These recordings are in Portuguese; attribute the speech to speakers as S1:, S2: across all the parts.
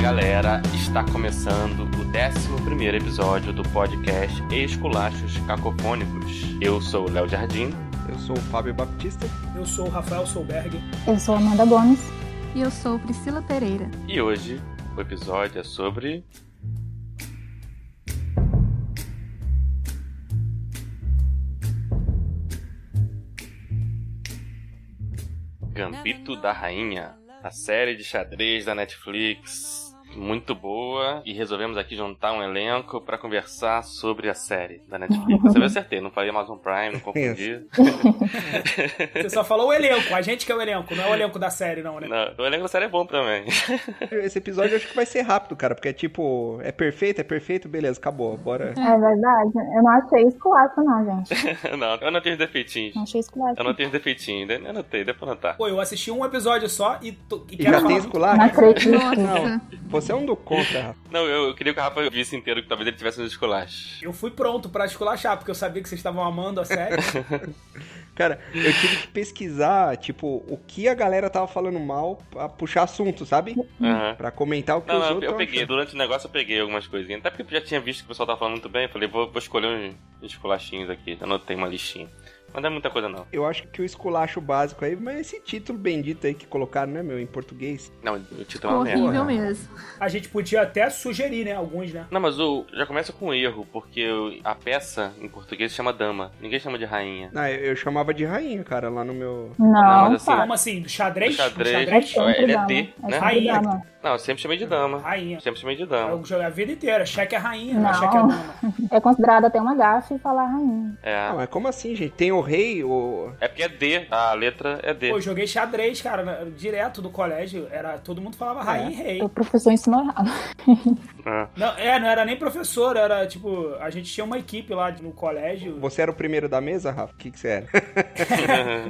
S1: galera, está começando o 11 episódio do podcast Esculachos Cacofônicos. Eu sou o Léo Jardim.
S2: Eu sou o Fábio Baptista.
S3: Eu sou o Rafael Solberg.
S4: Eu sou Amanda Gomes.
S5: E eu sou Priscila Pereira.
S1: E hoje o episódio é sobre. Gambito da Rainha, a série de xadrez da Netflix. Muito boa, e resolvemos aqui juntar um elenco para conversar sobre a série da Netflix. Você viu, acertei, não falei Amazon Prime, não confundi.
S3: Você só falou o elenco, a gente que é o elenco, não é o elenco da série, não, né?
S1: Não, o elenco da série é bom também.
S2: Esse episódio eu acho que vai ser rápido, cara, porque é tipo, é perfeito, é perfeito, beleza, acabou, bora.
S4: É verdade. Eu não achei esculacho, não, gente.
S1: não, eu não tenho os defeitinhos.
S4: Não achei esculacho.
S1: Eu não tenho os defeitinhos, né? eu anotei, deu pra anotar.
S3: Pô, eu assisti um episódio só e, tô,
S2: E já tem
S4: Não
S2: esculacho?
S4: acredito.
S2: Não, você é um do contra, Rafa.
S1: Não, eu, eu queria que o Rafa visse inteiro, que talvez ele tivesse nos escolachos.
S3: Eu fui pronto pra esculachar, porque eu sabia que vocês estavam amando a série.
S2: Cara, eu tive que pesquisar, tipo, o que a galera tava falando mal pra puxar assunto, sabe?
S1: Aham.
S2: Pra comentar o que
S1: Não,
S2: Hum. os
S1: não, eu,
S2: outros
S1: peguei.
S2: achando.
S1: Durante o negócio eu peguei algumas coisinhas. Até porque eu já tinha visto que o pessoal tava falando muito bem. eu Falei, vou, vou escolher uns, uns colachinhos aqui. Anotei uma listinha. Mas não é muita coisa, não.
S2: Eu acho que o esculacho básico aí, mas esse título bendito aí que colocaram, né, meu, em português.
S1: Não, o título é uma merda.
S5: Horrível mesmo.
S3: A gente podia até sugerir, né? Alguns, né?
S1: Não, mas o, já começa com um erro, porque o- a peça em português chama dama. Ninguém chama de rainha.
S2: Ah, eu, eu chamava de rainha, cara, lá no meu.
S1: Não,
S4: Não,
S1: mas assim,
S4: pá.
S3: Como assim? Do xadrez?
S1: Do xadrez.
S4: É
S1: Ele é
S4: sempre dama.
S1: D, né?
S4: É sempre
S3: Rainha.
S4: dama.
S1: Não, eu sempre chamei de dama.
S3: Rainha.
S1: Sempre chamei de dama.
S3: Eu joguei a vida inteira. Cheque é rainha, não.
S4: Não.
S3: é cheque é dama.
S4: É considerado até uma gafe falar rainha.
S1: É.
S2: Ah, mas como assim, gente? Tem o rei, o.
S1: É porque é D, a letra é D.
S3: Pô, eu joguei xadrez, cara, na- direto do colégio. Era, todo mundo falava rainha e rei.
S4: O professor ensinou errado.
S1: É.
S3: Não, é, não era nem professor, era tipo, a gente tinha uma equipe lá no colégio.
S2: Você era o primeiro da mesa, Rafa? O que, que você era?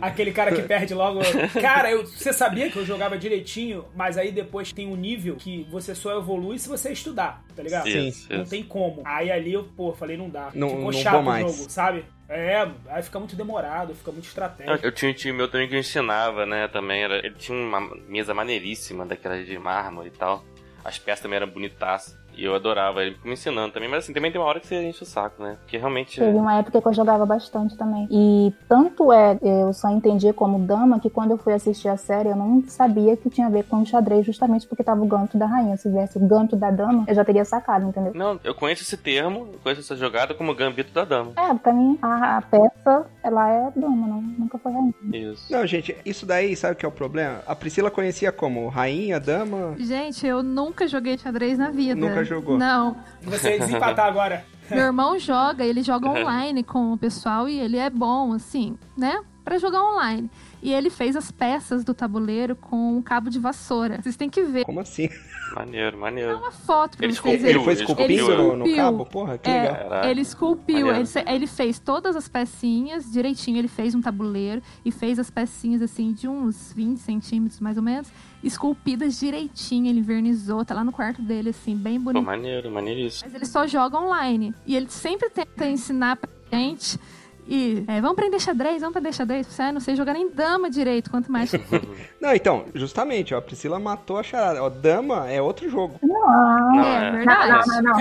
S3: Aquele cara que perde logo. Cara, eu- você sabia que eu jogava direitinho, mas aí depois tem um nível que você só evolui se você estudar, tá ligado?
S2: Sim.
S1: Isso,
S3: Não
S1: isso.
S3: tem como. Aí ali eu, pô, falei, não dá.
S2: Não-
S3: Ficou
S2: não
S3: chato
S2: vou
S3: o
S2: mais.
S3: jogo, sabe? É, aí fica muito demorado, fica muito
S1: Eu,
S3: estratégico.
S1: eu tinha um time meu também que eu ensinava, né? Também era, ele tinha uma mesa maneiríssima, daquelas de mármore e tal. As peças também eram bonitaças. E eu adorava ele me ensinando também. Mas assim, também tem uma hora que você enche o saco, né? Porque realmente.
S4: Teve uma época que eu jogava bastante também. E tanto é, eu só entendia como dama que quando eu fui assistir a série eu não sabia que tinha a ver com xadrez, justamente porque tava o ganto da rainha. Se tivesse o ganto da dama, eu já teria sacado, entendeu?
S1: Não, eu conheço esse termo, eu conheço essa jogada como gambito da dama.
S4: É, pra mim a, a peça, ela é dama, não, nunca foi rainha.
S1: Isso.
S2: Não, gente, isso daí, sabe o que é o problema? A Priscila conhecia como rainha, dama.
S5: Gente, eu nunca joguei xadrez na vida.
S2: Nunca jogou?
S5: Não.
S3: Você desempatar agora.
S5: Meu irmão joga, ele joga online com o pessoal e ele é bom, assim, né? Pra jogar online. E ele fez as peças do tabuleiro com um cabo de vassoura. Vocês têm que ver
S2: Como assim?
S1: Maneiro, maneiro.
S5: uma foto pra
S1: Ele
S5: vocês
S1: esculpiu,
S2: Ele
S5: verem.
S2: foi
S1: ele
S2: esculpido no,
S5: esculpiu.
S2: no cabo? Porra, que
S5: É.
S2: legal.
S1: Caraca.
S5: Ele esculpiu,
S1: Maneiro.
S5: ele, se- ele fez todas as pecinhas direitinho, ele fez um tabuleiro e fez as pecinhas assim de uns 20 centímetros mais ou menos, esculpidas direitinho, ele vernizou, tá lá no quarto dele assim, bem
S1: Pô,
S5: bonito.
S1: maneiro, maneiríssimo.
S5: Mas ele só joga online e ele sempre tenta ensinar pra gente e é, vamos aprender xadrez, vamos aprender xadrez, você ah, não sei jogar nem dama direito, quanto mais. É
S2: Não, então, justamente, ó, a Priscila matou a charada. Ó, dama é outro jogo.
S4: Não,
S1: Não,
S5: é
S1: é.
S5: verdade.
S4: não, não, não.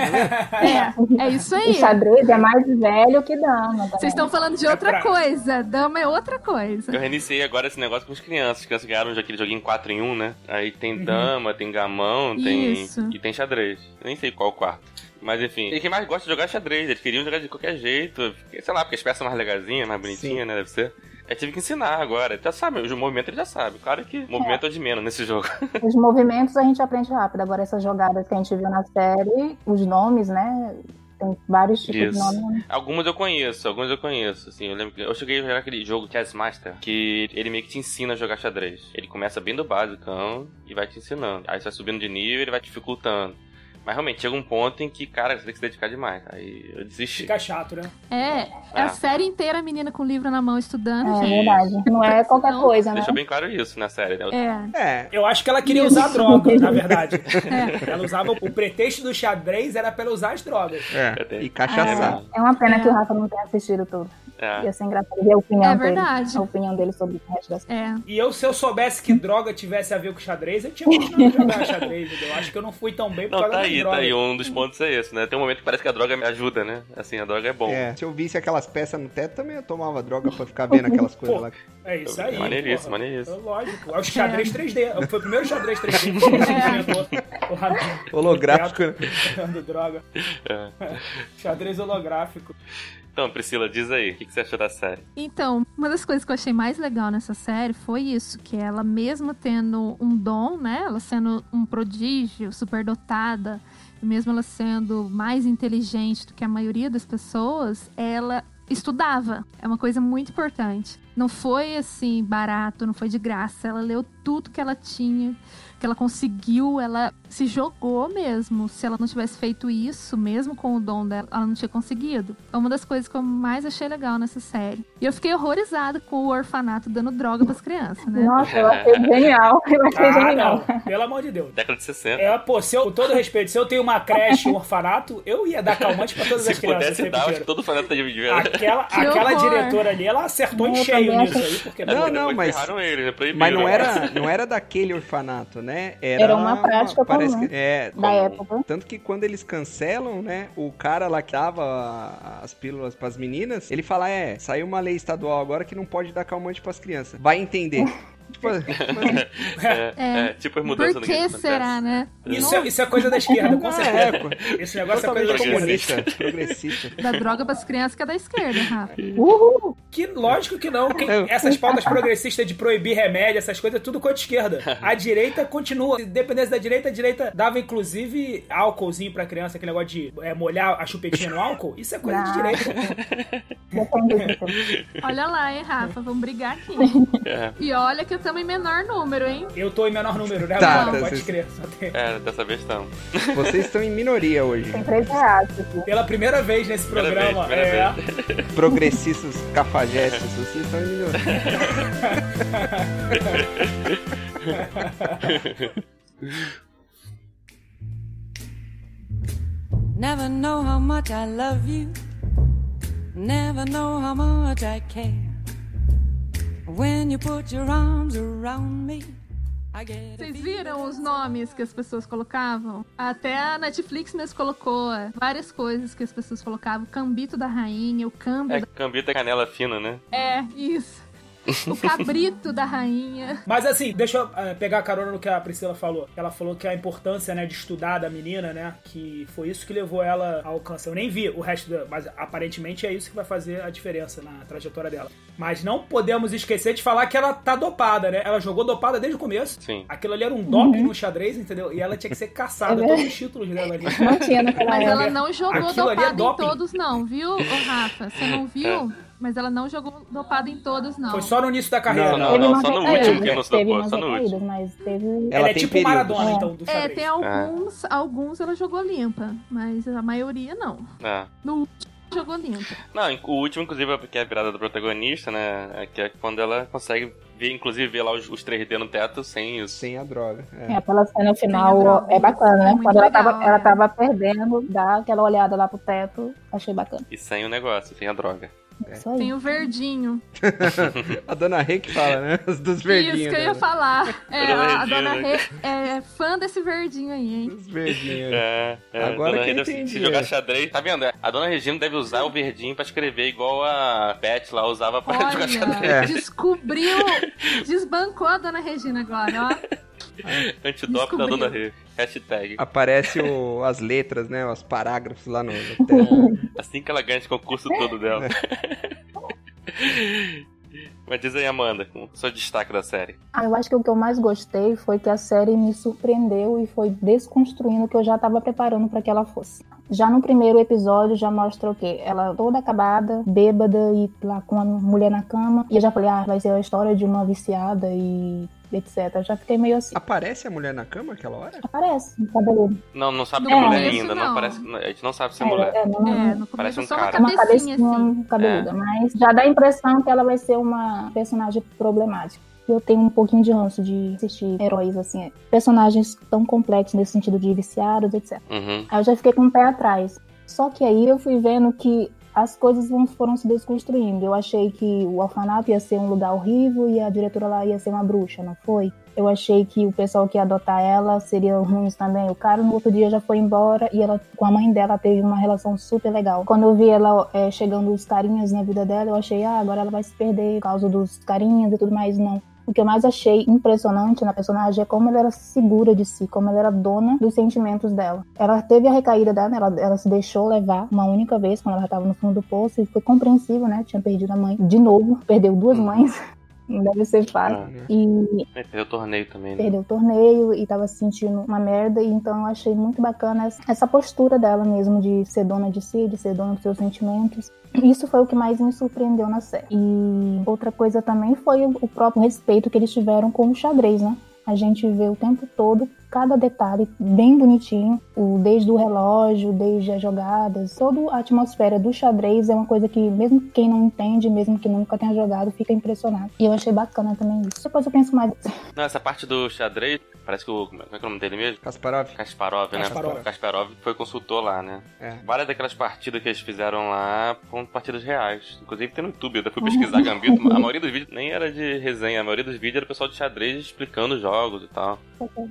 S4: É.
S5: É isso
S4: O
S5: aí.
S4: xadrez é mais velho que tá dama. galera.
S5: Vocês estão falando de
S3: É
S5: outra
S3: pra-
S5: coisa, dama é outra coisa.
S1: Eu reiniciei agora esse negócio com as crianças. As crianças ganharam já aquele joguinho 4 em 1, né? Aí tem dama, tem gamão, tem.
S5: Isso.
S1: E tem xadrez. Eu nem sei qual o quarto. Mas enfim. E quem mais gosta de jogar é xadrez. Eles queriam jogar de qualquer jeito. Porque, Sei lá, porque as peças são mais legazinhas, mais bonitinhas, né? Deve ser. Eu tive que ensinar agora. Ele Já sabe, o movimento ele já sabe. Claro que movimento é, o de menos nesse jogo.
S4: Os movimentos a gente aprende rápido. Agora, essas jogadas que a gente viu na série, os nomes, né? Tem vários tipos de
S1: Isso.
S4: nome. né?
S1: Algumas eu conheço, algumas eu conheço, assim, eu lembro que eu cheguei a jogar aquele jogo Chessmaster, que ele meio que te ensina a jogar xadrez. Ele começa bem do basicão e vai te ensinando. Aí você vai subindo de nível, ele vai dificultando. Mas realmente chega um ponto em que, cara, você tem que se dedicar demais. Aí eu desisti.
S3: Fica chato, né?
S5: É, é
S1: Ah.
S5: a série inteira a menina com o livro na mão estudando,
S4: É
S5: gente.
S4: verdade. Não é qualquer
S5: Não.
S4: coisa, né?
S1: Deixou bem claro isso na série, né?
S5: É,
S2: É.
S3: Eu acho que ela queria usar droga, na verdade. Ela usava. O pretexto do xadrez era pra ela usar as drogas.
S2: É. E
S4: Ah,
S2: cachaçar.
S4: é uma pena que o Rafa não tenha assistido tudo.
S1: É.
S4: Ia ser engraçado ver a opinião,
S5: É
S4: dele,
S5: verdade.
S4: a opinião dele sobre o resto das
S5: É.
S3: E eu, se eu soubesse que droga tivesse a ver com xadrez, eu tinha continuado a jogar xadrez, entendeu? Eu Acho que eu não fui tão bem por
S1: Não,
S3: causa
S1: tá
S3: da
S1: aí,
S3: droga.
S1: tá aí. Um dos pontos é esse, né? Tem um momento que parece que a droga me ajuda, né? Assim, a droga é bom.
S2: É, se eu visse aquelas peças no teto, também eu tomava droga pra ficar vendo aquelas coisas lá.
S3: É isso aí.
S1: Maneiríssimo,
S3: porra.
S1: maneiríssimo.
S3: É Lógico. É o xadrez 3D. Foi o primeiro xadrez 3D que né, ele inventou. Lá no-
S2: Holográfico, né?
S3: no teto, Dando droga.
S1: É.
S3: Xadrez holográfico.
S1: Então, Priscila, diz aí, o que que você achou da série?
S5: Então, uma das coisas que eu achei mais legal nessa série foi isso, que ela mesmo tendo um dom, né, ela sendo um prodígio, superdotada, e mesmo ela sendo mais inteligente do que a maioria das pessoas, ela estudava. É uma coisa muito importante. Não foi assim barato, não foi de graça. Ela leu tudo que ela tinha, que ela conseguiu, ela se jogou mesmo. Se ela não tivesse feito isso, mesmo com o dom dela, ela não tinha conseguido. É uma das coisas que eu mais achei legal nessa série. E eu fiquei horrorizada com o orfanato dando droga pras crianças, né?
S4: Nossa, eu achei genial. Eu achei
S3: Ah,
S4: genial.
S3: não. Pelo amor de Deus.
S1: Década de 60.
S3: É, pô, se eu, com todo respeito, se eu tenho uma creche, um orfanato, eu ia dar calmante pra todas
S1: Se
S3: as crianças. Ah, o
S1: pudesse
S3: tempo
S1: dar, acho que
S3: inteiro.
S1: todo fantasma tá de verdade.
S3: Aquela,
S5: Que
S3: aquela
S5: horror.
S3: diretora ali, ela acertou em
S4: Não, eu
S3: cheio
S4: também
S3: nisso
S4: acho-
S3: aí, porque é
S2: Não, não,
S1: Depois
S2: mas-
S1: ferraram ele, né? Proibiram,
S2: Mas não
S1: né?
S2: era, não era daquele orfanato, né? Era,
S4: Era uma prática
S2: parece
S4: comum.
S2: que- é,
S4: Da
S2: comum.
S4: época.
S2: Tanto que quando eles cancelam, né, o cara lá que dava as pílulas pras meninas, ele fala, é, saiu uma lei estadual agora que não pode dar calmante pras crianças. Vai entender. tipo, mas-
S1: É,
S5: É.
S1: é, tipo as mudanças
S5: Por
S1: no
S5: que
S1: acontece.
S5: será, né?
S3: Isso é, isso é coisa da esquerda, com
S2: Ah,
S3: certeza.
S2: é, pô.
S3: Esse negócio é coisa da
S2: totalmente
S1: progressista.
S2: comunista,
S3: esquerda.
S2: progressista.
S5: Da droga pras crianças que é da esquerda, Rafa.
S4: Uhul!
S3: Que lógico que não. que essas pautas progressistas de proibir remédio, essas coisas, é tudo contra a esquerda. A direita continua. Independência da direita, a direita dava inclusive álcoolzinho pra criança, aquele negócio de é, molhar a chupetinha no álcool. Isso é coisa de
S4: Ah.
S3: direita.
S4: Depende disso.
S5: Olha lá, hein, Rafa? Vamos brigar aqui.
S1: É.
S5: E olha que eu tamo em menor número, hein?
S3: Eu tô em menor número, né?
S2: Tá, tá,
S3: mano? Pode
S2: vocês-
S3: crer. Só tem-
S1: É, dessa vez estamos.
S2: Vocês estão em minoria hoje.
S4: Tem três reais tipo, aqui.
S3: Pela primeira vez nesse
S1: Primeira
S3: programa.
S1: vez, primeira
S3: é.
S2: Progressistas cafajestes, vocês estão em minoria.
S6: Never know how much I love you. Never know how much I care. When you put your arms around me, I get. a
S5: Vocês
S6: feeling-
S5: viram os nomes que as pessoas colocavam? Até a Netflix mesmo colocou é, várias coisas que as pessoas colocavam. O cambito da rainha, o câmbio
S1: É, cambita é canela fina, né?
S5: da... É, isso. O cabrito da rainha.
S3: Mas assim, deixa eu eh, pegar a carona no que a Priscila falou. Ela falou que a importância, né, de estudar da menina, né, que foi isso que levou ela ao alcance. Eu nem vi o resto, da, mas aparentemente é isso que vai fazer a diferença na trajetória dela. Mas não podemos esquecer de falar que ela tá dopada, né? Ela jogou dopada desde o começo.
S1: Sim.
S3: Aquilo ali era um doping no xadrez, entendeu? E ela tinha que ser caçada,
S4: É
S3: todos os títulos dela ali.
S4: Não tinha naquela
S5: Mas
S4: época.
S5: ela não jogou
S3: é Aquilo ali é
S5: dopada em
S3: doping. É.
S5: todos, não, viu, ô, Rafa? Você não viu? Mas ela não jogou dopada em todos, não.
S3: Foi só no início da carreira.
S1: Não,
S4: Teve
S1: não,
S4: umas
S1: só no
S4: recaídas,
S1: último que não se
S4: teve
S1: tocou,
S4: umas
S1: só no
S4: recaídas,
S1: último.
S4: Mas teve...
S2: Ela
S3: Ela é
S2: tem
S3: tipo
S2: períodos.
S3: Maradona,
S4: É.
S3: então, do
S5: É,
S3: xadrez.
S5: tem alguns, alguns ela jogou limpa, mas a maioria não.
S1: É.
S5: No último jogou limpa.
S1: Não, inc- o último, inclusive, é que é a virada do protagonista, né? É que é quando ela consegue ver, inclusive, ver lá os, os 3D no teto sem isso.
S2: Sem a droga. é.
S4: É, aquela cena
S5: Tem a
S4: final
S5: droga.
S4: é bacana, né?
S5: Muito
S4: Quando ela
S5: legal,
S4: tava, ela
S5: né?
S4: tava perdendo, dá aquela olhada lá pro teto, achei bacana.
S1: E sem o negócio, sem a droga.
S4: Isso aí.
S5: Tem um- o verdinho.
S2: É. A dona Rê que fala, né? Os dos
S5: Isso
S2: verdinhos.
S5: que eu ia
S2: né?
S5: falar. É,
S1: Dona
S5: a, a
S1: Regina.
S5: dona Rê é fã desse verdinho aí, hein?
S2: Os verdinhos.
S1: É, é,
S2: Agora
S1: a dona
S2: que eu
S1: Rita, se- se
S2: entendi,
S1: jogar
S2: é.
S1: xadrez, tá vendo? A dona Regina deve usar o verdinho pra escrever igual a Beth lá usava pra jogar xadrez.
S5: Olha, descobriu, desbancou a dona Regina agora, ó.
S1: Antidope da
S5: descobriu.
S1: dona Rê. Hashtag.
S2: Aparece o- as letras, né? Os parágrafos lá no, no teto.
S1: Assim que ela ganha esse concurso todo dela. Mas diz aí, Amanda, com o seu destaque da série.
S4: Ah, eu acho que o que eu mais gostei foi que a série me surpreendeu e foi desconstruindo o que eu já estava preparando para que ela fosse. Já no primeiro episódio já mostra o quê? Ela toda acabada, bêbada e lá com a mulher na cama. E eu já falei, ah, vai ser a história de uma viciada e etc. Eu já fiquei meio assim.
S2: Aparece a mulher na cama aquela hora?
S4: Aparece no cabelo.
S1: Não, não sabe
S5: Não
S1: que é mulher
S5: conheço,
S1: ainda. Não.
S5: não.
S1: parece que- A gente não sabe se é
S4: É,
S1: mulher.
S4: é, não,
S5: É, no
S1: Parece
S5: começo
S1: um
S5: só
S1: cara.
S5: uma
S4: uma
S5: cabecinha,
S4: cabecinha
S5: assim.
S4: cabeluda, mas já dá a impressão que ela vai ser uma personagem problemática. Eu tenho um pouquinho de ranço de assistir heróis, assim, personagens tão complexos nesse sentido de viciados, etc.
S1: Uhum.
S4: Aí eu já fiquei com o pé atrás. Só que aí eu fui vendo que as coisas vão- foram se desconstruindo. Eu achei que o orfanato ia ser um lugar horrível e a diretora lá ia ser uma bruxa, não foi? Eu achei que o pessoal que ia adotar ela seria ruins também. O cara no outro dia já foi embora e ela com a mãe dela teve uma relação super legal. Quando eu vi ela é, chegando os carinhas na vida dela, eu achei, ah, agora ela vai se perder por causa dos carinhas e tudo mais. Não. O que eu mais achei impressionante na personagem é como ela era segura de si, como ela era dona dos sentimentos dela. Ela teve a recaída dela, ela, ela se deixou levar uma única vez quando ela já tava no fundo do poço e foi compreensível, né? Tinha perdido a mãe de novo, perdeu duas mães. Não deve ser fácil.
S1: Ah,
S4: E
S1: né, perdeu o torneio também, né?
S4: perdeu o torneio e tava se sentindo uma merda, e então eu achei muito bacana essa- essa postura dela mesmo de ser dona de si, de ser dona dos seus sentimentos. Isso foi o que mais me surpreendeu na série. E outra coisa também foi o próprio respeito que eles tiveram com o xadrez, né? A gente vê o tempo todo cada detalhe bem bonitinho, o desde o relógio, desde as jogadas, toda a atmosfera do xadrez é uma coisa que mesmo quem não entende, mesmo que nunca tenha jogado, fica impressionado. E eu achei bacana também isso. Depois eu penso mais
S1: Não, essa parte do xadrez, parece que o. Como é que é o nome dele mesmo?
S2: Kasparov?
S1: Kasparov, né?
S3: Kasparov.
S1: Kasparov foi consultor lá, né?
S2: É.
S1: Várias daquelas partidas que eles fizeram lá foram partidas reais. Inclusive tem no YouTube, eu até fui pesquisar Gambito. A maioria dos vídeos nem era de resenha, a maioria dos vídeos era o pessoal de xadrez explicando os jogos e tal.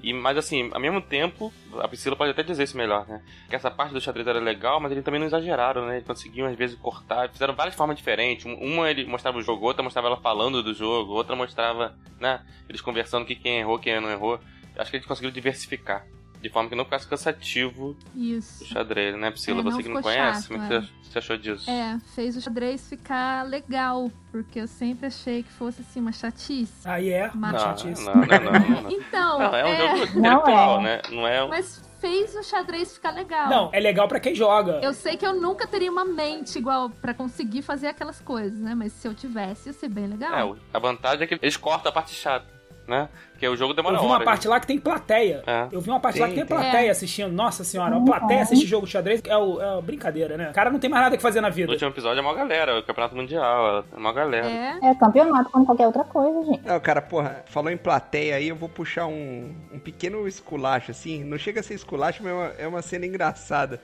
S1: E, mas assim, ao mesmo tempo, a Priscila pode até dizer isso melhor, né? Que essa parte do xadrez era legal, mas eles também não exageraram, né? Eles conseguiam às vezes cortar, fizeram várias formas diferentes. Um- Uma ele mostrava o jogo, outra mostrava ela falando do jogo, outra mostrava, né? Eles conversando que quem errou, quem não errou. Acho que eles conseguiram diversificar. De forma que não ficasse cansativo o
S5: Isso.
S1: xadrez, né, Priscila?
S5: É, não
S1: você que não
S5: ficou
S1: conhece,
S5: chato,
S1: como é que você- você achou disso?
S5: É, fez o xadrez ficar legal, porque eu sempre achei que fosse assim uma chatice.
S3: Aí é,
S5: Mas-
S1: Não,
S3: chatice.
S1: não, não, não, não.
S5: Então,
S1: Não, é um jogo
S4: Não
S1: intelectual,
S4: é.
S1: né? Não é um...
S5: mas fez o xadrez ficar legal.
S3: Não, é legal pra quem joga.
S5: Eu sei que eu nunca teria uma mente igual pra conseguir fazer aquelas coisas, né? Mas se eu tivesse, ia ser bem
S1: É,
S5: legal.
S1: o- a vantagem é que eles cortam a parte chata, né? Porque o jogo demora
S3: Eu vi uma
S1: horas. né?
S3: parte lá que tem plateia.
S1: É.
S3: Eu vi uma parte
S2: Tem,
S3: lá que tem,
S2: tem.
S3: plateia assistindo. Nossa senhora,
S5: Uhum.
S3: uma plateia assiste jogo de xadrez. É, o, é o- brincadeira, né? O cara não tem mais nada que fazer na
S1: No
S3: vida.
S1: último episódio é uma galera, é o Campeonato Mundial, é uma galera.
S5: É,
S4: É campeonato como qualquer outra coisa, gente.
S2: Não, cara, porra, falou em plateia aí, eu vou puxar um, um pequeno esculacho, assim. Não chega a ser esculacho, mas é uma, é uma cena engraçada.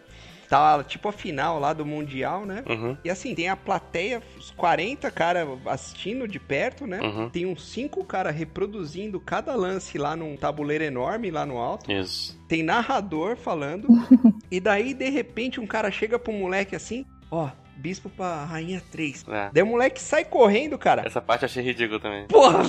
S2: Tá, tipo a final lá do Mundial, né?
S1: Uhum,
S2: E assim, tem a plateia, os 40 cara assistindo de perto, né?
S1: uhum.
S2: Tem uns 5 cara reproduzindo cada lance lá num tabuleiro enorme lá no alto.
S1: Isso.
S2: Tem narrador falando. e daí, de repente, um cara chega pro moleque assim, ó, bispo pra rainha 3.
S1: É.
S2: Daí o moleque sai correndo, cara.
S1: Essa parte eu achei ridículo também.
S2: Porra!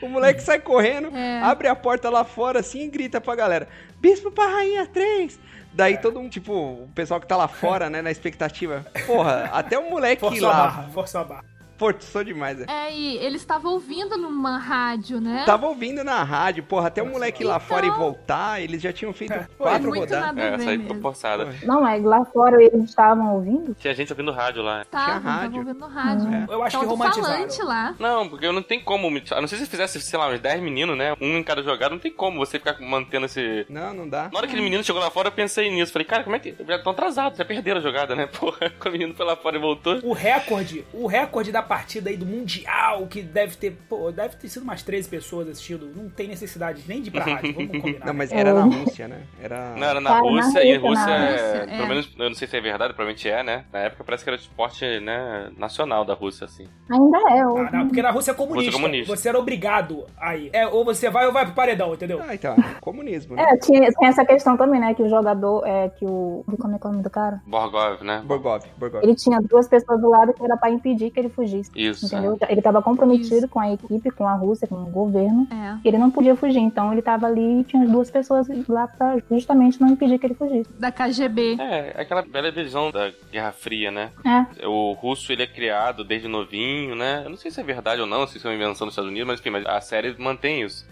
S2: o moleque sai correndo,
S5: É.
S2: abre a porta lá fora assim e grita pra galera: Bispo pra Rainha 3! Daí todo mundo, tipo, o pessoal que tá lá fora, né, na expectativa. Porra, até o moleque
S3: Força a
S2: lá.
S3: barra, força a barra.
S2: Forçou demais, né?
S5: é, e ele estava ouvindo numa rádio, né?
S2: Tava ouvindo na rádio, porra, até o moleque lá fora e voltar, eles já tinham feito
S5: é
S2: quatro
S5: muito
S2: rodadas.
S5: nada
S1: É,
S5: a ver
S1: essa aí foi
S5: mesmo.
S1: forçada.
S2: Foi.
S4: Não é, lá fora eles estavam ouvindo?
S1: Tinha gente ouvindo rádio lá.
S5: Tava,
S2: rádio.
S5: tava ouvindo no rádio.
S2: É.
S3: Eu acho
S5: Tava
S3: que
S5: do
S3: romantizaram.
S5: Tá falante lá.
S1: Não, porque eu não tem como. me- A não ser se fizesse, sei lá, uns 10 meninos, né? Um em cada jogada, não tem como você ficar mantendo esse.
S2: Não, não dá.
S1: Na hora que aquele menino chegou lá fora, eu pensei nisso. Falei, cara, como é que. Já estão atrasados, já perderam a jogada, né? Porra, quando o menino foi lá fora e voltou.
S3: O recorde, o recorde da partida aí do Mundial, que deve ter, pô, deve ter sido umas 13 pessoas assistindo. Não tem necessidade nem de ir pra rádio, vamos combinar.
S2: Não, mas era na Rússia, né? Era.
S1: Não, era na
S4: Cara, na
S1: Rússia, e
S4: Rússia,
S1: Rússia,
S5: na
S1: é,
S5: Rússia,
S1: pelo
S5: é.
S1: menos, eu não sei se é verdade, provavelmente é, né? Na época parece que era o esporte né, nacional da Rússia, assim.
S4: Ainda é, ou...
S3: Ah, não, porque na Rússia é comunista.
S1: Rússia é comunista.
S3: Você era obrigado aí. É, ou você vai ou vai pro paredão, entendeu?
S2: Ah, então, comunismo, né?
S4: É, tinha, tem essa questão também, né? Que o jogador, é, que o. Como é que é o nome do cara?
S1: Borgov, né?
S2: Borgov, Borgov.
S4: Ele tinha duas pessoas do lado que era pra impedir que ele fugisse.
S1: Isso. é.
S4: Entendeu? Ele tava comprometido com a equipe, com a Rússia, com o governo.
S5: É.
S4: Ele não podia fugir, então ele tava ali e tinha as duas pessoas lá pra justamente não impedir que ele fugisse.
S5: Da KGB.
S1: É, aquela bela visão da Guerra Fria, né?
S4: É.
S1: O russo, ele é criado desde novinho, né? Eu não sei se é verdade ou não, se isso é uma invenção dos Estados Unidos, mas enfim, mas a série mantém isso.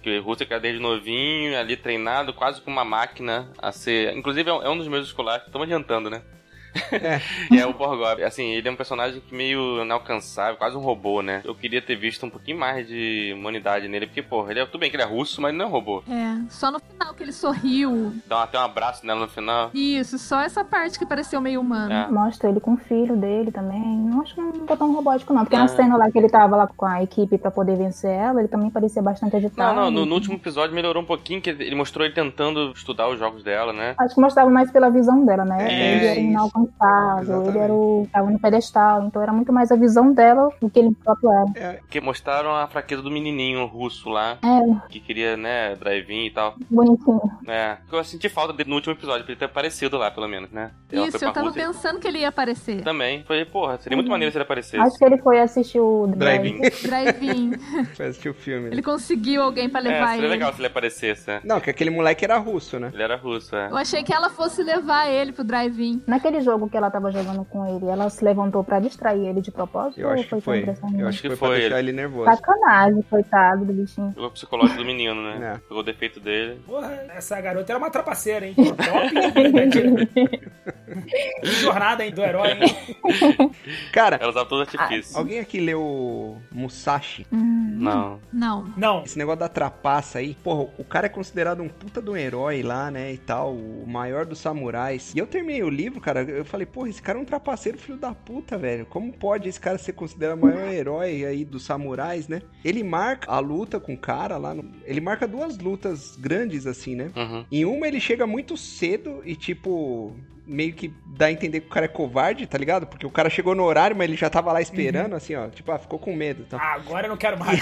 S1: Que o russo é criado desde novinho, ali treinado, quase com uma máquina a ser... Inclusive, é um é um dos meus escolares, estamos adiantando, né? que é o Borgov. Assim, ele é um personagem que meio inalcançável, quase um robô, né? Eu queria ter visto um pouquinho mais de humanidade nele, porque, porra, ele é, tudo bem que ele é russo, mas ele não é um robô.
S5: É. Só no final que ele sorriu.
S1: Dá até um abraço nela no final.
S5: Isso, só essa parte que pareceu meio humana.
S1: É.
S4: Mostra ele com o filho dele também. Não acho que não botou um robótico, não. Porque
S1: Ah.
S4: na cena lá que ele tava lá com a equipe pra poder vencer ela, ele também parecia bastante
S1: Não,
S4: agitado.
S5: um
S1: não, no, no último episódio melhorou um pouquinho, que ele mostrou ele tentando estudar os jogos dela, né?
S4: Acho que mostrava mais pela visão dela, né?
S2: É,
S4: Ele era
S2: isso.
S4: responsável, ele era o. tava no pedestal, então era muito mais a visão dela do que ele próprio era.
S2: É,
S1: Porque mostraram a fraqueza do menininho russo lá,
S4: É,
S1: que queria, né, drive-in e tal.
S4: bonitinho.
S1: É, que eu senti falta dele no último episódio, pra ele ter aparecido lá, pelo menos, né? Ela foi
S5: Isso,
S1: pra
S5: eu tava
S1: Rússia.
S5: pensando Uhum. que ele ia aparecer.
S1: Também. Falei, porra, seria muito maneiro se ele aparecesse.
S4: Acho que ele foi assistir o
S2: Drive-in.
S5: Drive-in.
S2: foi assistir o filme. né.
S5: Ele conseguiu alguém pra
S1: É,
S5: levar
S1: seria
S5: ele.
S1: legal se ele aparecesse, né?
S2: Não, que aquele moleque era russo, né?
S1: Ele era russo, é.
S5: Eu achei que ela fosse levar ele pro drive-in.
S4: Naquele jogo que ela tava jogando com ele, ela se levantou pra distrair ele de propósito?
S2: Eu acho que
S4: ou
S2: foi.
S4: foi. só
S2: Eu
S4: impressão
S2: acho que
S1: que
S2: foi pra
S1: foi
S2: deixar ele nervoso.
S4: Sacanagem, coitado do bichinho.
S1: Pegou o psicológico do menino, né?
S2: É.
S1: Pegou o defeito dele.
S3: Porra, essa garota era uma trapaceira, hein? Top! Que jornada, hein, do herói, hein?
S2: Cara,
S1: Ela usava todos os
S5: Ah,
S1: artifícios.
S2: alguém aqui leu Musashi?
S1: Não.
S5: Não.
S3: Não,
S2: Esse negócio da trapaça aí, porra, o cara é considerado um puta de um herói lá, né, e tal, o maior dos samurais. E eu terminei o livro, cara, eu falei, porra, esse cara é um trapaceiro filho da puta, velho. Como pode esse cara ser considerado o maior herói aí dos samurais, né? Ele marca a luta com o cara lá, no- ele marca duas lutas grandes assim, né?
S1: Uhum.
S2: Em uma ele chega muito cedo e tipo meio que dá a entender que o cara é covarde, tá ligado? Porque o cara chegou no horário, mas ele já tava lá esperando assim, ó, tipo, ah, ficou com medo, então.
S3: agora eu não quero mais.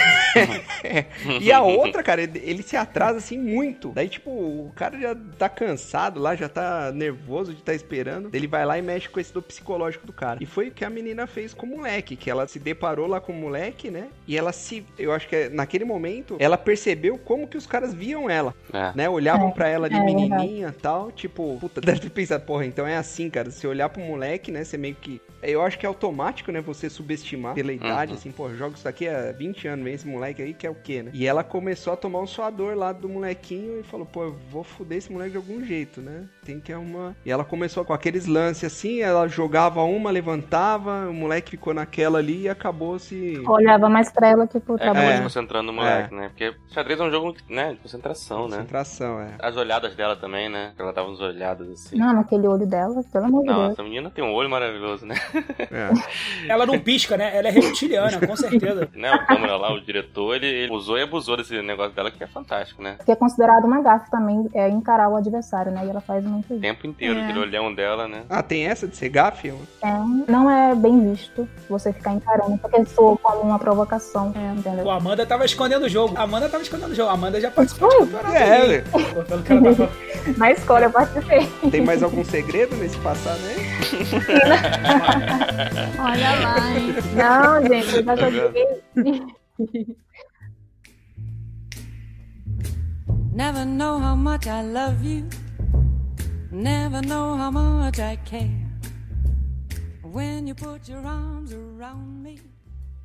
S2: E a outra, cara, ele ele se atrasa assim muito. Daí, tipo, o cara já tá cansado lá, já tá nervoso de estar tá esperando. Ele vai lá e mexe com esse do psicológico do cara. E foi o que a menina fez com o moleque, que ela se deparou lá com o moleque, né? E ela se. Eu acho que é- naquele momento, ela percebeu como que os caras viam ela,
S1: É.
S2: né? Olhavam
S4: É,
S2: pra ela de
S4: é verdade.
S2: menininha e tal. Tipo, puta, deve ter pensado, porra, então é assim, cara. Se olhar pro moleque, né? Você meio que. Eu acho que é automático, né? Você subestimar pela idade,
S1: Uhum.
S2: assim, pô, eu jogo isso daqui há 20 anos, vem esse moleque aí que é o quê, né? E ela começou a tomar um suador lá do molequinho e falou, pô, eu vou fuder esse moleque de algum jeito, né? Tem que arrumar. E ela começou com aqueles lances assim, ela jogava uma, levantava, o moleque ficou naquela ali e acabou se.
S4: Olhava mais pra ela tipo, que pro
S1: É, acabou
S4: trabalho.
S1: se concentrando no moleque, né? Porque xadrez é um jogo, né, de concentração, né?
S2: Concentração, é.
S1: As olhadas dela também, né? Ela dava uns olhadas assim.
S4: Não, naquele olho dela, pelo amor de
S1: Não,
S4: Deus.
S1: essa menina tem um olho maravilhoso, né?
S2: é.
S3: Ela não pisca, né? Ela é reptiliana, com certeza.
S1: né? O câmera lá, o diretor, ele, ele usou e abusou desse negócio dela, que é fantástico, né?
S4: Que é considerado uma gafe também, é encarar o adversário, né? E ela faz muito
S1: O
S4: isso.
S1: tempo inteiro,
S5: É.
S1: aquele olhão dela, né?
S2: Ah, tem essa de ser gafe?
S4: Então, não é bem visto você ficar encarando, porque soa como uma provocação, entendeu?
S3: Pô, a Amanda tava escondendo o jogo. A Amanda tava escondendo o jogo. A Amanda já participou de
S4: Ui,
S3: campeonato.
S2: É,
S3: aí.
S2: velho.
S3: Pô, pelo que ela tá falando.
S4: Na escola eu participei.
S2: tem mais algum segredo nesse passado aí?
S5: Olha lá, hein?
S4: Não, gente, eu já
S1: Tá
S4: joguei.
S6: Never know how much I love you. Never know how much I care. When you put your arms around me,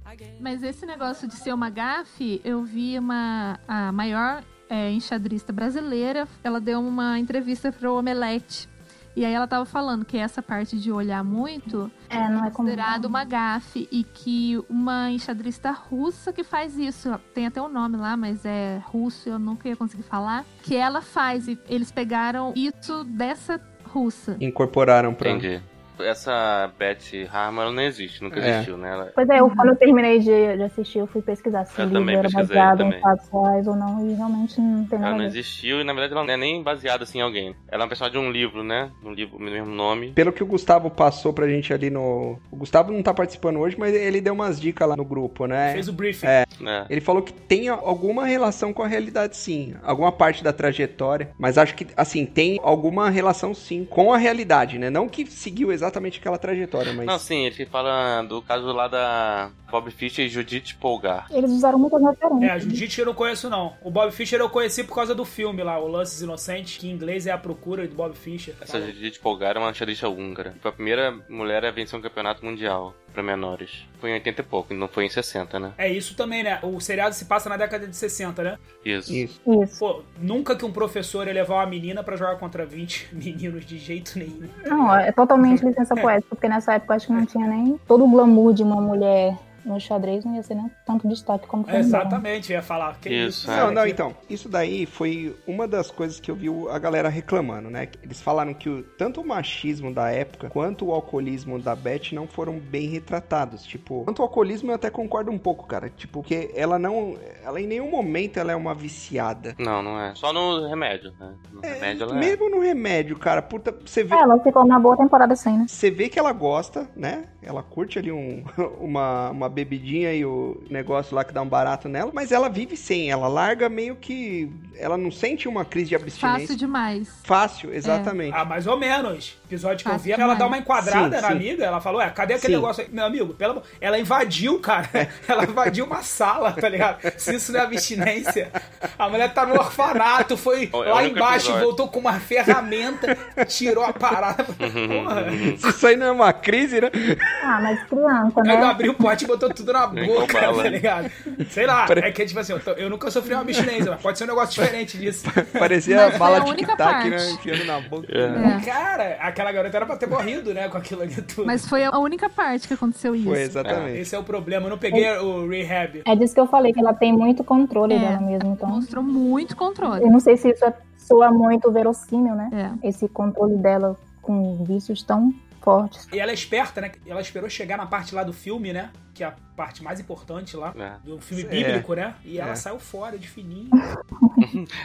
S6: I get.
S5: Mas esse negócio de ser uma gafe, eu vi uma a maior é, enxadrista brasileira, ela deu uma entrevista pro Omelete. E aí ela tava falando que essa parte de olhar muito
S4: É, não é comum.
S5: considerado uma gafe e que uma enxadrista russa que faz isso, tem até o nome lá, mas é russo, eu nunca ia conseguir falar, que ela faz e eles pegaram isso dessa russa.
S2: Incorporaram pra.
S1: Entendi. Essa Beth Harmon, ela não existe, nunca
S2: É.
S1: existiu, né? Ela...
S4: Pois é, eu, quando eu terminei de, de assistir, eu fui pesquisar se
S1: Eu
S4: o livro
S1: também
S4: era
S1: pesquisei
S4: baseado
S1: também.
S4: em fatos reais ou não, e realmente não tem
S1: Ela
S4: nada
S1: não
S4: a ver.
S1: existiu e, na verdade, ela não é nem baseada assim, em alguém. Ela é uma personagem de um livro, né? Um livro, o mesmo nome.
S2: Pelo que o Gustavo passou pra gente ali no. O Gustavo não tá participando hoje, mas ele deu umas dicas lá no grupo, né?
S3: Fez o briefing.
S1: né?
S2: Ele falou que tem a- alguma relação com a realidade, sim. Alguma parte da trajetória. Mas acho que, assim, tem alguma relação, sim, com a realidade, né? Não que seguiu exatamente aquela trajetória, mas.
S1: Não, sim, ele fala do caso lá da Bob Fischer e Judith Polgar.
S4: Eles usaram muitas
S3: É, a
S4: referências.
S3: Judite eu não conheço, não. O Bob Fischer eu conheci por causa do filme lá, O Lances Inocentes, que em inglês é A Procura do Bob Fischer. tá
S1: Essa Judith Polgar é uma xadrista húngara. Foi a primeira mulher a vencer um campeonato mundial pra menores. Foi em 80 e pouco, não foi em 60, né?
S3: É isso também, né? O seriado se passa na década de 60, né?
S1: Isso.
S2: Isso.
S4: Isso.
S3: Pô, nunca que um professor ia levar uma menina pra jogar contra 20 meninos de jeito nenhum.
S1: É.
S4: Não, é totalmente licença poética, porque nessa época eu acho que não tinha nem todo o glamour de uma mulher no xadrez não ia ser nem tanto destaque como foi
S3: É,
S4: no Dama.
S3: exatamente, eu ia falar. Que
S1: Isso,
S3: isso,
S1: é.
S2: Não,
S3: cara,
S2: não,
S3: que-
S2: então, isso daí foi uma das coisas que eu vi o- a galera reclamando, né? Eles falaram que o- tanto o machismo da época quanto o alcoolismo da Beth não foram bem retratados. Tipo, quanto ao alcoolismo eu até concordo um pouco, cara. Tipo, porque ela não. Ela em nenhum momento ela é uma viciada.
S1: Não, não é. Só no remédio, né? No
S2: É,
S1: remédio ela é.
S2: mesmo no remédio, cara, puta, você vê.
S4: É, ela ficou uma boa temporada sem, né?
S2: Você vê que ela gosta, né? Ela curte ali um, uma, uma bebidinha e o negócio lá que dá um barato nela, mas ela vive sem, ela larga meio que. Ela não sente uma crise de abstinência.
S5: Fácil demais.
S2: Fácil, exatamente.
S3: Ah, mais ou menos. Episódio que eu
S5: Fácil
S3: vi, ela
S5: demais.
S3: dá uma enquadrada
S2: Sim,
S3: na
S2: sim.
S3: amiga, ela falou, ué, cadê aquele
S2: Sim.
S3: negócio aí? Meu amigo, pelo amor... Ela invadiu, cara.
S1: É.
S3: Ela invadiu uma sala, tá ligado? Se isso não é abstinência. A mulher tá no orfanato, foi
S1: É o
S3: lá
S1: único
S3: embaixo,
S1: episódio.
S3: voltou com uma ferramenta, tirou a parada. Porra.
S2: Se isso aí não é uma crise, né?
S4: Ah, mas criança,
S3: Aí eu
S4: né?
S3: abri o pote e botou tudo na
S1: Nem
S3: boca,
S1: com bala.
S3: tá ligado? Sei lá, é que tipo assim, eu, tô- eu nunca sofri uma abstinência, mas pode ser um negócio diferente disso.
S2: Parecia
S5: Mas foi
S2: bala
S5: é a
S2: de
S5: única
S2: tic-tac, né?
S5: parte.
S2: Enfiando na boca.
S5: É.
S3: Cara, aquela garota era pra ter morrido, né, com aquilo ali tudo.
S5: Mas foi a única parte que aconteceu isso.
S2: Foi, exatamente.
S3: Esse é o problema, eu não peguei o rehab.
S4: É disso que eu falei, que ela tem muito controle
S5: É.
S4: dela mesma, então.
S5: Mostrou muito controle.
S4: Eu não sei se isso é- soa muito verossímil, né?
S5: É.
S4: Esse controle dela com vícios tão fortes.
S3: E ela é esperta, né? Ela esperou chegar na parte lá do filme, né? Que é a parte mais importante lá.
S1: É.
S3: Do filme
S2: É.
S3: bíblico, né? E ela
S2: É.
S3: saiu fora de fininho.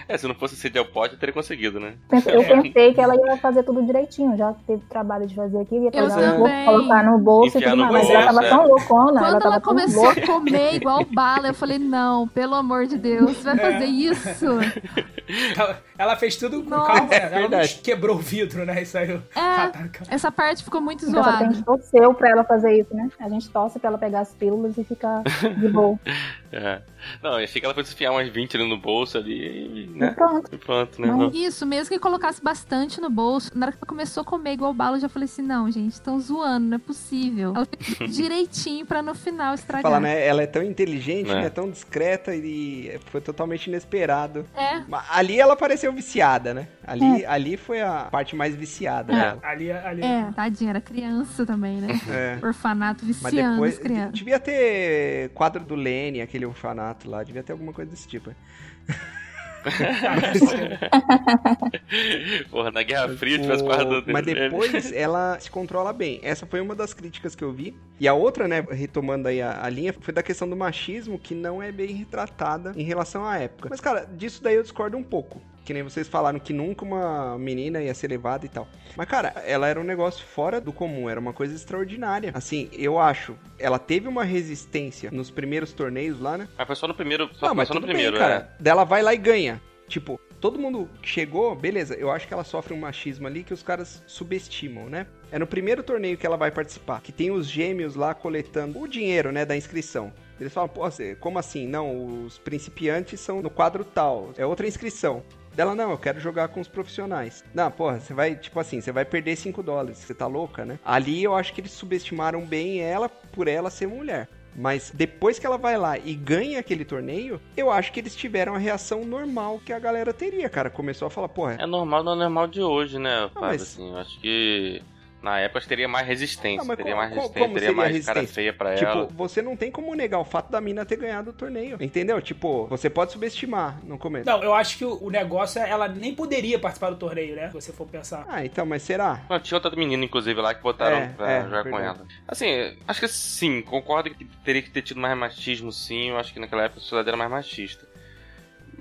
S1: É, se não fosse ceder ao pote, eu teria conseguido, né?
S4: Pense- Eu pensei que ela ia fazer tudo direitinho, já teve trabalho de fazer aqui, ia pegar o
S5: também.
S4: corpo, colocar no bolso
S1: Enfiar
S4: e tudo
S1: no
S4: mais. Mas ela
S1: bolso,
S4: tava
S1: é.
S4: tão loucona,
S5: Quando
S4: ela
S5: ela,
S4: tava tão
S5: começou
S4: louca.
S5: a comer igual bala, eu falei, não, pelo amor de Deus, você vai
S1: É.
S5: fazer isso?
S3: Ela- Ela fez tudo com
S5: Nossa.
S3: calma, né? Ela não
S2: verdade.
S3: quebrou o vidro, né? E saiu. Cataca.
S5: É, essa parte ficou muito
S4: Então só
S5: zoada.
S4: tem torceu pra ela fazer isso, né? A gente torce pra ela pegar as pílulas e ficar de boa.
S1: É. Não, eu achei que ela fosse enfiar umas 20 ali no bolso ali e,
S4: E
S1: né?
S4: pronto.
S1: E pronto, né?
S4: Não.
S5: Isso, mesmo que colocasse bastante no bolso, na hora que ela começou a comer igual bala, eu já falei assim, não, gente, estão zoando, não é possível. Ela fez direitinho pra no final estragar.
S2: Falar, né? Ela é tão inteligente,
S1: É.
S2: né? Tão discreta e foi totalmente inesperado.
S5: É,
S2: Mas ali ela pareceu viciada, né? Ali, ali foi a parte mais viciada dela.
S3: Ali, ali.
S5: é, tadinha, era criança também, né?
S2: É.
S5: Orfanato
S2: Mas
S5: viciando
S2: depois.
S5: as crianças.
S2: Devia ter quadro do Lene, aquele orfanato lá. Devia ter alguma coisa desse tipo. né?
S3: Ah, tipo,
S1: Porra, na Guerra Fria
S2: O-
S1: tivesse guardado
S2: Mas
S1: dele.
S2: depois ela se controla bem. Essa foi uma das críticas que eu vi. E a outra, né, retomando aí a, a linha, foi da questão do machismo, que não é bem retratada em relação à época. Mas, cara, disso daí eu discordo um pouco. Que nem vocês falaram que nunca uma menina ia ser levada e tal. Mas, cara, ela era um negócio fora do comum, era uma coisa extraordinária. Assim, eu acho, ela teve uma resistência nos primeiros torneios lá, né?
S1: Mas foi só no primeiro. Só,
S2: não, mas
S1: só no
S2: tudo
S1: primeiro,
S2: bem,
S1: é.
S2: cara. Daí ela vai lá e ganha. Tipo, todo mundo que chegou, beleza. Eu acho que ela sofre um machismo ali que os caras subestimam, né? É no primeiro torneio que ela vai participar, que tem os gêmeos lá coletando o dinheiro, né, da inscrição. Eles falam, pô, cê- como assim? Não, os principiantes são no quadro tal, é outra inscrição. Dela, não, eu quero jogar com os profissionais. Não, porra, você vai, tipo assim, você vai perder 5 dólares, você tá louca, né? Ali eu acho que eles subestimaram bem ela por ela ser mulher. Mas depois que ela vai lá e ganha aquele torneio, eu acho que eles tiveram a reação normal que a galera teria, cara. Começou a falar, porra,
S1: É normal, não é normal de hoje, né? Fábio,
S2: mas-
S1: assim, eu acho que. Na época acho que teria mais resistência.
S2: Ah, mas
S1: teria
S2: co-
S1: mais
S2: co-
S1: resistência,
S2: como
S1: teria
S2: seria a
S1: mais cara
S2: resistência?
S1: feia pra
S2: Tipo,
S1: É, ela.
S2: você não tem como negar o fato da mina ter ganhado o torneio, entendeu? Tipo, você pode subestimar no começo.
S3: Não, eu acho que o o negócio é ela nem poderia participar do torneio, né? Se você for pensar.
S2: Ah, então, mas será?
S1: Não, tinha outra menina, inclusive, lá que botaram
S2: É,
S1: pra
S2: é,
S1: jogar com
S2: verdade.
S1: ela. Assim, acho que sim, concordo que teria que ter tido mais machismo, sim. Eu acho que naquela época a sociedade era mais machista.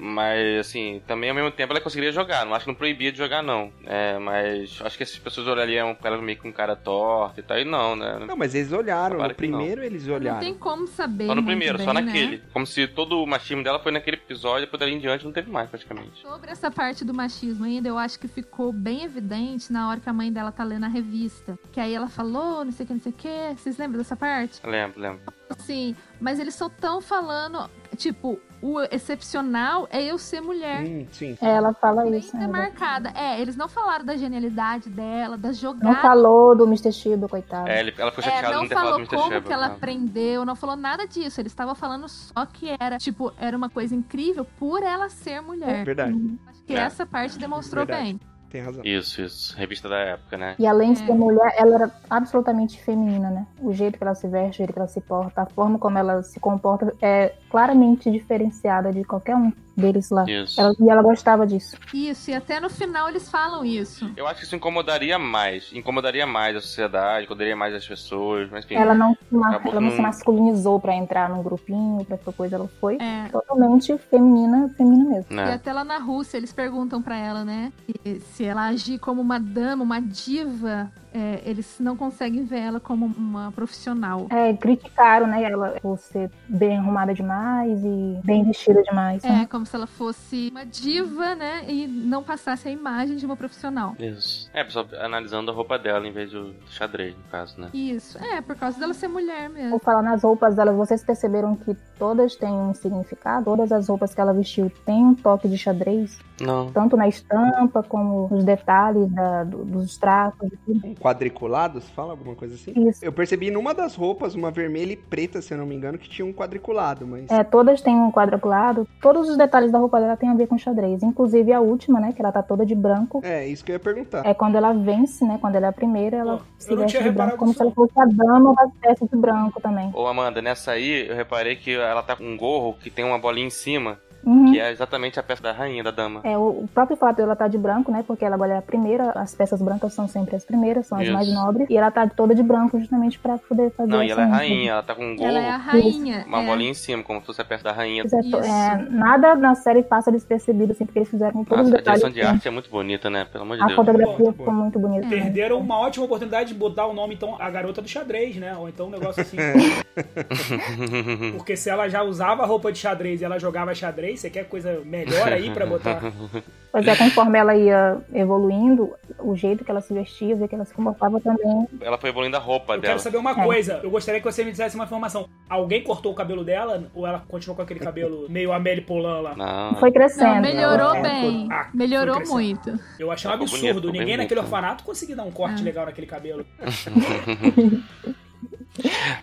S1: Mas, assim, também ao mesmo tempo ela conseguiria jogar. Não acho que não proibia de jogar, não. É, mas acho que essas pessoas olhariam pra ela meio com cara torta e tal. E não, né?
S2: Não, mas eles olharam.
S1: Claro
S2: no
S1: que não.
S2: primeiro eles
S5: Não
S2: olharam.
S5: tem como saber.
S1: Só no
S5: muito
S1: primeiro,
S5: bem,
S1: só
S5: né?
S1: naquele. Como se todo o machismo dela foi naquele episódio, depois dali em diante não teve mais, praticamente.
S5: Sobre essa parte do machismo ainda, eu acho que ficou bem evidente na hora que a mãe dela tá lendo a revista. Que aí ela falou, não sei o que, não sei o que. Vocês lembram dessa parte?
S1: Lembro, lembro.
S5: Sim, mas eles só tão falando, tipo, o excepcional é eu ser mulher.
S2: Hum, sim.
S4: É, ela fala isso.
S5: Ainda
S4: ainda.
S5: marcada. É, eles não falaram da genialidade dela, das
S4: Não
S5: jogadas.
S4: falou do Mr. Shiba, coitado.
S1: É, ele- ela foi
S5: É,
S1: chateada de
S5: não
S1: não ter falado do
S5: falou
S1: Mr.
S5: como
S1: Sheba,
S5: que ela
S1: né?
S5: aprendeu, não falou nada disso. Eles estavam falando só que era, tipo, era uma coisa incrível por ela ser mulher.
S2: Verdade.
S5: Acho que
S1: É.
S5: essa parte demonstrou
S2: Verdade.
S5: bem.
S2: tem razão.
S1: Isso, isso. Revista da época, né?
S4: E além de
S5: É.
S4: ser mulher, ela era absolutamente feminina, né? O jeito que ela se veste, o jeito que ela se porta, a forma como ela se comporta é claramente diferenciada de qualquer um deles lá.
S1: Isso.
S4: Ela- e ela gostava disso.
S5: Isso, e até no final eles falam isso.
S1: Eu acho que isso incomodaria mais. Incomodaria mais a sociedade, incomodaria mais as pessoas, mas enfim.
S4: Ela não, se ma-
S1: Acabou
S4: ela não
S1: com-
S4: se masculinizou pra entrar num grupinho, pra essa coisa. Ela foi
S5: É.
S4: totalmente feminina, feminina mesmo.
S5: E
S1: Né?
S5: até lá na Rússia eles perguntam pra ela, né? e se ela agir como uma dama, uma diva, é, eles não conseguem ver ela como uma profissional.
S4: É, criticaram, né? Ela por ser bem arrumada demais e bem vestida demais. né?
S5: É, como se ela fosse uma diva, né? E não passasse a imagem de uma profissional.
S1: Isso. É, pessoal, analisando a roupa dela em vez do xadrez, no caso, né?
S5: Isso, é, por causa dela ser mulher
S4: Vou
S5: mesmo.
S4: falar nas roupas delas, vocês perceberam que todas têm um significado? Todas as roupas que ela vestiu têm um toque de xadrez,
S1: Não.
S4: tanto na estampa como nos detalhes da- do- dos traços. e tudo.
S2: Um quadriculado, se fala alguma coisa assim?
S4: Isso.
S2: Eu percebi numa das roupas, uma vermelha e preta, se eu não me engano, que tinha um quadriculado, mas.
S4: É, todas têm um quadriculado, todos os detalhes da roupa dela têm a ver com xadrez, inclusive a última, né, que ela tá toda de branco.
S2: É, isso que eu ia perguntar.
S4: É quando ela vence, né? Quando ela é a primeira, ela
S3: Pô,
S4: se
S3: eu não
S4: veste
S3: tinha
S4: de branco,
S3: reparado
S4: como
S3: nisso,
S4: se ela
S3: não.
S4: fosse a dama das peças de branco também.
S1: Ô, Amanda, nessa aí, eu reparei que ela tá com um gorro que tem uma bolinha em cima,
S4: Uhum.
S1: que é exatamente a peça da rainha, da dama.
S4: É, o o próprio fato dela estar de branco, né? Porque ela agora é a primeira, as peças brancas são sempre as primeiras, são as
S1: Isso.
S4: mais nobres. E ela tá toda de branco justamente pra poder fazer
S1: Não, e ela é
S4: essa-
S1: rainha, ela tá com um gorro,
S5: Ela é a rainha.
S1: uma
S5: é.
S1: bolinha em cima, como se fosse a peça da rainha.
S4: Isso é to-
S5: Isso.
S4: é, nada na série passa despercebido, assim, porque eles fizeram com
S1: Nossa,
S4: todos
S1: a
S4: os detalhes.
S1: direção de arte é muito bonita, né? Pelo amor de
S4: assim. A
S1: Deus.
S4: fotografia
S2: Boa,
S4: ficou
S2: boa.
S4: muito bonita. né?
S3: Perderam uma ótima oportunidade de botar o nome, então, a garota do xadrez, né? Ou então um negócio assim.
S1: É.
S3: Porque se ela já usava roupa de xadrez e ela jogava xadrez, você quer coisa melhor aí pra botar?
S4: Pois é, conforme ela ia evoluindo, o jeito que ela se vestia, o jeito que ela se comportava também.
S1: Ela foi evoluindo a roupa
S3: Eu
S1: dela.
S3: quero saber uma
S4: É.
S3: coisa. Eu gostaria que você me dissesse uma informação. Alguém cortou o cabelo dela? Ou ela continuou com aquele cabelo meio Amélie Poulain lá?
S1: Não.
S4: Foi crescendo.
S5: Não, melhorou
S4: É.
S5: bem.
S3: Ah, foi
S5: melhorou
S3: crescendo.
S5: muito.
S3: Eu achei um
S1: Ficou bonito,
S3: absurdo.
S1: ficou bem
S3: Ninguém
S1: bonito.
S3: naquele orfanato conseguia dar um corte
S5: Ah.
S3: legal naquele cabelo.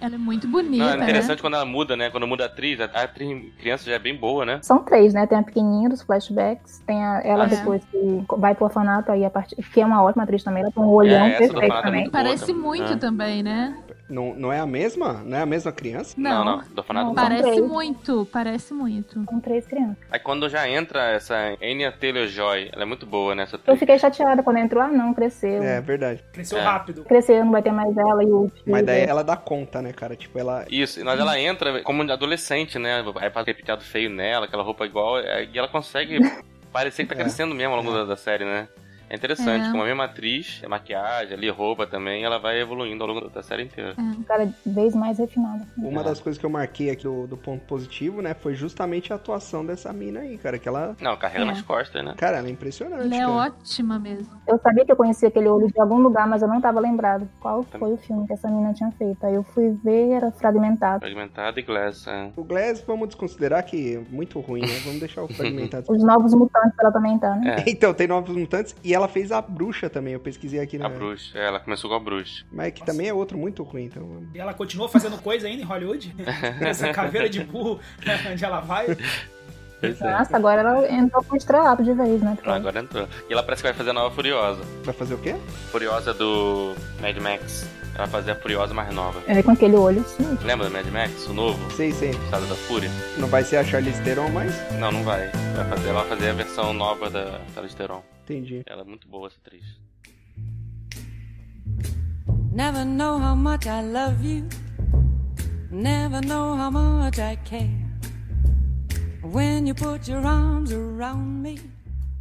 S5: Ela é muito bonita,
S1: Não, é
S5: né?
S1: interessante quando ela muda, né? Quando muda a atriz, a a atriz criança já é bem boa, né?
S4: São três, né? Tem a pequenininha dos flashbacks, tem a, ela
S1: Ah, é.
S4: depois que vai pro orfanato aí, a parte, que é uma ótima atriz também, ela tem um olhão
S1: É, essa do
S4: perfeito
S1: orfanato é
S4: também.
S1: muito
S5: Parece
S1: Outra,
S5: muito
S1: é.
S5: também, né?
S2: Não, não é a mesma? Não é a mesma criança?
S5: Não.
S1: não, do orfanato não.
S4: Não,
S5: Parece
S4: Também.
S5: muito, parece muito.
S4: São três crianças.
S1: Aí quando já entra essa Anya Taylor-Joy, ela é muito boa nessa
S4: Eu
S1: atriz.
S4: fiquei chateada quando entrou. Ah, não, cresceu.
S2: É, verdade.
S3: Cresceu
S1: É.
S3: rápido.
S4: Cresceu, não vai ter mais ela e o
S2: Mas daí
S4: filho.
S2: ela dá conta, né, cara? Tipo, ela.
S1: Isso, mas ela entra como adolescente, né? Aí faz aquele penteado feio nela, aquela roupa igual, é, e ela consegue parecer que tá
S2: É.
S1: crescendo mesmo ao longo da- da série, né? É interessante,
S5: É.
S1: como a mesma atriz, maquiagem ali, roupa também, ela vai evoluindo ao longo da série inteira.
S4: Cada Um vez mais assim. refinada.
S2: Uma
S1: É.
S2: das coisas que eu marquei aqui do, do ponto positivo, né, foi justamente a atuação dessa mina aí, cara. Que ela.
S1: Não, carrega
S5: É.
S1: nas costas, né?
S2: Cara, ela é impressionante.
S5: Ela é
S2: cara.
S5: ótima mesmo.
S4: Eu sabia que eu conhecia aquele olho de algum lugar, mas eu não tava lembrada qual foi o filme que essa menina tinha feito. Aí eu fui ver, era fragmentado.
S1: Fragmentada e glass, é.
S2: O Glass, vamos desconsiderar que é muito ruim, né? Vamos deixar o fragmentado.
S4: Os Novos Mutantes ela também tá, né?
S1: É,
S2: Então, tem Novos Mutantes e ela fez a bruxa também, eu pesquisei aqui na.
S1: a bruxa, é, ela começou com a bruxa.
S2: Mas que também é outro muito ruim, então. vamos-
S3: E ela continua fazendo coisa ainda em Hollywood? Essa caveira de burro onde ela vai.
S4: Nossa, agora ela entrou com estrelato de vez, né?
S1: Ah, É, agora entrou. E ela parece que vai fazer a nova Furiosa.
S2: Vai fazer o quê?
S1: Furiosa do Mad Max. Ela vai fazer a Furiosa mais nova.
S4: É, com aquele olho, sim.
S1: Lembra do Mad Max, o novo?
S2: Sei, sei.
S1: Estrada da Fúria?
S2: Não vai ser a Charlize Theron, mas.
S1: Não, não vai. Vai fazer, ela vai fazer a versão nova da Charlize Theron.
S2: Entendi.
S1: Ela é muito boa, essa atriz.
S6: Never know how much I love you. Never know how much I care. When you put your arms around me,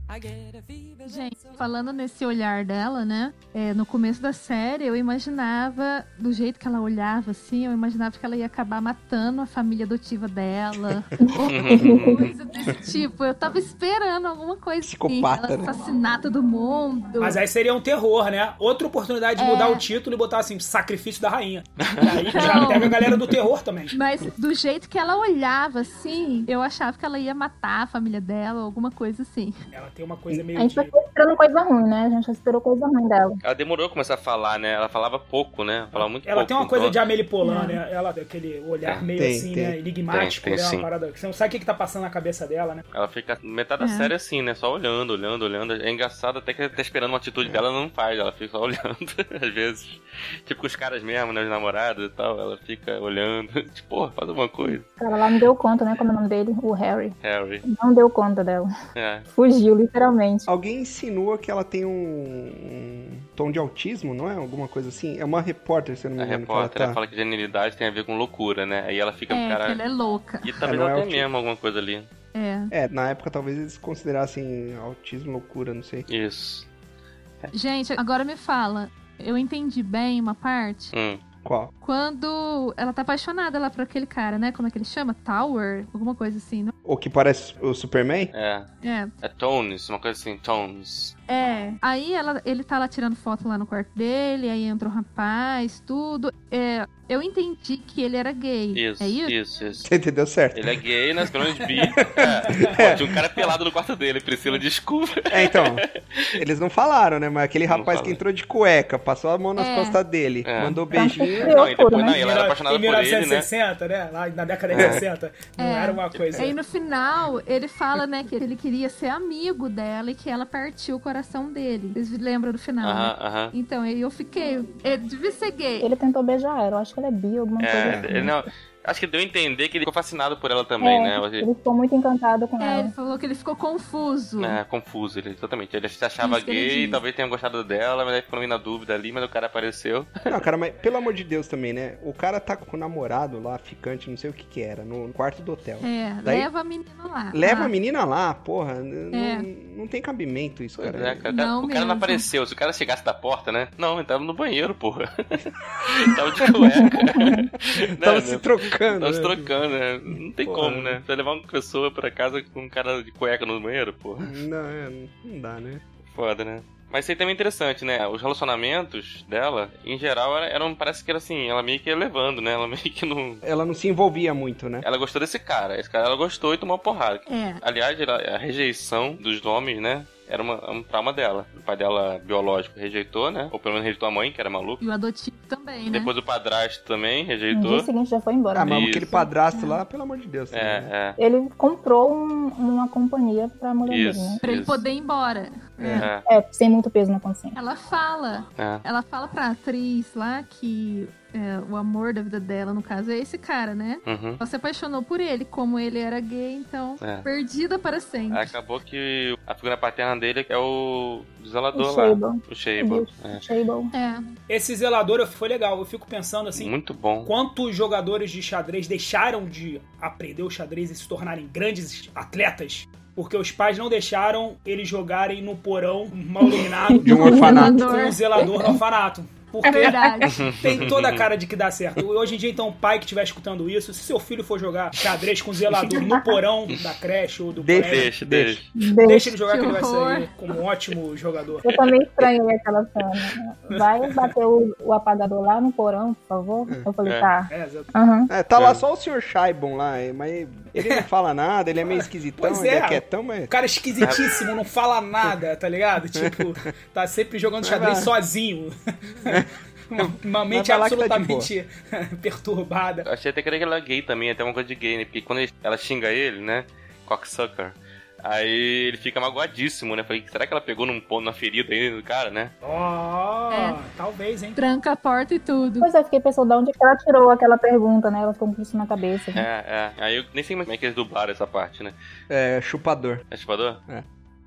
S6: I get a fever. that's
S5: Gente,
S6: so-
S5: falando nesse olhar dela, né? é, no começo da série, eu imaginava, do jeito que ela olhava, assim, eu imaginava que ela ia acabar matando a família adotiva dela. ou coisa desse tipo. Eu tava esperando alguma coisa
S2: Psicopata,
S5: assim. Ela
S2: né?
S5: assassinar todo mundo.
S3: Mas aí seria um terror, né? Outra oportunidade de
S5: É.
S3: mudar o título e botar assim, Sacrifício da Rainha. E aí já
S5: Não.
S3: pega a galera do terror também.
S5: Mas do jeito que ela olhava, assim, eu achava que ela ia matar a família dela, ou alguma coisa assim.
S3: Ela Tem uma coisa meio.
S4: A gente
S3: de-
S4: vai ficar esperando coisa ruim, né? A gente já esperou coisa ruim dela.
S1: Ela demorou a começar a falar, né? Ela falava pouco, né? Falava muito
S3: Ela
S1: pouco.
S3: tem uma coisa de
S1: então-
S3: Amélie Polan,
S4: Não.
S3: né? Ela tem aquele olhar
S1: Tem,
S3: meio
S2: tem,
S3: assim,
S2: tem.
S3: né? Enigmático,
S1: Tem, tem,
S3: né?
S1: sim.
S3: Uma parada que você não sabe o que, que tá passando na cabeça dela, né?
S1: Ela fica metade da
S5: É.
S1: série assim, né? Só olhando, olhando, olhando. É engraçado até que ela tá esperando uma atitude dela, ela não faz. Ela fica só olhando, às vezes. Tipo com os caras mesmo, né? Os namorados e tal. Ela fica olhando. Tipo, porra, faz alguma coisa.
S4: Cara, ela não deu conta, né? Como é o nome dele? O Harry.
S1: Harry.
S4: Não deu conta dela.
S1: É.
S4: Fugiu, literalmente.
S2: Alguém insinua que ela tem um, um tom de autismo, não é? Alguma coisa assim? É uma repórter, se eu não
S1: A
S2: me engano,
S1: repórter
S2: que ela
S1: ela
S2: tá.
S1: fala que genialidade tem a ver com loucura, né? Aí ela fica,
S5: É, que
S1: cara.
S5: ela é louca.
S1: E
S2: É,
S1: talvez
S2: não é
S1: ela
S2: autismo.
S1: tenha mesmo alguma coisa ali.
S5: É.
S2: É, na época talvez eles considerassem autismo loucura, não sei.
S1: Isso.
S5: Gente, agora me fala. Eu entendi bem uma parte.
S1: Hum.
S2: Qual?
S5: Quando ela tá apaixonada lá por aquele cara, né? Como é que ele chama? Tower? Alguma coisa assim, não?
S2: O que parece o Superman?
S1: É.
S5: É.
S1: É Tones, uma coisa assim, Tones.
S5: É. Aí ela, ele tá lá tirando foto lá no quarto dele, aí entra o rapaz, tudo. É, eu entendi que ele era gay.
S1: Isso,
S5: é isso?
S1: isso, isso.
S2: Você entendeu certo?
S1: Ele é gay nas cronas bi. É. Pô, tinha um cara pelado no quarto dele, Priscila, desculpa.
S2: É, então. Eles não falaram, né? Mas aquele
S1: Não
S2: rapaz que
S1: falaram.
S2: entrou de cueca, passou a mão nas
S5: É.
S2: costas dele,
S1: É.
S2: mandou
S4: Tanto
S2: beijinho.
S4: que
S1: Não, e depois,
S4: Loucura,
S1: não,
S4: né?
S1: e ela era apaixonada
S3: em
S1: por ele, né?
S3: 1960, né? Lá na década de
S2: É.
S3: 60. Não
S5: É.
S3: era uma coisa.
S5: Aí no final, ele fala, né, que ele queria ser amigo dela e que ela partiu o coração dele. Vocês lembram do final, né?
S1: Aham, aham.
S5: Então, aí eu fiquei. Eu devia ser gay.
S4: Ele tentou beijar ela. Eu acho que ela é bi, alguma coisa
S1: É,
S4: assim.
S1: ele não. Acho que deu a entender que ele ficou fascinado por ela também,
S4: É,
S1: né? Eu achei-
S4: Ele ficou muito encantado com
S5: É, ele
S4: ela.
S5: falou que ele ficou confuso.
S1: É, confuso, ele totalmente. Ele se achava
S5: Isso que ele
S1: gay,
S5: diz.
S1: talvez tenha gostado dela, mas aí ficou meio na dúvida ali, mas o cara apareceu.
S2: Não, cara, mas pelo amor de Deus também, né? O cara tá com o namorado lá, ficante, não sei o que que era, no quarto do hotel.
S3: Uhum.
S5: É,
S2: Daí-
S5: leva a menina lá.
S2: Leva
S5: Ah,
S2: a menina lá, porra. n-
S5: É.
S2: Não, não tem cabimento isso,
S1: Pois
S2: cara.
S1: é, cara.
S5: Não
S1: o cara
S5: mesmo.
S1: não apareceu. Se o cara chegasse da porta, né? Não, ele tava no banheiro, porra. ele tava de cueca.
S2: Tava
S1: Né,
S2: se
S1: né?
S2: trocando.
S1: Tava se
S2: né?
S1: trocando, né? Não tem
S2: Porra.
S1: como, né? Você vai levar uma pessoa pra casa com um cara de cueca no banheiro, porra.
S2: Não, é, não dá, né?
S1: Foda, né? Mas isso aí também é interessante, né? Os relacionamentos dela, em geral, era- eram, parece que era assim, ela meio que ia levando, né? Ela meio que não.
S2: Ela não se envolvia muito, né?
S1: Ela gostou desse cara. Esse cara ela gostou e tomou uma porrada.
S5: É.
S1: Aliás, era- a rejeição dos homens, né? Era uma- um trauma dela. O pai dela, biológico, rejeitou, né? Ou pelo menos rejeitou a mãe, que era maluca.
S5: é, E o adotivo também, né?
S1: Depois o padrasto também
S4: No dia
S1: rejeitou.
S4: seguinte já foi embora.
S2: Ah, mas
S1: Isso.
S2: aquele padrasto lá, pelo amor de Deus. também, né?
S1: É, é.
S4: Ele comprou um- uma companhia pra mulher
S1: Isso.
S4: dele, né?
S5: Pra ele
S1: isso.
S5: poder ir embora.
S1: É,
S4: É, sem muito peso na consciência.
S5: Ela fala.
S1: é.
S5: Ela fala pra atriz lá que é, o amor da vida dela, no caso, é esse cara, né?
S1: Uhum.
S5: Ela se apaixonou por ele, como ele era gay, então
S1: É.
S5: perdida para sempre.
S1: Acabou que a figura paterna dele é o
S4: O
S1: zelador lá.
S4: Shable.
S1: O É. Shable.
S4: O Shable.
S5: É,
S3: Esse zelador foi legal. Eu fico pensando
S1: É.
S3: assim.
S1: Muito bom.
S3: Quantos jogadores de xadrez deixaram de aprender o xadrez e se tornarem grandes atletas? Porque os pais não deixaram eles jogarem no porão mal iluminado
S2: De um orfanato.
S3: com um zelador no orfanato. Porque
S5: é verdade.
S3: tem toda a cara de que dá certo. Hoje em dia, então, o pai que estiver escutando isso, se seu filho for jogar xadrez com zelador no porão da creche ou do
S2: Deixa.
S3: colégio,
S1: Deixa, deixa.
S3: deixa ele jogar que,
S5: Que
S3: ele vai sair
S5: horror.
S3: como um ótimo jogador.
S4: Eu também estranhei aquela cena. Vai bater o, o apagador lá no porão, por favor? Eu falei,
S1: É.
S4: tá.
S3: É, exato.
S4: Aham.
S2: É, tá lá
S1: É.
S2: só o Sr. Shaibon lá, é, mas ele não fala nada, ele é meio esquisitão,
S3: Pois
S2: ele
S3: é.
S2: é quietão, mas...
S3: O cara é esquisitíssimo, não fala nada, tá ligado? Tipo, tá sempre jogando xadrez
S2: Vai lá. sozinho.
S3: sozinho. Uma, mente
S2: vai lá que tá de
S3: absolutamente perturbada.
S1: Achei até que era que ela é gay também, até uma coisa de gay, né? Porque quando ele- ela xinga ele, né? Cocksucker. Aí ele fica magoadíssimo, né? Falei, será que ela pegou num ponto, na ferida aí do cara, né?
S3: Ó,
S5: É.
S3: talvez, hein?
S5: Tranca a porta e tudo.
S4: Pois é, fiquei pensando de onde que ela tirou aquela pergunta, né? Ela ficou com isso na cabeça. né?
S1: É, é. Aí eu nem sei como é que eles dublaram essa parte, né?
S2: É, chupador.
S1: É chupador?
S2: É.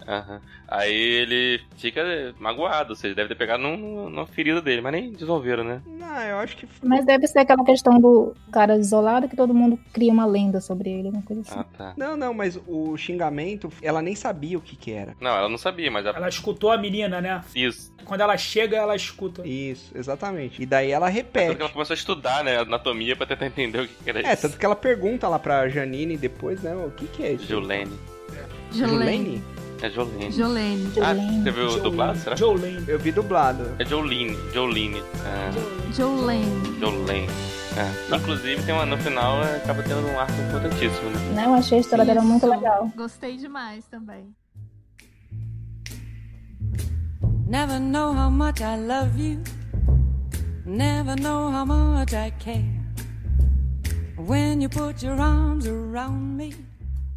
S1: Aham. Aí ele fica magoado, ou seja, deve ter pegado num- num- numa ferida dele, mas nem desenvolveram, né?
S2: Não, eu acho que...
S4: Mas deve ser aquela questão do cara isolado que todo mundo cria uma lenda sobre ele, alguma coisa assim.
S1: Ah, tá.
S2: Não, não, mas o xingamento, ela nem sabia o que que era.
S1: Não, ela não sabia, mas ela...
S3: Ela escutou a menina, né?
S1: Isso.
S3: Quando ela chega, ela escuta.
S2: Isso, exatamente. E daí ela
S1: Tanto que
S2: repete.
S1: ela começou a estudar, né? Anatomia pra tentar entender o que que era
S2: É,
S1: isso.
S2: tanto que ela pergunta lá pra Janine depois, né, o que que é isso?
S1: Jolene.
S5: Jolene.
S1: É Jolene.
S5: Jolene.
S1: Ah,
S4: Jolene.
S1: você viu dublado, será?
S3: Jolene.
S2: Eu vi dublado.
S1: É Jolene, Jolene. É,
S5: Jolene.
S1: Jolene. É. Inclusive, tem uma, no final é, acaba tendo um arco importantíssimo, né?
S4: Né? Eu achei a história dela muito
S5: Isso.
S4: legal.
S5: Gostei demais também.
S6: Never know how much I love you. Never know how much I care. When you put your arms around me,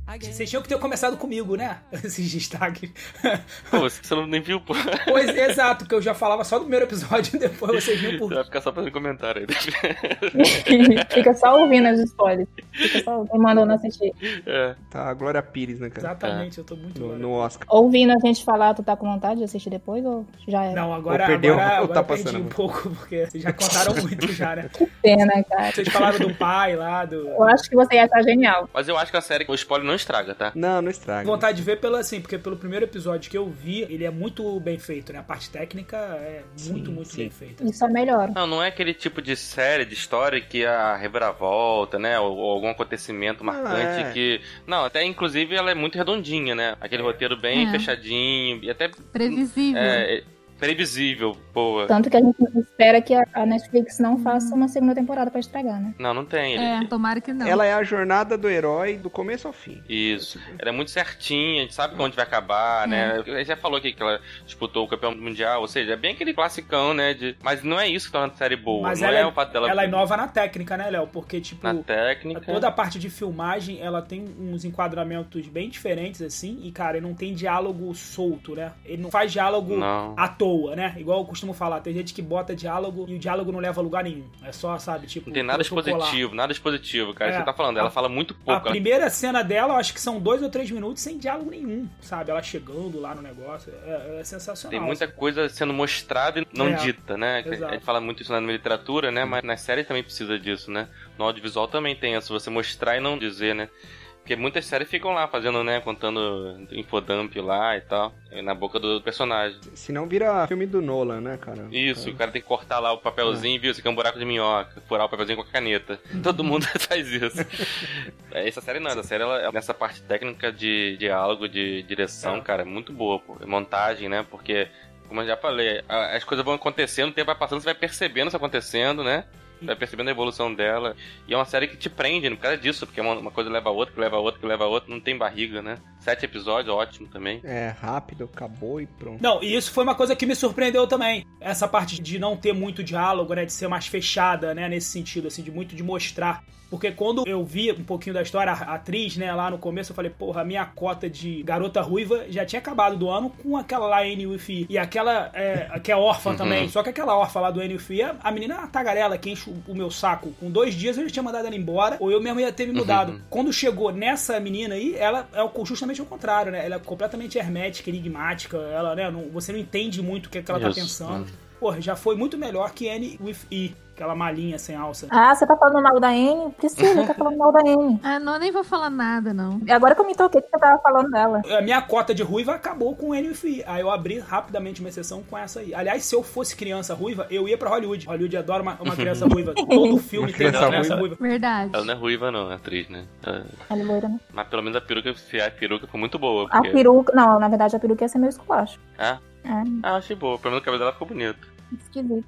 S6: I get.
S3: Vocês tinham que ter começado comigo, né? Esses destaques.
S1: Pô, você você não nem viu, pô.
S3: pois, exato, que eu já falava só do primeiro episódio, depois vocês viram
S1: Você
S3: por
S1: vai ficar só fazendo comentário aí.
S4: Fica só ouvindo as spoilers. Fica só ouvindo, mandando assistir.
S1: É.
S2: Tá a Glória Pires, né, cara?
S3: Exatamente, eu tô muito
S2: No,
S3: agora.
S2: no Oscar.
S4: Ouvindo a gente falar, tu tá com vontade de assistir depois ou já é? era?
S3: Não, agora,
S2: Ou perdeu,
S3: agora,
S2: ou
S3: agora
S2: tá
S3: eu perdi
S2: passando
S3: um
S2: muito.
S3: pouco, porque vocês já contaram muito já, né?
S4: Pena, cara.
S3: Vocês falaram do pai lá, do...
S4: Eu acho que você ia estar genial.
S1: Mas eu acho que a série, o spoiler não estraga, tá?
S2: Não, não estraga.
S3: Vontade de ver pela, assim, porque pelo primeiro episódio que eu vi, ele é muito bem feito, né? A parte técnica é muito, muito
S2: sim.
S3: bem feita.
S4: Isso é melhor.
S1: Não, não é aquele tipo de série, de história que a reviravolta, né? Ou, ou algum acontecimento marcante
S2: é.
S1: que. Não, até inclusive ela é muito redondinha, né? Aquele roteiro bem
S5: É.
S1: fechadinho e até.
S3: Uhum.
S5: Previsível.
S1: É, é, previsível, boa.
S3: Tá.
S4: Tanto que a gente espera que a a Netflix não faça uma segunda temporada pra estragar, né?
S1: Não, não tem. ele-
S5: É, tomara que não.
S2: Ela é a jornada do herói do começo ao fim.
S1: Isso. Ela é muito certinha, a gente sabe onde vai acabar,
S3: É.
S1: né? A gente já falou aqui que ela disputou o campeão mundial, ou seja, é bem aquele classicão, né? De... Mas não é isso que torna a série boa.
S3: Mas
S1: não
S3: ela
S1: é
S3: é-
S1: o fato dela
S3: Ela inova na técnica, né, Léo? Porque, tipo,
S1: na técnica.
S3: toda a parte de filmagem, ela tem uns enquadramentos bem diferentes, assim, e, cara, não tem diálogo solto, né? Ele não faz diálogo...
S1: Não.
S3: À toa, né? Igual eu costumo falar, tem gente que bota diálogo e o diálogo não leva a lugar nenhum. É só, sabe, tipo.
S1: Não tem nada
S3: protocolar.
S1: expositivo, nada expositivo, cara.
S3: É.
S1: Você tá falando, ela
S3: A-
S1: fala muito
S3: A
S1: pouco. ela-
S3: primeira cena dela, eu acho que são dois ou três minutos sem diálogo nenhum, sabe? Ela chegando lá no negócio. É, é sensacional.
S1: Tem muita coisa sendo mostrada e não
S3: É.
S1: dita, né? Que A
S3: Exato.
S1: gente fala muito isso na literatura, né? Mas nas séries também precisa disso, né? No audiovisual também tem isso, você mostrar e não dizer, né? Porque muitas séries ficam lá fazendo, né? Contando infodump lá e tal, na boca do personagem.
S2: Senão vira filme do Nolan, né, cara?
S1: Isso, o cara tem que cortar lá o papelzinho, viu? Isso aqui é um buraco de minhoca, furar o papelzinho com a caneta. Todo mundo faz isso. É, Essa série não, essa série, ela, nessa parte técnica de diálogo, de direção,
S3: É.
S1: cara, é muito boa, pô. Montagem, né? Porque, como eu já falei, a- as coisas vão acontecendo, o tempo vai passando, você vai percebendo isso acontecendo, né? Você vai percebendo a evolução dela. E é uma série que te prende, né, por causa disso, porque uma, uma coisa leva a outra, que leva a outra, que leva a outra, não tem barriga, né? Sete episódios, ótimo também.
S2: É, rápido, acabou e pronto.
S3: Não, e isso foi uma coisa que me surpreendeu também. Essa parte de não ter muito diálogo, né? De ser mais fechada, né? Nesse sentido, assim, de muito de mostrar. Porque quando eu vi um pouquinho da história, a atriz, né, lá no começo, eu falei, porra, a minha cota de garota ruiva já tinha acabado do ano com aquela lá, Anne Wifie. E aquela é, que é órfã
S1: Uhum.
S3: também. Só que aquela órfã lá do Anne Wifie, a menina é uma tagarela que enche o- o meu saco. Com dois dias eu já tinha mandado ela embora, ou eu mesmo ia ter me mudado. Quando chegou nessa menina aí, ela é o- justamente o contrário, né? Ela é completamente hermética, enigmática. Ela, né, não- você não entende muito o que, é que ela tá
S1: Isso,
S3: pensando.
S1: né?
S3: Porra, já foi muito melhor que Anne Wifie. Aquela malinha sem alça.
S4: Ah, você tá falando mal da Anne? Priscila tá falando mal da Anne.
S5: Ah, não, nem vou falar nada, não.
S4: Agora que eu me toquei que você tava falando dela.
S3: a minha cota de ruiva acabou com NFI. Aí eu abri rapidamente uma exceção com essa aí. Aliás, se eu fosse criança ruiva, eu ia pra Hollywood. Hollywood adora uma, uma criança ruiva. Todo
S2: Uma
S3: filme tem
S2: criança
S3: uma criança ruiva.
S5: Verdade.
S1: Ela não é ruiva, não, é atriz, né? Ela-
S4: Ela é loira, né?
S1: Mas pelo menos a peruca, a peruca foi muito boa.
S4: A
S1: Porque...
S4: peruca. Não, na verdade a peruca ia ser meio esculacho.
S1: Ah,
S4: É,
S1: ah, achei boa. Pelo menos o cabelo dela ficou bonito.
S4: esquisito.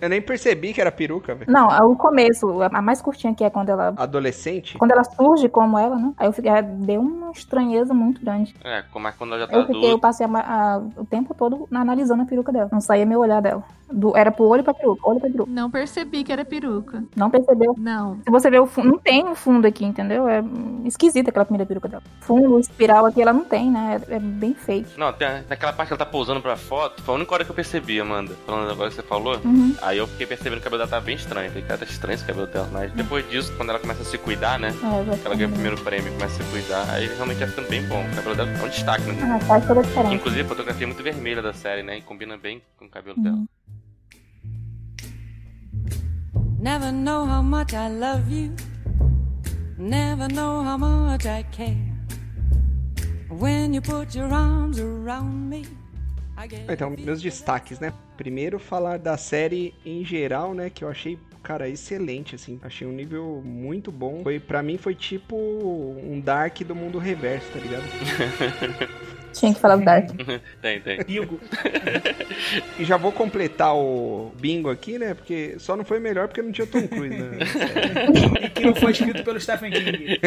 S2: Eu nem percebi que era peruca, velho.
S4: Não, o começo, a mais curtinha que é quando ela.
S2: Adolescente?
S4: Quando ela surge como ela, né? Aí eu fiquei. aí Deu uma estranheza muito grande.
S1: É, como é quando ela já tá
S4: Eu fiquei, eu
S1: adulta.
S4: passei a ma- a- o tempo todo analisando a peruca dela. Não saía meu olhar dela. Do- era pro olho pra peruca, olho pra peruca.
S5: Não percebi que era peruca.
S4: Não percebeu.
S5: Não.
S4: Se você vê o fundo, não tem um fundo aqui, entendeu? É hum, esquisita aquela primeira peruca dela. Fundo, espiral aqui, ela não tem, né? É, é bem fake.
S1: Não, tem, naquela parte que ela tá pousando pra foto, foi a única hora que eu percebi, Amanda. Falando agora que você falou.
S4: Uhum.
S1: Aí eu fiquei percebendo que o cabelo dela tava bem estranho. Falei, cara, tá estranho esse cabelo dela. Mas depois disso, quando ela começa a se cuidar, né?
S4: É, vai
S1: que Ela ganha o primeiro prêmio, começa a se cuidar. Aí realmente tá ficando bem bom. O cabelo dela é um destaque, né?
S4: Ah, faz toda a diferença.
S1: Inclusive, a fotografia é muito vermelha da série, né? E combina bem com o cabelo dela.
S4: Uhum.
S6: Never know how much I love you. Never know how much I care. When you put your arms around me, I get
S2: Então, meus destaques, né? Primeiro falar da série em geral, né, que eu achei, cara, excelente assim. Achei um nível muito bom. Foi para mim foi tipo um Dark do mundo reverso, tá ligado?
S4: Tinha que falar do Dark.
S1: Tem, tem. É
S3: Pigo.
S2: E já vou completar o bingo aqui, né? Porque só não foi melhor porque não tinha o Tom Cruise, né?
S3: E que não foi escrito pelo Stephen King.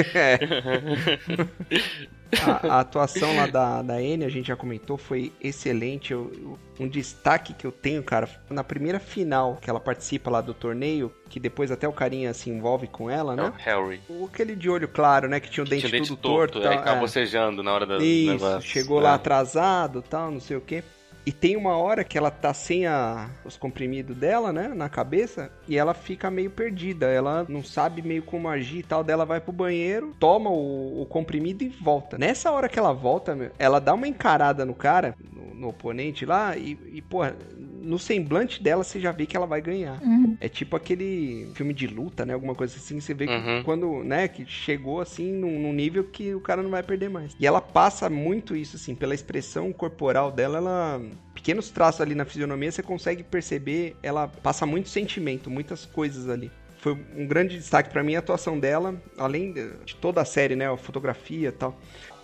S2: A, a atuação lá da, da Anne, a gente já comentou, foi excelente. Eu- eu- um destaque que eu tenho, cara, na primeira final que ela participa lá do torneio, que depois até o carinha se envolve com
S1: É
S2: ela,
S1: o
S2: né?
S1: Harry.
S2: O Aquele de olho claro, né? Que tinha o dente,
S1: Tinha o dente
S2: tudo
S1: torto,
S2: torto. e
S1: aí
S2: tal,
S1: tava
S2: é.
S1: bocejando na hora do
S2: Isso,
S1: negócio. né?
S2: chegou lá atrasado tal, não sei o quê. E tem uma hora que ela tá sem a- os comprimidos dela, né, na cabeça, e ela fica meio perdida. Ela não sabe meio como agir e tal. Dela vai pro banheiro, toma o, o comprimido e volta. Nessa hora que ela volta, meu, ela dá uma encarada no cara, no, no oponente lá, e, e, porra, no semblante dela você já vê que ela vai ganhar.
S4: Uhum.
S2: É tipo aquele filme de luta, né? Alguma coisa assim. Você vê que
S1: Uhum.
S2: quando, né, que chegou assim num, num nível que o cara não vai perder mais. E ela passa muito isso, assim, pela expressão corporal dela, ela. Pequenos traços ali na fisionomia, você consegue perceber, ela passa muito sentimento, muitas coisas ali. Foi um grande destaque pra mim a atuação dela, além de de toda a série, né? A fotografia e tal.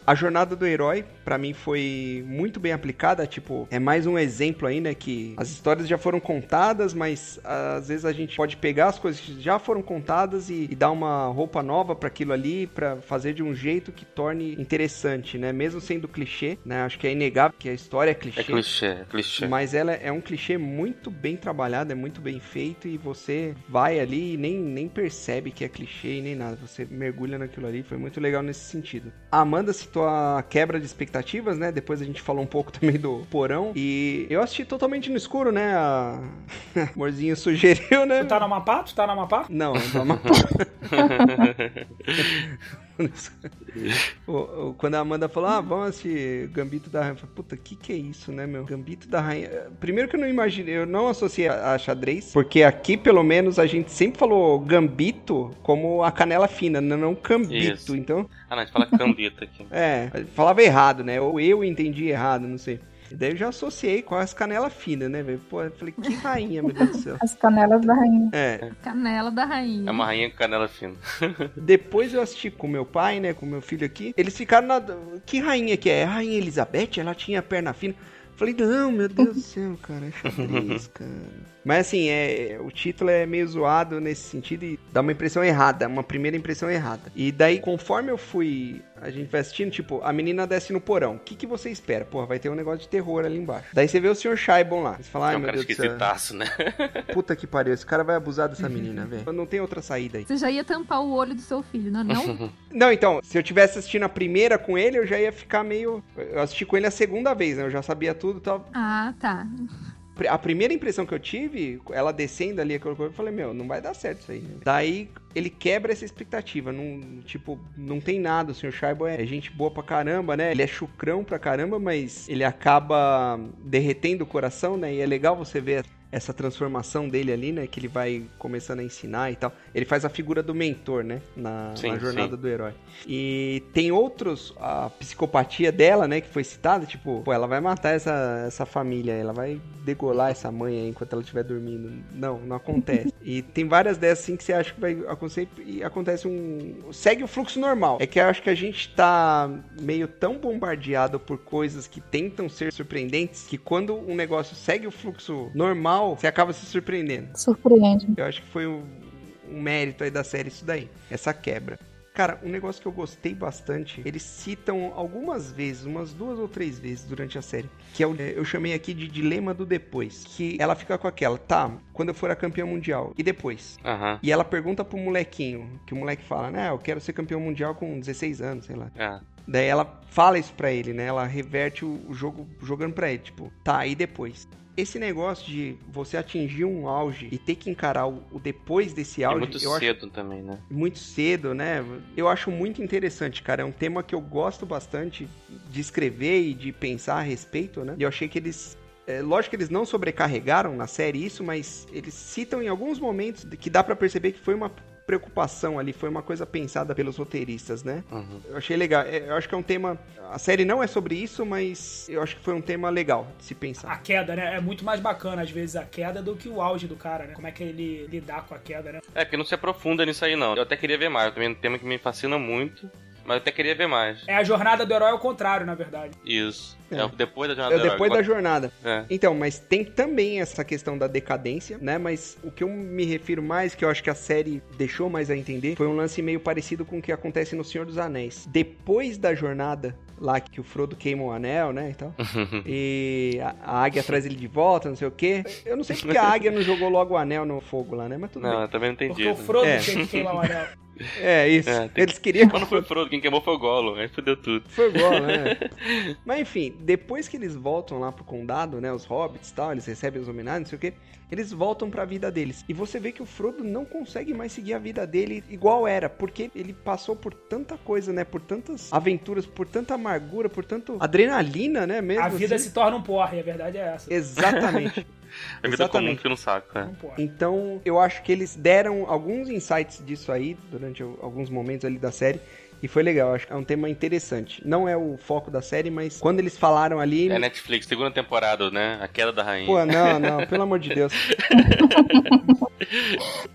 S2: A jornada do herói, pra mim, foi muito bem aplicada. Tipo, é mais um exemplo aí, né? Que as histórias já foram contadas, mas às vezes a gente pode pegar as coisas que já foram contadas e, e dar uma roupa nova pra aquilo ali, pra fazer de um jeito que torne interessante, né? Mesmo sendo clichê, né? Acho que é inegável que a história é clichê.
S1: É clichê, é clichê.
S2: Mas ela é um clichê muito bem trabalhado, é muito bem feito e você vai ali e nem, nem percebe que é clichê e nem nada. Você mergulha naquilo ali, foi muito legal nesse sentido. A Amanda citou a quebra de expectativas, né? Depois a gente falou um pouco também do porão. E eu assisti totalmente no escuro, né? A... Amorzinho sugeriu, né?
S3: Tu tá na Amapá? Tu tá na Amapá?
S2: Não, é não, mas-
S1: Ah,
S2: O- o- Quando a Amanda falou, ah, vamos assistir Gambito da Rainha. Eu falei, puta, que que é isso, né, meu? Gambito da Rainha. eh, Primeiro que eu não imaginei, eu não associei a, a xadrez, porque aqui, pelo menos, a gente sempre falou Gambito como a canela fina, não, não Cambito.
S1: Isso.
S2: Então,
S1: Ah, não, a gente fala cambita aqui.
S2: é, falava errado, né? Ou eu entendi errado, não sei. E daí eu já associei com as canela finas, né, velho? Pô, eu falei, que rainha, meu Deus do céu.
S4: As canelas da rainha.
S2: É,
S5: Canela da rainha.
S1: É uma rainha com canela fina.
S2: Depois eu assisti com meu pai, né? Com meu filho aqui. Eles ficaram na. Que rainha que é? É a Rainha Elizabeth? Ela tinha perna fina. Falei, não, meu Deus do céu, cara, é xadrez, cara. Mas assim, é, o título é meio zoado nesse sentido e dá uma impressão errada, uma primeira impressão errada. E daí, conforme eu fui, a gente vai assistindo, tipo, a menina desce no porão. O que, que você espera? Porra, vai ter um negócio de terror ali embaixo. Daí você vê o Sr. Shaibon lá. Você fala, ai,
S1: é um
S2: meu
S1: cara
S2: Deus do céu.
S1: esquisitaço, né?
S2: Puta que pariu, esse cara vai abusar dessa menina, velho. Não tem outra saída aí.
S5: Você já ia tampar o olho do seu filho, não é não?
S2: Não, então, se eu tivesse assistindo a primeira com ele, eu já ia ficar meio. Eu assisti com ele a segunda vez, né? Eu já sabia tudo e tal.
S5: ah, tá.
S2: Pri- A primeira impressão que eu tive, ela descendo ali aquela coisa, eu falei, meu, não vai dar certo isso aí. né? Daí ele quebra essa expectativa. Não, tipo, não tem nada. O Sr. Shaibo é gente boa pra caramba, né? Ele é chucrão pra caramba, mas ele acaba derretendo o coração, né? E é legal você ver essa transformação dele ali, né? Que ele vai começando a ensinar e tal. Ele faz a figura do mentor, né? Na,
S1: Sim,
S2: na jornada
S1: sim.
S2: do herói. E tem outros, a psicopatia dela, né? Que foi citada, tipo, pô, ela vai matar essa, essa família, ela vai degolar essa mãe aí enquanto ela estiver dormindo. Não, não acontece. e tem várias dessas assim que você acha que vai acontecer e acontece um. Segue o fluxo normal. É que eu acho que a gente tá meio tão bombardeado por coisas que tentam ser surpreendentes que quando um negócio segue o fluxo normal, você acaba se surpreendendo.
S4: Surpreende.
S2: Eu acho que foi um, um mérito aí da série isso daí, essa quebra. Cara, um negócio que eu gostei bastante, eles citam algumas vezes, umas duas ou três vezes durante a série, que é o, é, eu chamei aqui de dilema do depois, que ela fica com aquela, tá, quando eu for a campeã mundial, e depois?
S1: Aham.
S2: E ela pergunta pro molequinho, que o moleque fala, né, eu quero ser campeão mundial com 16 anos, sei lá.
S1: É.
S2: Daí ela fala isso pra ele, né? Ela reverte o o jogo jogando pra ele, tipo, tá, e depois? Esse negócio de você atingir um auge e ter que encarar o, o depois desse
S1: E
S2: auge,
S1: É muito
S2: eu acho
S1: cedo também, né?
S2: muito cedo, né? Eu acho muito interessante, cara. É um tema que eu gosto bastante de escrever e de pensar a respeito, né? E eu achei que eles. é, lógico que eles não sobrecarregaram na série isso, mas eles citam em alguns momentos de- que dá pra perceber que foi uma preocupação ali, foi uma coisa pensada pelos roteiristas, né?
S1: Uhum.
S2: Eu achei legal. É, Eu acho que é um tema. A série não é sobre isso, mas eu acho que foi um tema legal de se
S1: Ah,
S3: A
S2: pensar.
S3: queda, né? É muito mais bacana, às vezes, a queda do que o auge do cara, né? Como é que ele lidar com a queda, né?
S1: É, porque não se aprofunda nisso aí, não. Eu até queria ver mais, também é um tema que me fascina muito. Mas eu até queria ver mais.
S3: É a jornada do herói ao contrário, na verdade.
S1: Isso. É.
S2: É.
S1: depois da jornada
S2: É depois
S1: do
S2: da
S1: herói.
S2: jornada.
S1: É.
S2: Então, mas tem também essa questão da decadência, né? Mas o que eu me refiro mais, que eu acho que a série deixou mais a entender, foi um lance meio parecido com o que acontece no Senhor dos Anéis. Depois da jornada lá que o Frodo queima o anel, né, e tal.
S1: É.
S2: e a, a águia traz ele de volta, não sei o quê. Eu não sei porque a águia não jogou logo o anel no fogo lá, né? Mas tudo
S1: Não,
S2: bem.
S1: eu também não entendi.
S3: Porque o Frodo
S2: É.
S3: tinha que queimar o anel.
S2: É isso.
S1: É, tem-
S2: Eles queriam que
S1: Quando foi o Frodo, quem queimou foi o Gollum. Aí fudeu tudo.
S2: Foi bom, né? Mas enfim, depois que eles voltam lá pro condado, né? Os hobbits e tal, eles recebem os homenagens, não sei o quê. Eles voltam pra vida deles. E você vê que o Frodo não consegue mais seguir a vida dele igual era, porque ele passou por tanta coisa, né? Por tantas aventuras, por tanta amargura, por tanto adrenalina, né? Mesmo
S3: A vida
S2: assim.
S3: se torna um porre, a verdade é essa.
S2: Exatamente.
S1: A vida comum
S2: Exatamente.
S1: fica no saco, né?
S3: Um porre.
S2: Então, eu acho que eles deram alguns insights disso aí durante al- alguns momentos ali da série. E foi legal, acho que é um tema interessante. Não é o foco da série, mas quando eles falaram ali,
S1: É Netflix, segunda temporada, né? A queda da rainha.
S2: Pô, não, não, pelo amor de Deus.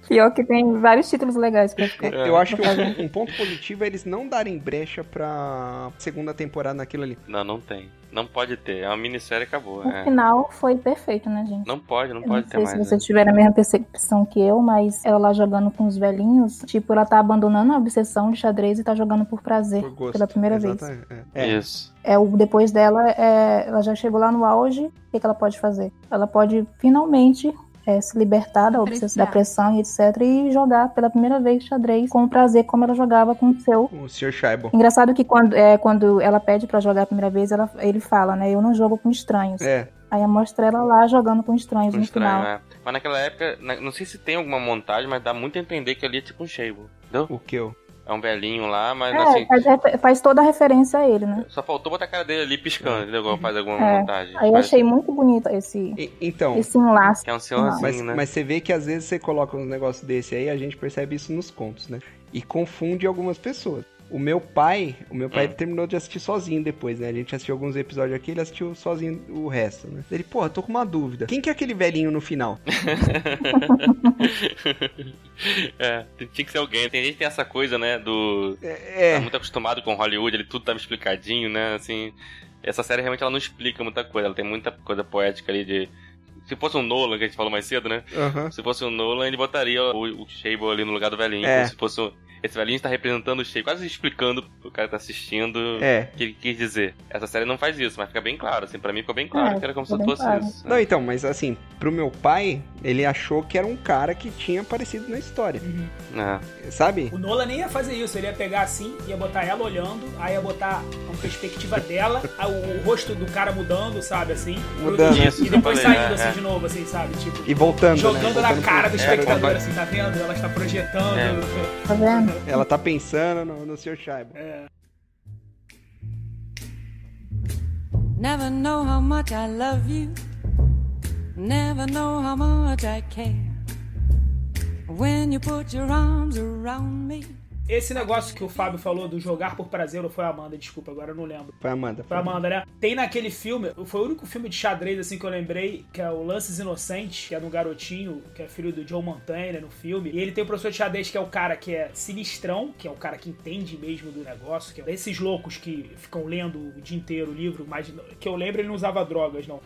S4: Pior que tem vários títulos legais pra ficar.
S2: Eu acho que um, um ponto positivo é eles não darem brecha pra segunda temporada naquilo ali.
S1: Não, não tem. Não pode ter. É uma minissérie e acabou.
S4: O
S1: é.
S4: final foi perfeito, né, gente?
S1: Não pode, não
S4: Eu não
S1: pode ter
S4: sei
S1: mais.
S4: se
S1: né?
S4: vocês tiveram a mesma percepção que eu, mas ela lá jogando com os velhinhos, tipo, ela tá abandonando a obsessão de xadrez e tá jogando por prazer
S2: Por gosto.
S4: pela primeira vez.
S2: Exatamente, É. É.
S1: Isso.
S4: É, o, depois dela, é, ela já chegou lá no auge, o que, que ela pode fazer? Ela pode finalmente é, se libertar da, obsess-
S5: Apreciar.
S4: da pressão e etc. e jogar pela primeira vez xadrez com prazer, como ela jogava com o seu
S2: O Sr. Shaibon.
S4: Engraçado que quando, é, quando ela pede pra jogar a primeira vez, ela, ele fala, né? Eu não jogo com estranhos.
S2: É.
S4: Aí mostra ela lá jogando com estranhos
S1: Ficou
S4: no
S1: estranho,
S4: final.
S1: né? Mas naquela época, na- não sei se tem alguma montagem, mas dá muito a entender que ali é tipo um Shable. Entendeu?
S2: O que eu?
S1: É um velhinho lá, mas
S4: É,
S1: assim.
S4: faz, refe- faz toda a referência a ele, né?
S1: Só faltou botar a cara dele ali piscando, entendeu? Igual faz alguma
S4: É.
S1: montagem.
S4: Aí eu
S1: Mas-
S4: achei muito bonito esse,
S2: E- então,
S4: esse enlace.
S1: Que é um senhorzinho,
S2: mas,
S1: né?
S2: mas você vê que às vezes você coloca uns negócios desse aí, a gente percebe isso nos contos, né? E confunde algumas pessoas. O meu pai, o meu pai
S1: Hum.
S2: terminou de assistir sozinho depois, né? A gente assistiu alguns episódios aqui, ele assistiu sozinho o resto, né? Ele, porra, tô com uma dúvida. Quem que é aquele velhinho no final?
S1: é, tinha que ser alguém. Tem gente que tem essa coisa, né? Do.
S2: É,
S1: Tá muito acostumado com Hollywood, ele tudo tava explicadinho, né? Assim. Essa série realmente ela não explica muita coisa. Ela tem muita coisa poética ali de. Se fosse um Nolan, que a gente falou mais cedo, né?
S2: aham.
S1: Se fosse o Nolan, ele botaria o, o Shable ali no lugar do velhinho.
S2: É.
S1: Como Se fosse o- esse velhinho está representando o Shable, quase explicando pro cara que tá assistindo
S2: É.
S1: o que ele quis dizer. Essa série não faz isso, mas fica bem claro, assim, pra mim ficou bem claro
S4: É,
S1: que era como se
S4: ficou bem
S1: fosse
S4: claro.
S1: isso. né?
S2: Não, então, mas assim, pro meu pai, ele achou que era um cara que tinha aparecido na história,
S3: Uhum.
S1: né?
S2: sabe?
S3: O Nolan nem ia fazer isso, ele ia pegar assim, ia botar ela olhando, aí ia botar uma perspectiva dela, aí o, o rosto do cara mudando, sabe, assim.
S2: Mudando,
S3: E,
S1: isso que eu
S3: depois
S1: falei,
S3: saindo
S1: né?
S3: assim
S1: É.
S3: de novo, assim, sabe? Tipo,
S2: E voltando, né?
S3: jogando
S2: Voltando
S3: na cara do
S2: pro-
S3: espectador,
S1: é,
S3: assim, tá vendo? Ela está projetando.
S1: É.
S4: Tá vendo?
S2: Ela tá pensando no, no seu Shaibo.
S3: É.
S6: Never know how much I love you. Never know how much I care. When you put your arms around me.
S3: Esse negócio que o Fábio falou do jogar por prazer, ou foi a Amanda, desculpa, agora eu não lembro.
S2: Foi a Amanda.
S3: Pra Amanda, né? Tem naquele filme, foi o único filme de xadrez assim que eu lembrei, que é o Lances Inocentes, que é no garotinho, que é filho do John Montana no filme. E ele tem o professor de xadrez, que é o cara que é sinistrão, que é o cara que entende mesmo do negócio, que é esses loucos que ficam lendo o dia inteiro o livro, mas que eu lembro ele não usava drogas, não.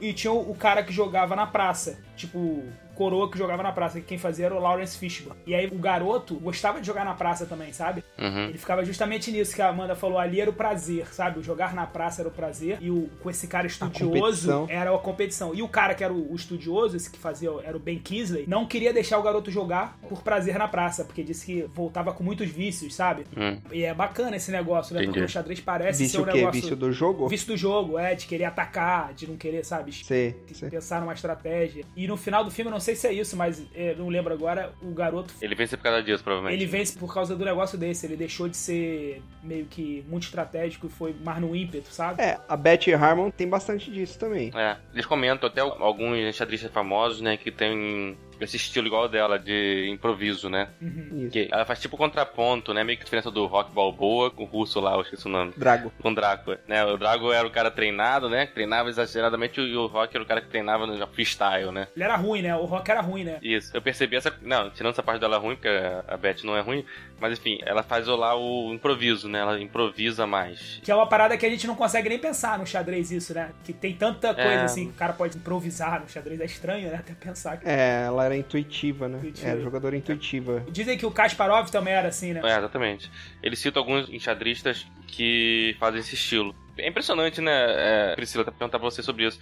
S3: E tinha o o cara que jogava na praça, tipo, coroa que jogava na praça, que quem fazia era o Lawrence Fishburne. E aí o garoto gostava de jogar na praça também, sabe?
S1: Uhum.
S3: Ele ficava justamente nisso que a Amanda falou. Ali era o prazer, sabe? O jogar na praça era o prazer. E o, com esse cara
S2: competição.
S3: estudioso era a competição. E o cara que era o, o estudioso, esse que fazia, era o Ben Kingsley, não queria deixar o garoto jogar por prazer na praça, porque disse que voltava com muitos vícios, sabe?
S1: Hum.
S3: E é bacana esse negócio, né? Porque
S1: Entendi.
S3: o xadrez parece ser
S2: Vício
S3: um
S2: o quê?
S3: negócio.
S2: Vício do jogo?
S3: vício do jogo, é, de querer atacar, de não querer, sabe?
S2: Sei,
S3: Tem que
S2: sei.
S3: Pensar numa estratégia. E no final do filme, eu não sei se é isso, mas eh, não lembro agora, o garoto
S1: Ele vence por causa disso, provavelmente.
S3: ele vence por causa do negócio desse, ele deixou de ser meio que muito estratégico e foi mais no ímpeto, sabe?
S2: É, a Betty
S1: Ah,
S2: Harmon tem bastante disso também.
S1: É, eles comentam até alguns xadristas famosos, né, que tem esse estilo igual dela de improviso, né?
S2: Isso.
S1: Que ela faz tipo contraponto, né? Meio que a diferença do Rock Balboa com o russo lá, eu esqueci o nome.
S2: Drago.
S1: Com o Drácula, né? O Drago era o cara treinado, né? Que treinava exageradamente e o Rock era o cara que treinava no freestyle, né?
S3: Ele era ruim, né? O Rock era ruim, né?
S1: Isso, eu percebi essa. Não, tirando essa parte dela é ruim, porque a Beth não é ruim, mas enfim, ela faz lá o improviso, né? Ela improvisa mais.
S3: Que é uma parada que a gente não consegue nem pensar no xadrez isso, né? Que tem tanta coisa
S1: É.
S3: assim que o cara pode improvisar no xadrez. É estranho, né? Até pensar. Que...
S2: É, ela era intuitiva, né?
S3: Intuitiva.
S2: Era jogadora intuitiva.
S3: Dizem que o Kasparov também era assim, né?
S1: É, exatamente. Ele cita alguns enxadristas que fazem esse estilo. É impressionante, né, é, Priscila, até perguntar pra você sobre isso.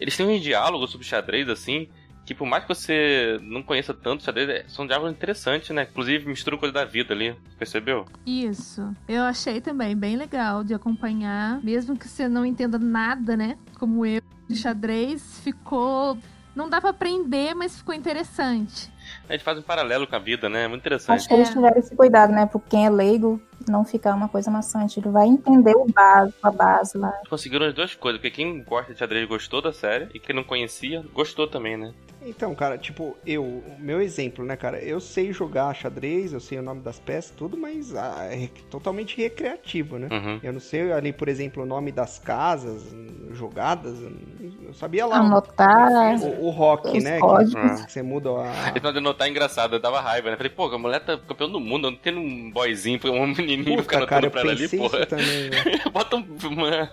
S1: Eles têm um diálogo sobre xadrez, assim, que por mais que você não conheça tanto xadrez, é- são diálogos interessantes, né? Inclusive misturam coisa da vida ali, percebeu?
S5: Isso. Eu achei também bem legal de acompanhar, mesmo que você não entenda nada, né? Como eu de xadrez, ficou. Não dá pra aprender, mas ficou interessante.
S1: Eles fazem um paralelo com a vida, né? É muito interessante.
S4: Acho que eles
S5: É.
S4: tiveram esse cuidado, né? Porque quem é leigo não ficar uma coisa maçante. Ele vai entender o básico, a base lá.
S1: Conseguiram as duas coisas, porque quem gosta de xadrez gostou da série, e quem não conhecia, gostou também, né?
S2: Então, cara, tipo, eu, o meu exemplo, né, cara? Eu sei jogar xadrez, eu sei o nome das peças, tudo, mas ah, é totalmente recreativo, né?
S1: Uhum.
S2: Eu não sei ali, por exemplo, o nome das casas, hum, jogadas. hum, Eu sabia lá.
S4: Anotar, né?
S2: O, o rock,
S4: Ah, Os
S2: né?
S4: códigos.
S2: Que, que você muda a.
S1: Esse negócio de anotar é engraçado, eu dava raiva, né? Falei, pô, a mulher tá campeão do mundo, não tem um boyzinho, um menininho ficar
S2: Puta,
S1: anotando
S2: cara, eu
S1: pra ela
S2: pensei
S1: ali,
S2: isso
S1: porra.
S2: também, né?
S1: Bota um. Uma...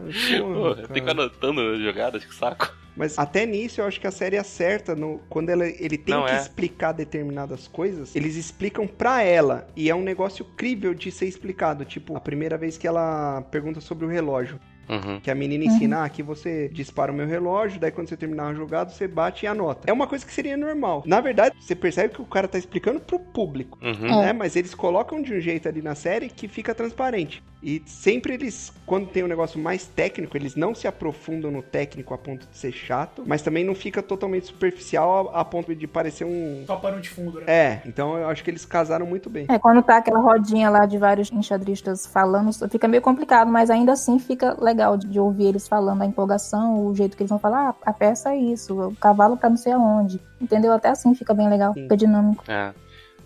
S2: Porra,
S1: Porra, tem que
S2: cara.
S1: ficar anotando jogadas, que saco.
S2: Mas até nisso eu acho que a série acerta no quando ela, ele tem
S1: Não,
S2: que
S1: é.
S2: explicar determinadas coisas, eles explicam pra ela e é um negócio crível de ser explicado, tipo, a primeira vez que ela pergunta sobre o relógio,
S1: Uhum.
S2: que a menina ensina, ah, que você dispara o meu relógio, daí quando você terminar a jogada, você bate e anota. É uma coisa que seria normal. Na verdade, você percebe que o cara tá explicando pro público.
S1: Uhum.
S4: É.
S2: Né? Mas eles colocam de um jeito ali na série que fica transparente. E sempre eles, quando tem um negócio mais técnico, eles não se aprofundam no técnico a ponto de ser chato, mas também não fica totalmente superficial a, a ponto de parecer um.
S3: Só pano de fundo, né?
S2: É, então eu acho que eles casaram muito bem.
S4: É, quando tá aquela rodinha lá de vários enxadristas falando, fica meio complicado, mas ainda assim fica legal de, de ouvir eles falando a empolgação, o jeito que eles vão falar, ah, a peça é isso, o cavalo tá não sei aonde. Entendeu? Até assim fica bem legal,
S2: Sim.
S4: fica dinâmico.
S1: É.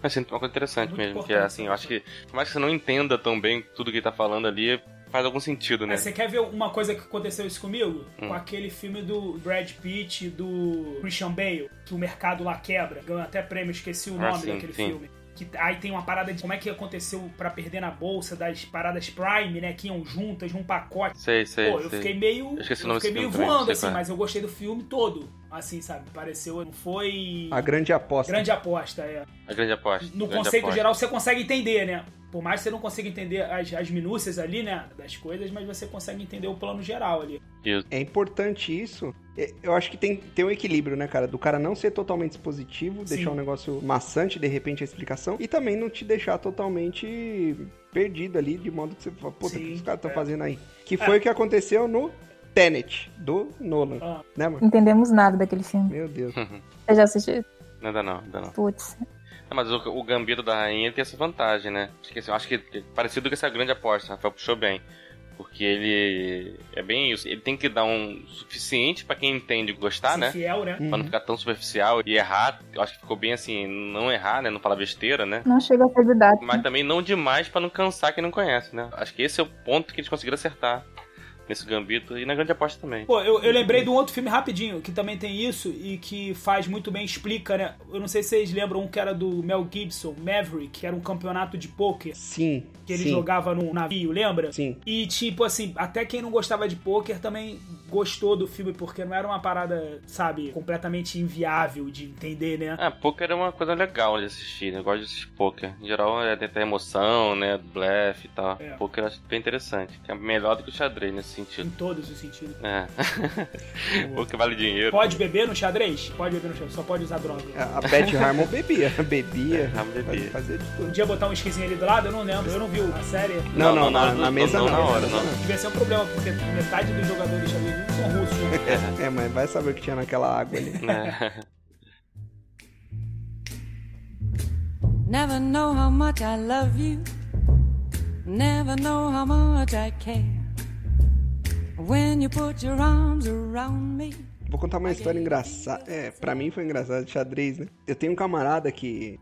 S1: Mas assim, uma coisa interessante
S3: Muito
S1: mesmo, que é
S3: importante.
S1: assim, eu acho que, por mais que você não entenda tão bem tudo que ele tá falando ali, faz algum sentido, né?
S3: Mas Você quer ver uma coisa que aconteceu isso comigo?
S1: Hum.
S3: Com aquele filme do Brad Pitt e do Christian Bale, que o mercado lá quebra. Ganhou até prêmio, esqueci o
S1: Ah,
S3: nome
S1: sim,
S3: daquele
S1: sim.
S3: filme. Que, aí tem uma parada de como é que aconteceu pra perder na bolsa das paradas Prime, né? Que iam juntas num pacote.
S1: Sei, sei,
S3: Pô, eu
S1: sei.
S3: fiquei meio.
S1: Eu esqueci o
S3: eu
S1: nome
S3: fiquei
S1: desse
S3: meio
S1: filme também,
S3: voando,
S1: sei
S3: assim,
S1: qual é.
S3: mas eu gostei do filme todo. Assim, sabe? Pareceu. Não foi.
S2: A grande aposta.
S3: Grande aposta, é.
S1: A grande aposta.
S3: No
S1: grande
S3: conceito
S1: aposta.
S3: geral, você consegue entender, né? Por mais que você não consiga entender as, as minúcias ali, né? Das coisas, mas você consegue entender o plano geral ali.
S1: Isso.
S2: É importante isso. É, Eu acho que tem, tem um equilíbrio, né, cara? Do cara não ser totalmente expositivo,
S3: Sim.
S2: deixar um negócio maçante, de repente, a explicação, e também não te deixar totalmente perdido ali, de modo que você fala, puta, o que
S3: Sim,
S2: os caras estão
S3: é.
S2: fazendo aí? Que foi o que aconteceu no Tenet, do Nolan.
S3: Ah.
S2: Né, mano?
S4: Não entendemos nada daquele filme.
S2: Meu Deus.
S4: Você já assistiu?
S1: Nada não, nada não.
S4: Putz.
S1: É, mas o, o gambito da rainha tem essa vantagem, né? Acho que, assim, eu acho que é parecido com essa grande aposta, Rafael puxou bem. Porque ele. É bem isso. Ele tem que dar um suficiente pra quem entende gostar,
S3: Ser
S1: né?
S3: fiel, né?
S1: Pra não ficar tão superficial e errar. Eu acho que ficou bem assim, não errar, né? Não falar besteira, né?
S4: Não chega a ser didático.
S1: Mas também não demais pra não cansar quem não conhece, né? Acho que esse é o ponto que eles conseguiram acertar nesse gambito e na grande aposta também.
S3: Pô, eu, eu lembrei de um outro filme rapidinho, que também tem isso e que faz muito bem, explica, né? Eu não sei se vocês lembram um que era do Mel Gibson, Maverick, que era um campeonato de pôquer
S2: Sim,
S3: que ele
S2: sim,
S3: jogava num navio, lembra?
S2: sim.
S3: E tipo assim, até quem não gostava de pôquer também gostou do filme, porque não era uma parada, sabe, completamente inviável de entender, né?
S1: Ah, poker é uma coisa legal de assistir, né? Eu gosto de assistir poker. Em geral é até emoção, né? Blefe e tal.
S3: É.
S1: Poker eu acho bem interessante. É melhor do que o xadrez nesse sentido.
S3: Em todos os sentidos.
S1: É. poker vale dinheiro.
S3: Pode beber no xadrez? Pode beber no xadrez, só pode usar droga.
S2: A a Beth Harmon bebia, bebia,
S1: Beth É, Harmon bebia.
S2: fazia de tudo.
S3: Podia botar um esquisinho ali do lado? Eu não lembro, eu não vi a série.
S2: Não, não, na,
S1: não,
S2: na mesa não.
S1: não, na hora,
S2: na mesa
S1: não.
S3: Devia ser um problema, porque metade dos jogadores de xadrez não são russos, né?
S2: não. É, mas vai saber o que tinha naquela água ali.
S1: É.
S6: Never know how much I love you. Never know how much I care. When you put your arms around me,
S2: Vou contar uma história engraçada. É, pra mim foi engraçado, xadrez, né? Eu tenho um camarada que.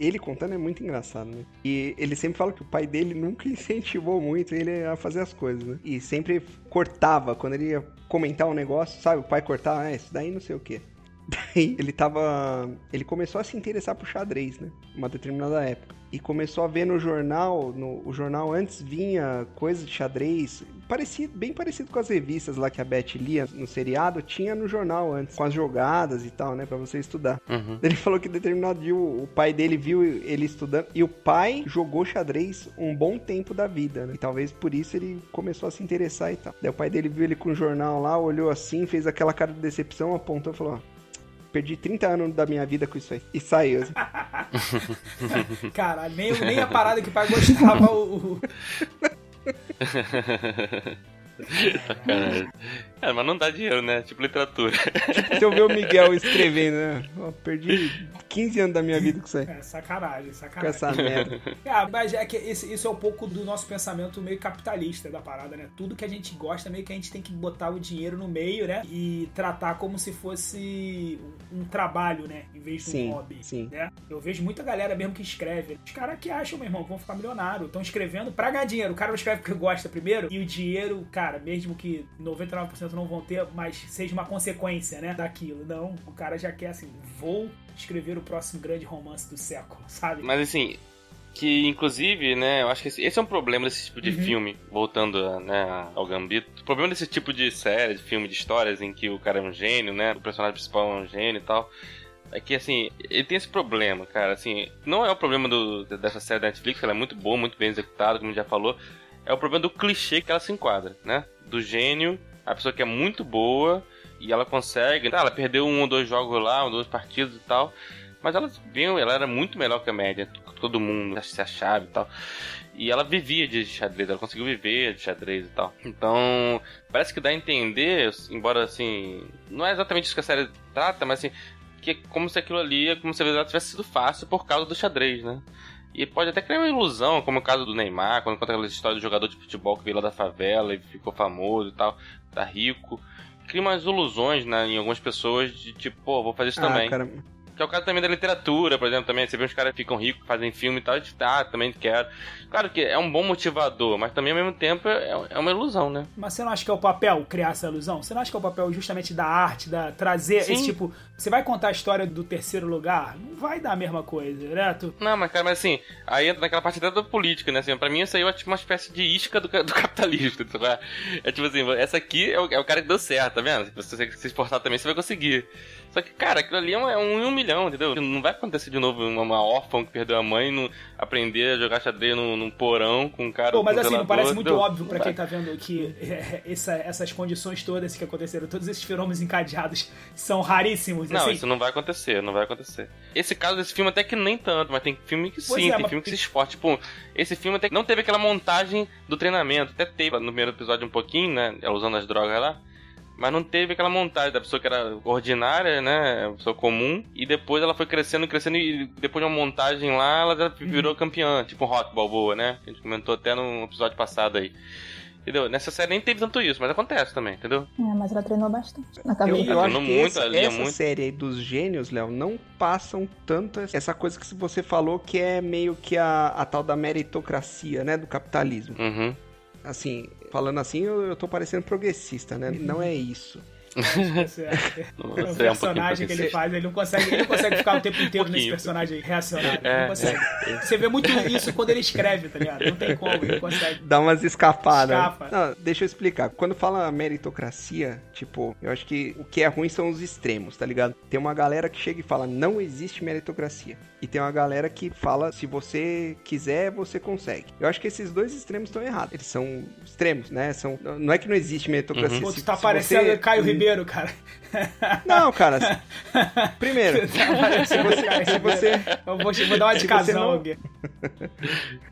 S2: Ele contando é muito engraçado, né? E ele sempre fala que o pai dele nunca incentivou muito ele a fazer as coisas, né? E sempre cortava, quando ele ia comentar um negócio, sabe? O pai cortava, ah, isso daí não sei o quê. Daí ele tava. Ele começou a se interessar por xadrez, né? Uma determinada época. E começou a ver no jornal. No, o jornal antes vinha coisa de xadrez. Parecia, bem parecido com as revistas lá que a Beth lia no seriado. Tinha no jornal antes, com as jogadas e tal, né? Pra você estudar.
S1: Uhum.
S2: Ele falou que determinado dia o, o pai dele viu ele estudando. E o pai jogou xadrez um bom tempo da vida, né? E talvez por isso ele começou a se interessar e tal. Daí o pai dele viu ele com o jornal lá, olhou assim, fez aquela cara de decepção, apontou e falou: ó, perdi 30 anos da minha vida com isso aí. E saiu. assim.
S3: Caralho, nem, nem a parada que o pai gostava o. o-
S1: Sacanagem. É, mas não dá dinheiro, né? Tipo literatura.
S2: Se eu ver o Miguel escrevendo, né? Ó, perdi 15 anos da minha vida com isso aí.
S3: É, sacanagem,
S2: Com
S3: sacanagem.
S2: essa merda.
S3: Ah, mas é que esse- isso é um pouco do nosso pensamento meio capitalista da parada, né? Tudo que a gente gosta, meio que a gente tem que botar o dinheiro no meio, né? E tratar como se fosse um trabalho, né? Em vez de um
S2: Sim,
S3: hobby.
S2: sim.
S3: né? Eu vejo muita galera mesmo que escreve. Os caras que acham, meu irmão, que vão ficar milionário. Estão escrevendo pra ganhar dinheiro. O cara não escreve porque gosta primeiro. E o dinheiro, cara, mesmo que 99% não vão ter, mas seja uma consequência, né? Daquilo. Não, o cara já quer assim, vou escrever o próximo grande romance do século, sabe?
S1: Mas assim, que inclusive, né, eu acho que esse, esse é um problema desse tipo de
S3: Uhum.
S1: filme, voltando né, ao Gambito. O problema desse tipo de série, de filme, de histórias em que o cara é um gênio, né, o personagem principal é um gênio e tal. É que, assim, ele tem esse problema, cara. Assim, não é o problema do, dessa série da Netflix, ela é muito boa, muito bem executada, como a gente já falou. É o problema do clichê que ela se enquadra, né? Do gênio, a pessoa que é muito boa e ela consegue. Tá, ela perdeu um ou dois jogos lá, um ou dois partidos e tal. Mas ela viu, ela era muito melhor que a média, todo mundo se achava e tal. E ela vivia de xadrez, ela conseguiu viver de xadrez e tal. Então, parece que dá a entender, embora assim, não é exatamente isso que a série trata, mas assim, que é como se aquilo ali, é como se a verdade tivesse sido fácil por causa do xadrez, né? E pode até criar uma ilusão, como o caso do Neymar, quando conta aquela história do jogador de futebol que veio lá da favela e ficou famoso e tal, tá rico. Cria umas ilusões né, em algumas pessoas de tipo, pô, vou fazer isso também.
S2: Ah, cara,
S1: Que é o caso também da literatura, por exemplo, também. Você vê uns caras que ficam ricos, fazem filme e tal, e tipo, ah, também quero. Claro que é um bom motivador, mas também ao mesmo tempo é, é uma ilusão, né?
S3: Mas você não acha que é o papel criar essa ilusão? Você não acha que é o papel justamente da arte, da trazer
S1: Sim.
S3: esse tipo. Você vai contar a história do terceiro lugar? Não vai dar a mesma coisa, né? Tu-
S1: Não, mas cara, mas assim, aí entra naquela parte até da política, né? Assim, pra mim isso aí é tipo uma espécie de isca do, ca- do capitalista, sei lá. É tipo assim, essa aqui é o, é o cara que deu certo, tá vendo? Se você se esforçar também, você vai conseguir. Só que, cara, aquilo ali é um, é um em um milhão, entendeu? Não vai acontecer de novo uma, uma órfã que perdeu a mãe não aprender a jogar xadrez num, num porão com um cara.
S3: Pô, mas
S1: com um
S3: assim, não
S1: zelador,
S3: parece muito
S1: entendeu?
S3: óbvio pra
S1: Não
S3: quem
S1: vai.
S3: tá vendo que é, essa- essas condições todas que aconteceram, todos esses fenômenos encadeados são raríssimos.
S1: Não,
S3: assim.
S1: isso não vai acontecer, não vai acontecer. Esse caso desse filme até que nem tanto, mas tem filme que
S3: Pois
S1: sim,
S3: é,
S1: tem
S3: mas-
S1: filme que se esforça. Tipo, esse filme até que não teve aquela montagem do treinamento. Até teve no primeiro episódio um pouquinho, né? Ela usando as drogas lá. Mas não teve aquela montagem da pessoa que era ordinária, né? Uma pessoa comum. E depois ela foi crescendo, crescendo. E depois de uma montagem lá, ela já
S3: Uhum.
S1: virou campeã. Tipo Rock Balboa, né? Que a gente comentou até no episódio passado aí. Entendeu? Nessa série nem teve tanto isso, mas acontece também, entendeu?
S4: É, mas ela treinou bastante na
S2: eu,
S4: cabeça.
S2: eu acho que
S1: muito
S2: esse-
S1: ali, é
S2: essa
S1: muito.
S2: série aí dos gênios, Léo, não passam tanto essa coisa que você falou que é meio que a, a tal da meritocracia, né? Do capitalismo.
S1: Uhum.
S2: Assim, falando assim, eu, eu tô parecendo progressista, né? Não é isso.
S3: Esse é-
S1: Você é
S3: o
S1: um pouquinho
S3: personagem que ele
S1: progressista.
S3: faz, ele não consegue, ele não consegue ficar o tempo inteiro nesse
S1: Pouquinho.
S3: personagem reacionário. ele
S1: É,
S3: né? não consegue. Você vê muito isso quando ele escreve, tá ligado? Não tem como, ele não consegue.
S2: Dá umas escapadas.
S3: Escapa.
S2: Não, deixa eu explicar. Quando fala meritocracia, tipo, eu acho que o que é ruim são os extremos, tá ligado? Tem uma galera que chega e fala, não existe meritocracia. E tem uma galera que fala, se você quiser, você consegue. Eu acho que esses dois extremos estão errados. Eles são extremos, né? São, não é que não existe meritocracia.
S3: Pô,
S2: Se-
S3: tu tá
S2: se
S3: parecendo
S2: você-
S3: Caio Ribeiro, cara.
S2: Não, cara. se- Primeiro,
S3: Tá parecendo
S2: você-
S3: Caio
S2: se
S3: Ribeiro.
S2: você-
S3: Eu vou, vou dar uma de
S2: se Tipo, você
S3: casão
S2: não-
S3: aqui.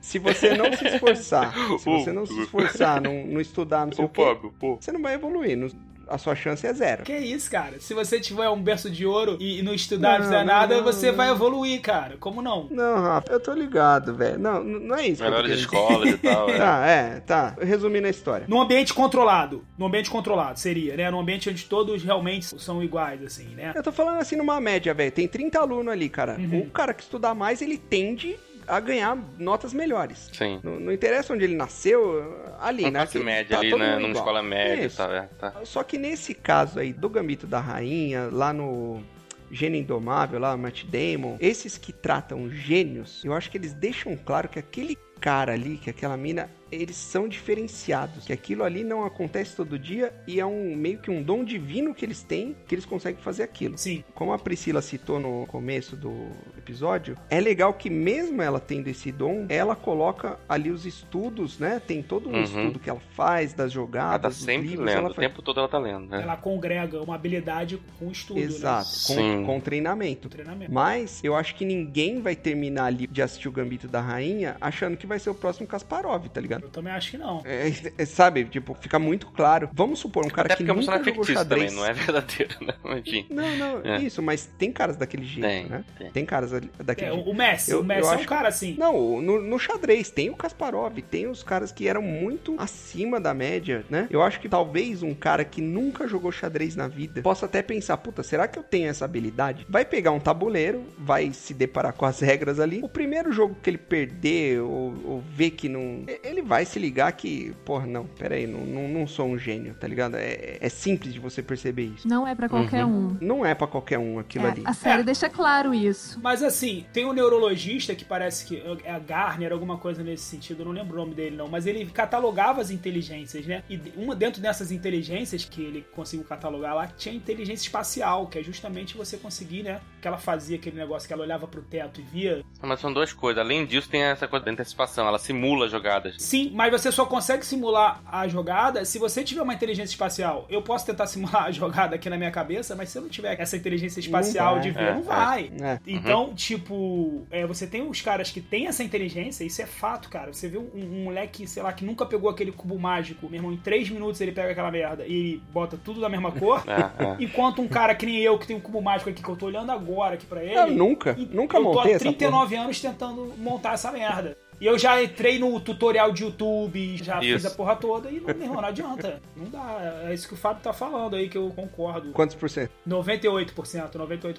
S2: se você não se esforçar, se
S1: O-
S2: você não se esforçar, não, não estudar, não sei o quê,
S1: pô.
S2: você não vai evoluir. Não- a sua chance é zero.
S3: Que isso, cara? Se você tiver um berço de ouro e e não estudar, não
S2: Não,
S3: fizer
S2: não,
S3: nada,
S2: não,
S3: você
S2: não.
S3: vai evoluir, cara. Como não?
S2: Não, Rafa, eu tô ligado, velho. Não, n- não é isso. que eu tô
S1: Melhores
S2: querendo
S1: escolas e tal.
S2: dizer.
S1: é.
S2: Tá, é, tá. Resumindo a história.
S3: Num ambiente controlado. Num ambiente controlado, seria, né? Num ambiente onde todos realmente são iguais, assim, né?
S2: Eu tô falando assim numa média, velho. Tem 30 alunos ali, cara. O cara que estudar mais, ele tende a ganhar notas melhores.
S1: Sim.
S2: Não, não interessa onde ele nasceu, ali,
S1: Uma
S2: né?
S1: classe
S2: Que
S1: média
S2: tá
S1: ali,
S2: todo
S1: né?
S2: mundo
S1: Numa
S2: igual.
S1: escola média e
S2: Isso.
S1: tal. é, tá.
S2: Só que nesse caso aí do Gambito da Rainha, lá no Gênio Indomável, lá Matt Damon, esses que tratam gênios, eu acho que eles deixam claro que aquele cara ali, que aquela mina, eles são diferenciados, que aquilo ali não acontece todo dia e é um meio que um dom divino que eles têm, que eles conseguem fazer aquilo.
S3: Sim.
S2: Como a Priscila citou no começo do episódio, é legal que mesmo ela tendo esse dom, ela coloca ali os estudos, né? Tem todo um
S1: Uhum.
S2: estudo que ela faz das jogadas,
S1: Ela tá
S2: Ah, dos
S1: sempre
S2: livros,
S1: lendo.
S2: ela
S1: O
S2: faz-
S1: tempo todo ela tá lendo, né?
S3: Ela congrega uma habilidade com estudo,
S2: É. Exato,
S3: né?
S1: Sim.
S2: com, com
S3: Com
S2: treinamento.
S3: treinamento.
S2: Mas eu acho que ninguém vai terminar ali de assistir o Gambito da Rainha achando que vai ser o próximo Kasparov, tá ligado?
S3: Eu também acho que não.
S2: É, é, sabe, tipo, fica muito claro. Vamos supor um cara
S1: Até
S2: que
S1: porque é um
S2: nunca
S1: personagem
S2: jogou
S1: fictício também,
S2: xadrez.
S1: não é verdadeiro, né? Mas, Enfim.
S2: Não, não,
S1: É.
S2: isso, mas tem caras daquele jeito,
S1: Tem,
S2: né?
S1: tem.
S2: caras ali- daquele
S3: É,
S2: jeito.
S3: o o Messi,
S2: Eu-
S3: o Messi
S2: eu
S3: é um
S2: acho-
S3: cara assim.
S2: Não, no, no xadrez tem o Kasparov, tem os caras que eram muito acima da média, né? Eu acho que talvez um cara que nunca jogou xadrez na vida possa até pensar, puta, será que eu tenho essa habilidade? Vai pegar um tabuleiro, vai se deparar com as regras ali. O primeiro jogo que ele perder ou, ou ver que não... e- Ele vai se ligar que, porra, não, peraí, não, não, não sou um gênio, tá ligado? É, é simples de você perceber isso.
S5: Não é pra qualquer
S1: Uhum.
S5: um.
S2: Não é pra qualquer um aquilo
S5: É,
S2: ali.
S3: assim,
S5: a série deixa claro isso.
S3: Mas assim, tem um neurologista que parece que é a Garner, alguma coisa nesse sentido, eu não lembro o nome dele não, mas ele catalogava as inteligências, né? E uma dentro dessas inteligências que ele conseguiu catalogar lá, tinha a inteligência espacial, que é justamente você conseguir, né? Que ela fazia aquele negócio que ela olhava pro teto e via.
S1: Mas são duas coisas. Além disso, tem essa coisa da antecipação. Ela simula jogadas.
S3: Sim, mas você só consegue simular a jogada se você tiver uma inteligência espacial. Eu posso tentar simular a jogada aqui na minha cabeça, mas se eu não tiver essa inteligência espacial
S2: vai.
S3: de ver,
S1: É,
S3: não
S1: é.
S3: vai.
S2: É.
S3: Então, tipo, é, você tem os caras que têm essa inteligência, isso é fato, cara. Você vê um, um moleque, sei lá, que nunca pegou aquele cubo mágico, meu irmão, em três minutos ele pega aquela merda e bota tudo da mesma cor.
S1: É, é.
S3: Enquanto um cara que nem eu, que tem um cubo mágico aqui, que eu tô olhando agora aqui pra ele.
S2: Eu É. nunca,
S3: e
S2: nunca
S3: eu tô
S2: montei
S3: há
S2: essa porra.
S3: 39 anos tentando montar essa merda. E eu já entrei no tutorial de YouTube, já fiz
S1: Isso.
S3: a porra toda e não, meu irmão, não adianta. Não dá. É isso que o Fábio tá falando aí, que eu concordo.
S2: Quantos por cento?
S3: 98%, 98%.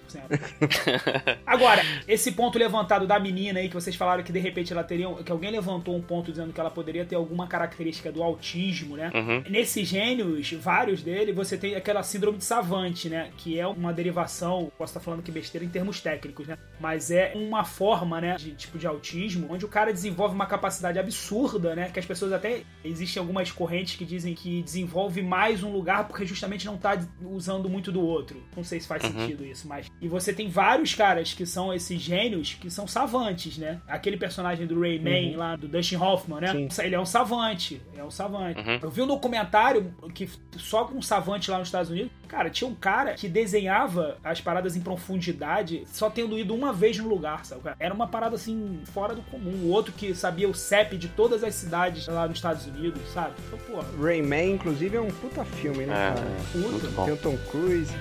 S3: Agora, esse ponto levantado da menina aí que vocês falaram que de repente ela teria, um- que alguém levantou um ponto dizendo que ela poderia ter alguma característica do autismo, né?
S1: Uhum.
S3: Nesses gênios, vários dele, você tem aquela síndrome de savante, né? Que é uma derivação, posso estar falando que besteira em termos técnicos, né? Mas é uma forma, né, de tipo de autismo, onde o cara desenvolve uma capacidade absurda, né? Que as pessoas até. Existem algumas correntes que dizem que desenvolve mais um lugar porque justamente não tá usando muito do outro. Não sei se faz
S1: Uhum.
S3: sentido isso, mas. E você tem vários caras que são esses gênios que são savantes, né? Aquele personagem do Rayman lá, do Dustin Hoffman, né?
S2: Sim.
S3: Ele é um savante. É um savante.
S1: Uhum.
S3: Eu vi um documentário que só com um savante lá nos Estados Unidos, cara, tinha um cara que desenhava as paradas em profundidade, só tendo ido uma vez no lugar, sabe? cara? Era uma parada assim fora do comum. O outro que sabia o CEP de todas as cidades lá nos Estados Unidos, sabe? Então, porra,
S2: Rayman, inclusive, é um puta filme, né,
S1: É,
S2: cara?
S1: é.
S3: puta.
S1: Muito bom.
S2: Tem o Tom Cruise.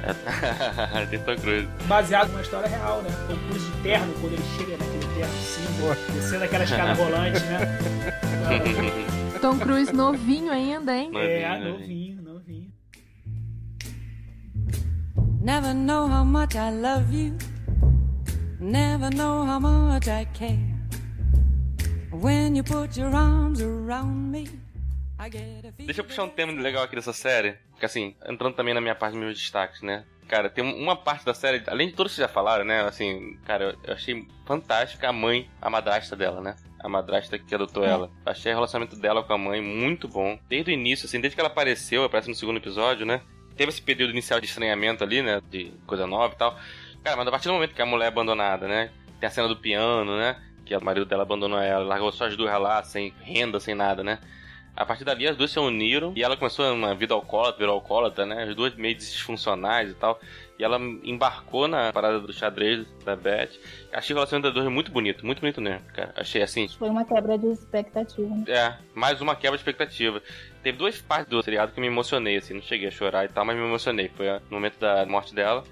S1: Tem Tom Cruise.
S3: baseado numa história real, né? Tom Cruise de terno, quando ele chega naquele terno cinza, descendo aquela escada rolante, né?
S5: Tom Cruise novinho ainda, hein?
S3: é,
S1: Novinho,
S3: novinho, novinho.
S6: Never know how much I love you. Never know how much I care. When you put your arms around me, I get a feeling.
S1: Deixa eu puxar um tema legal aqui dessa série. Porque assim, entrando também na minha parte dos meus destaques, né? Cara, tem uma parte da série, além de todos que já falaram, né? Assim, cara, eu achei fantástica a mãe, a madrasta dela, né? A madrasta que adotou ela. Achei o relacionamento dela com a mãe muito bom. Desde o início, assim, desde que ela apareceu, aparece no segundo episódio, né? Teve esse período inicial de estranhamento ali, né? De coisa nova e tal. Cara, mas a partir do momento que a mulher é abandonada, né? Tem a cena do piano, né? Que o marido dela abandonou ela, largou só as duas lá, sem renda, sem nada, né? A partir dali as duas se uniram e ela começou uma vida alcoólatra, virou alcoólatra, né? As duas meio disfuncionais e tal. E ela embarcou na parada do xadrez da Beth. Achei o relacionamento das duas muito bonito, muito bonito mesmo, cara. Achei assim.
S4: Foi uma quebra de expectativa. né?
S1: É, mais uma quebra de expectativa. Teve duas partes do seriado que eu me emocionei, assim, não cheguei a chorar e tal, mas me emocionei. Foi a- no momento da morte dela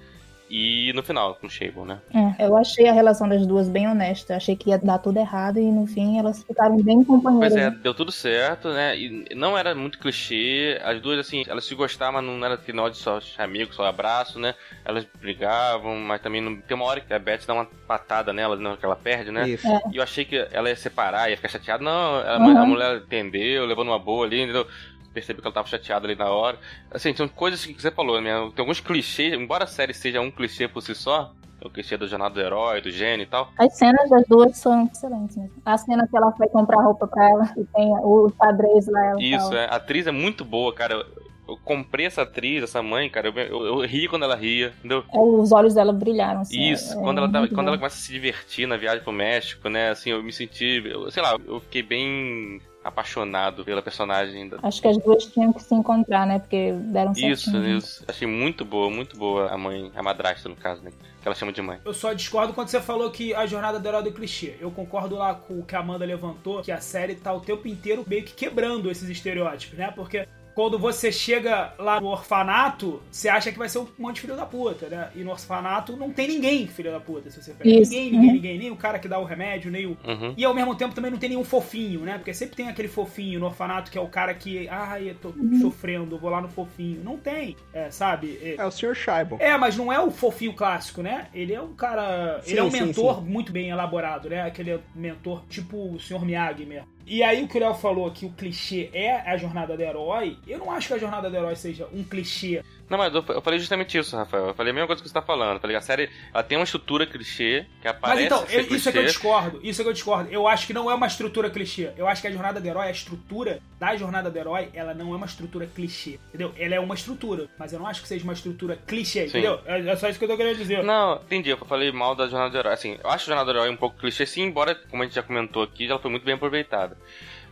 S1: e no final, com o Shable, né?
S4: É, eu achei a relação das duas bem honesta. Achei que ia dar tudo errado e no fim elas ficaram bem companheiras. né?
S1: Pois é, deu tudo certo, né? E não era muito clichê. As duas, assim, elas se gostavam, mas não era aquele nó de só amigo, só abraço, né? Elas brigavam, mas também não... tem uma hora que a Beth dá uma patada nela, né? que ela perde, né?
S2: Isso.
S1: E eu achei que ela ia separar, ia ficar chateada. Não, ela-
S4: Uhum.
S1: a mulher entendeu, levou numa boa ali, entendeu? Percebi que ela tava chateada ali na hora. Assim, são coisas que você falou, né? Tem alguns clichês, embora a série seja um clichê por si só, é o clichê do jornal do herói, do gênio e tal.
S4: As cenas das duas são excelentes mesmo. A cena que ela foi comprar roupa pra ela, que tem o xadrez lá. Ela
S1: Isso,
S4: fala.
S1: é. A atriz é muito boa, cara. Eu- Eu comprei essa atriz, essa mãe, cara. Eu, eu, eu ri quando ela ria, entendeu?
S4: É, Os olhos dela brilharam. assim,
S1: Isso,
S4: é-
S1: quando, ela
S4: é
S1: tava,
S4: muito
S1: quando
S4: bom.
S1: ela começa a se divertir na viagem pro México, né? Assim, eu me senti, eu- sei lá, eu fiquei bem apaixonado pela personagem da,
S4: Acho que as duas tinham que se encontrar, né? Porque deram certo.
S1: Isso, isso. Achei muito boa, muito boa a mãe, a madrasta, no caso, né? Que ela chama de mãe.
S3: Eu só discordo quando você falou que a jornada do herói é do clichê. Eu concordo lá com o que a Amanda levantou, que a série tá o tempo inteiro meio que quebrando esses estereótipos, né? Porque quando você chega lá no orfanato, você acha que vai ser um monte de filho da puta, né? E no orfanato não tem ninguém filho da puta, se você pegar.
S4: Isso.
S3: Ninguém, ninguém,
S4: Uhum.
S3: ninguém. Nem o cara que dá o remédio, nem o
S1: Uhum.
S3: e ao mesmo tempo também não tem nenhum fofinho, né? Porque sempre tem aquele fofinho no orfanato que é o cara que, ai, eu tô
S2: Uhum.
S3: sofrendo, vou lá no fofinho. Não tem, é, sabe? É,
S2: É o Sr. Scheibel.
S3: é, mas não é o fofinho clássico, né? Ele é um cara.
S2: Sim,
S3: ele é um
S2: sim,
S3: mentor muito bem elaborado, né? Aquele mentor tipo o Sr. Miyagi mesmo. E aí o que o Léo falou que o clichê é a jornada do herói, eu não acho que a jornada do herói seja um clichê.
S1: Não, mas eu, eu falei justamente isso, Rafael. Eu falei a mesma coisa que você tá falando. Eu falei que a série ela tem uma estrutura clichê que aparece.
S3: mas então,
S1: ser
S3: eu- isso é que eu
S1: clichê.
S3: discordo. Isso é que eu discordo. Eu acho que não é uma estrutura clichê. Eu acho que a jornada do herói, a estrutura da jornada do herói, ela não é uma estrutura clichê. Entendeu? Ela é uma estrutura, mas eu não acho que seja uma estrutura clichê,
S1: Sim.
S3: entendeu? É, é só isso que eu tô querendo dizer.
S1: Não, entendi. Eu falei mal da Jornada do Herói. Assim, eu acho a Jornada do Herói um pouco clichê, sim, embora, como a gente já comentou aqui, ela foi muito bem aproveitada.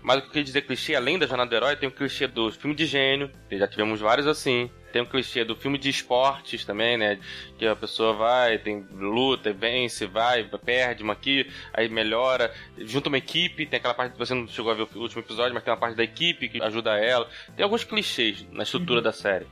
S1: Mas o que eu queria dizer clichê, além da Jornada do Herói, tem o clichê do filme de gênio, que já tivemos vários assim. Tem o clichê do filme de esportes também, né? Que a pessoa vai, tem luta, vence, vai, perde uma aqui, aí melhora, junta uma equipe, tem aquela parte que você não chegou a ver o último episódio, mas tem uma parte da equipe que ajuda ela. Tem alguns clichês na estrutura da série.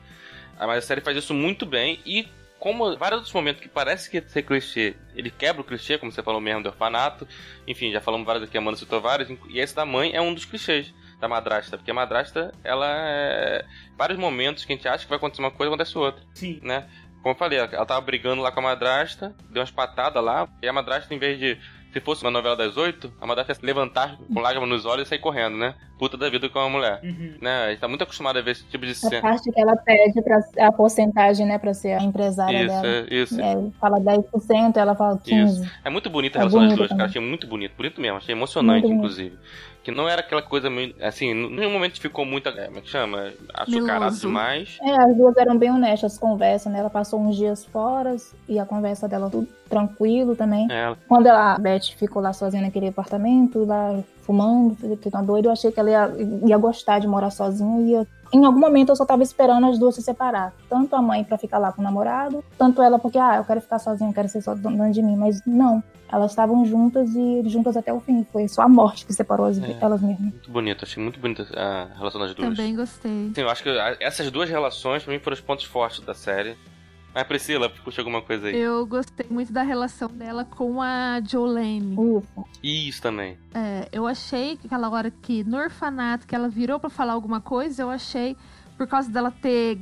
S1: Ah, Mas a série faz isso muito bem e como vários outros momentos que parece que ser clichê, ele quebra o clichê, como você falou mesmo, do orfanato. Enfim, já falamos vários aqui, a Amanda citou vários. E esse da mãe é um dos clichês da madrasta. Porque a madrasta, ela é... Vários momentos que a gente acha que vai acontecer uma coisa, acontece outra,
S3: Sim.
S1: né? Como eu falei, ela ela tava brigando lá com a madrasta, deu umas patadas lá. E a madrasta, em vez de... Se fosse uma novela das oito, a madrasta ia se levantar com lágrimas nos olhos e sair correndo, né? Puta da vida com uma mulher.
S3: Uhum.
S1: Né? A gente tá muito acostumado a ver esse tipo de
S4: A
S1: cena.
S4: parte que ela pede pra, a porcentagem, né, pra ser a empresária
S1: Isso,
S4: dela.
S1: é, isso.
S4: É, fala 10%, ela fala 15%.
S1: É muito bonita a
S4: É
S1: relação das
S4: bonito
S1: duas, cara.
S4: também.
S1: Achei muito bonito. Bonito mesmo, achei emocionante,
S4: Muito
S1: inclusive. Que não era aquela coisa meio. Assim, em nenhum momento ficou muito. é, Como é que chama? Açucarado
S5: Meloso.
S1: demais.
S4: É, as duas eram bem honestas, conversam, né? Ela passou uns dias fora e a conversa dela tudo tranquilo também.
S1: É,
S4: Quando ela, a Beth ficou lá sozinha naquele apartamento, lá fumando, ficando doida, eu achei que ela ia, ia gostar de morar sozinha e ia- em algum momento eu só tava esperando as duas se separar. Tanto a mãe pra ficar lá com o namorado, tanto ela porque, ah, eu quero ficar sozinha, eu quero ser só dona de mim. Mas não, elas estavam juntas e juntas até o fim. Foi só a morte que separou as-
S1: É.
S4: elas mesmas.
S1: muito bonito. Achei muito bonita a relação das duas.
S5: Também gostei.
S1: Sim, eu acho que a- essas duas relações pra mim foram os pontos fortes da série. Mas Priscila, puxa alguma coisa aí.
S5: Eu gostei muito da relação dela com a Jolene.
S4: Isso.
S1: Isso também.
S5: É, eu achei que aquela hora que no orfanato que ela virou pra falar alguma coisa, eu achei por causa dela ter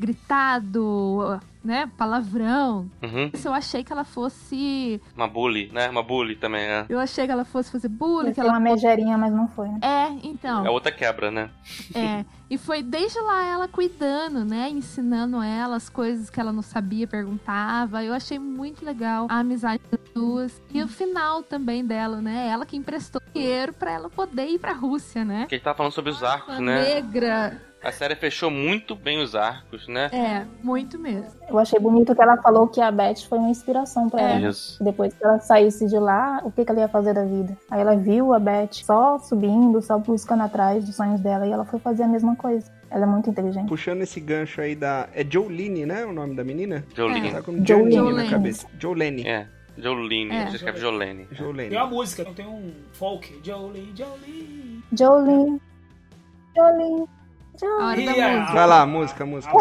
S5: gritado, né, palavrão.
S1: Uhum.
S5: Isso eu achei que ela fosse,
S1: Uma bully, né? Uma bully também, é.
S5: eu achei que ela fosse fazer bullying, que
S4: Foi
S5: ela
S4: uma megerinha, mas não foi, né?
S5: é, então.
S1: É outra quebra, né?
S5: É, e foi desde lá ela cuidando, né? Ensinando ela as coisas que ela não sabia, perguntava. Eu achei muito legal a amizade das duas. E o final também dela, né? Ela que emprestou dinheiro pra ela poder ir pra Rússia, né?
S1: Porque a gente tava falando sobre os arcos,
S5: Ela
S1: né?
S5: negra.
S1: A série fechou muito bem os arcos, né?
S5: É, muito mesmo.
S4: Eu achei bonito que ela falou que a Beth foi uma inspiração pra
S5: É.
S4: ela.
S1: Isso.
S4: Depois que ela saísse de lá, o que, que ela ia fazer da vida? Aí ela viu a Beth só subindo, só buscando atrás dos sonhos dela e ela foi fazer a mesma coisa. Ela é muito inteligente.
S2: Puxando esse gancho aí da. É Jolene, né? O nome da menina?
S5: É.
S1: Jolene.
S2: Tá com
S4: Jolene.
S2: Jolene na
S5: Jolene.
S2: cabeça. Jolene.
S1: É, Jolene,
S5: É.
S1: você escreve Jolene.
S2: Jolene.
S3: Tem uma música, tem um folk. Jolene, Jolene.
S4: Jolene. Jolene.
S5: A hora da
S3: Ih, ah.
S5: música.
S2: Vai lá, música, música.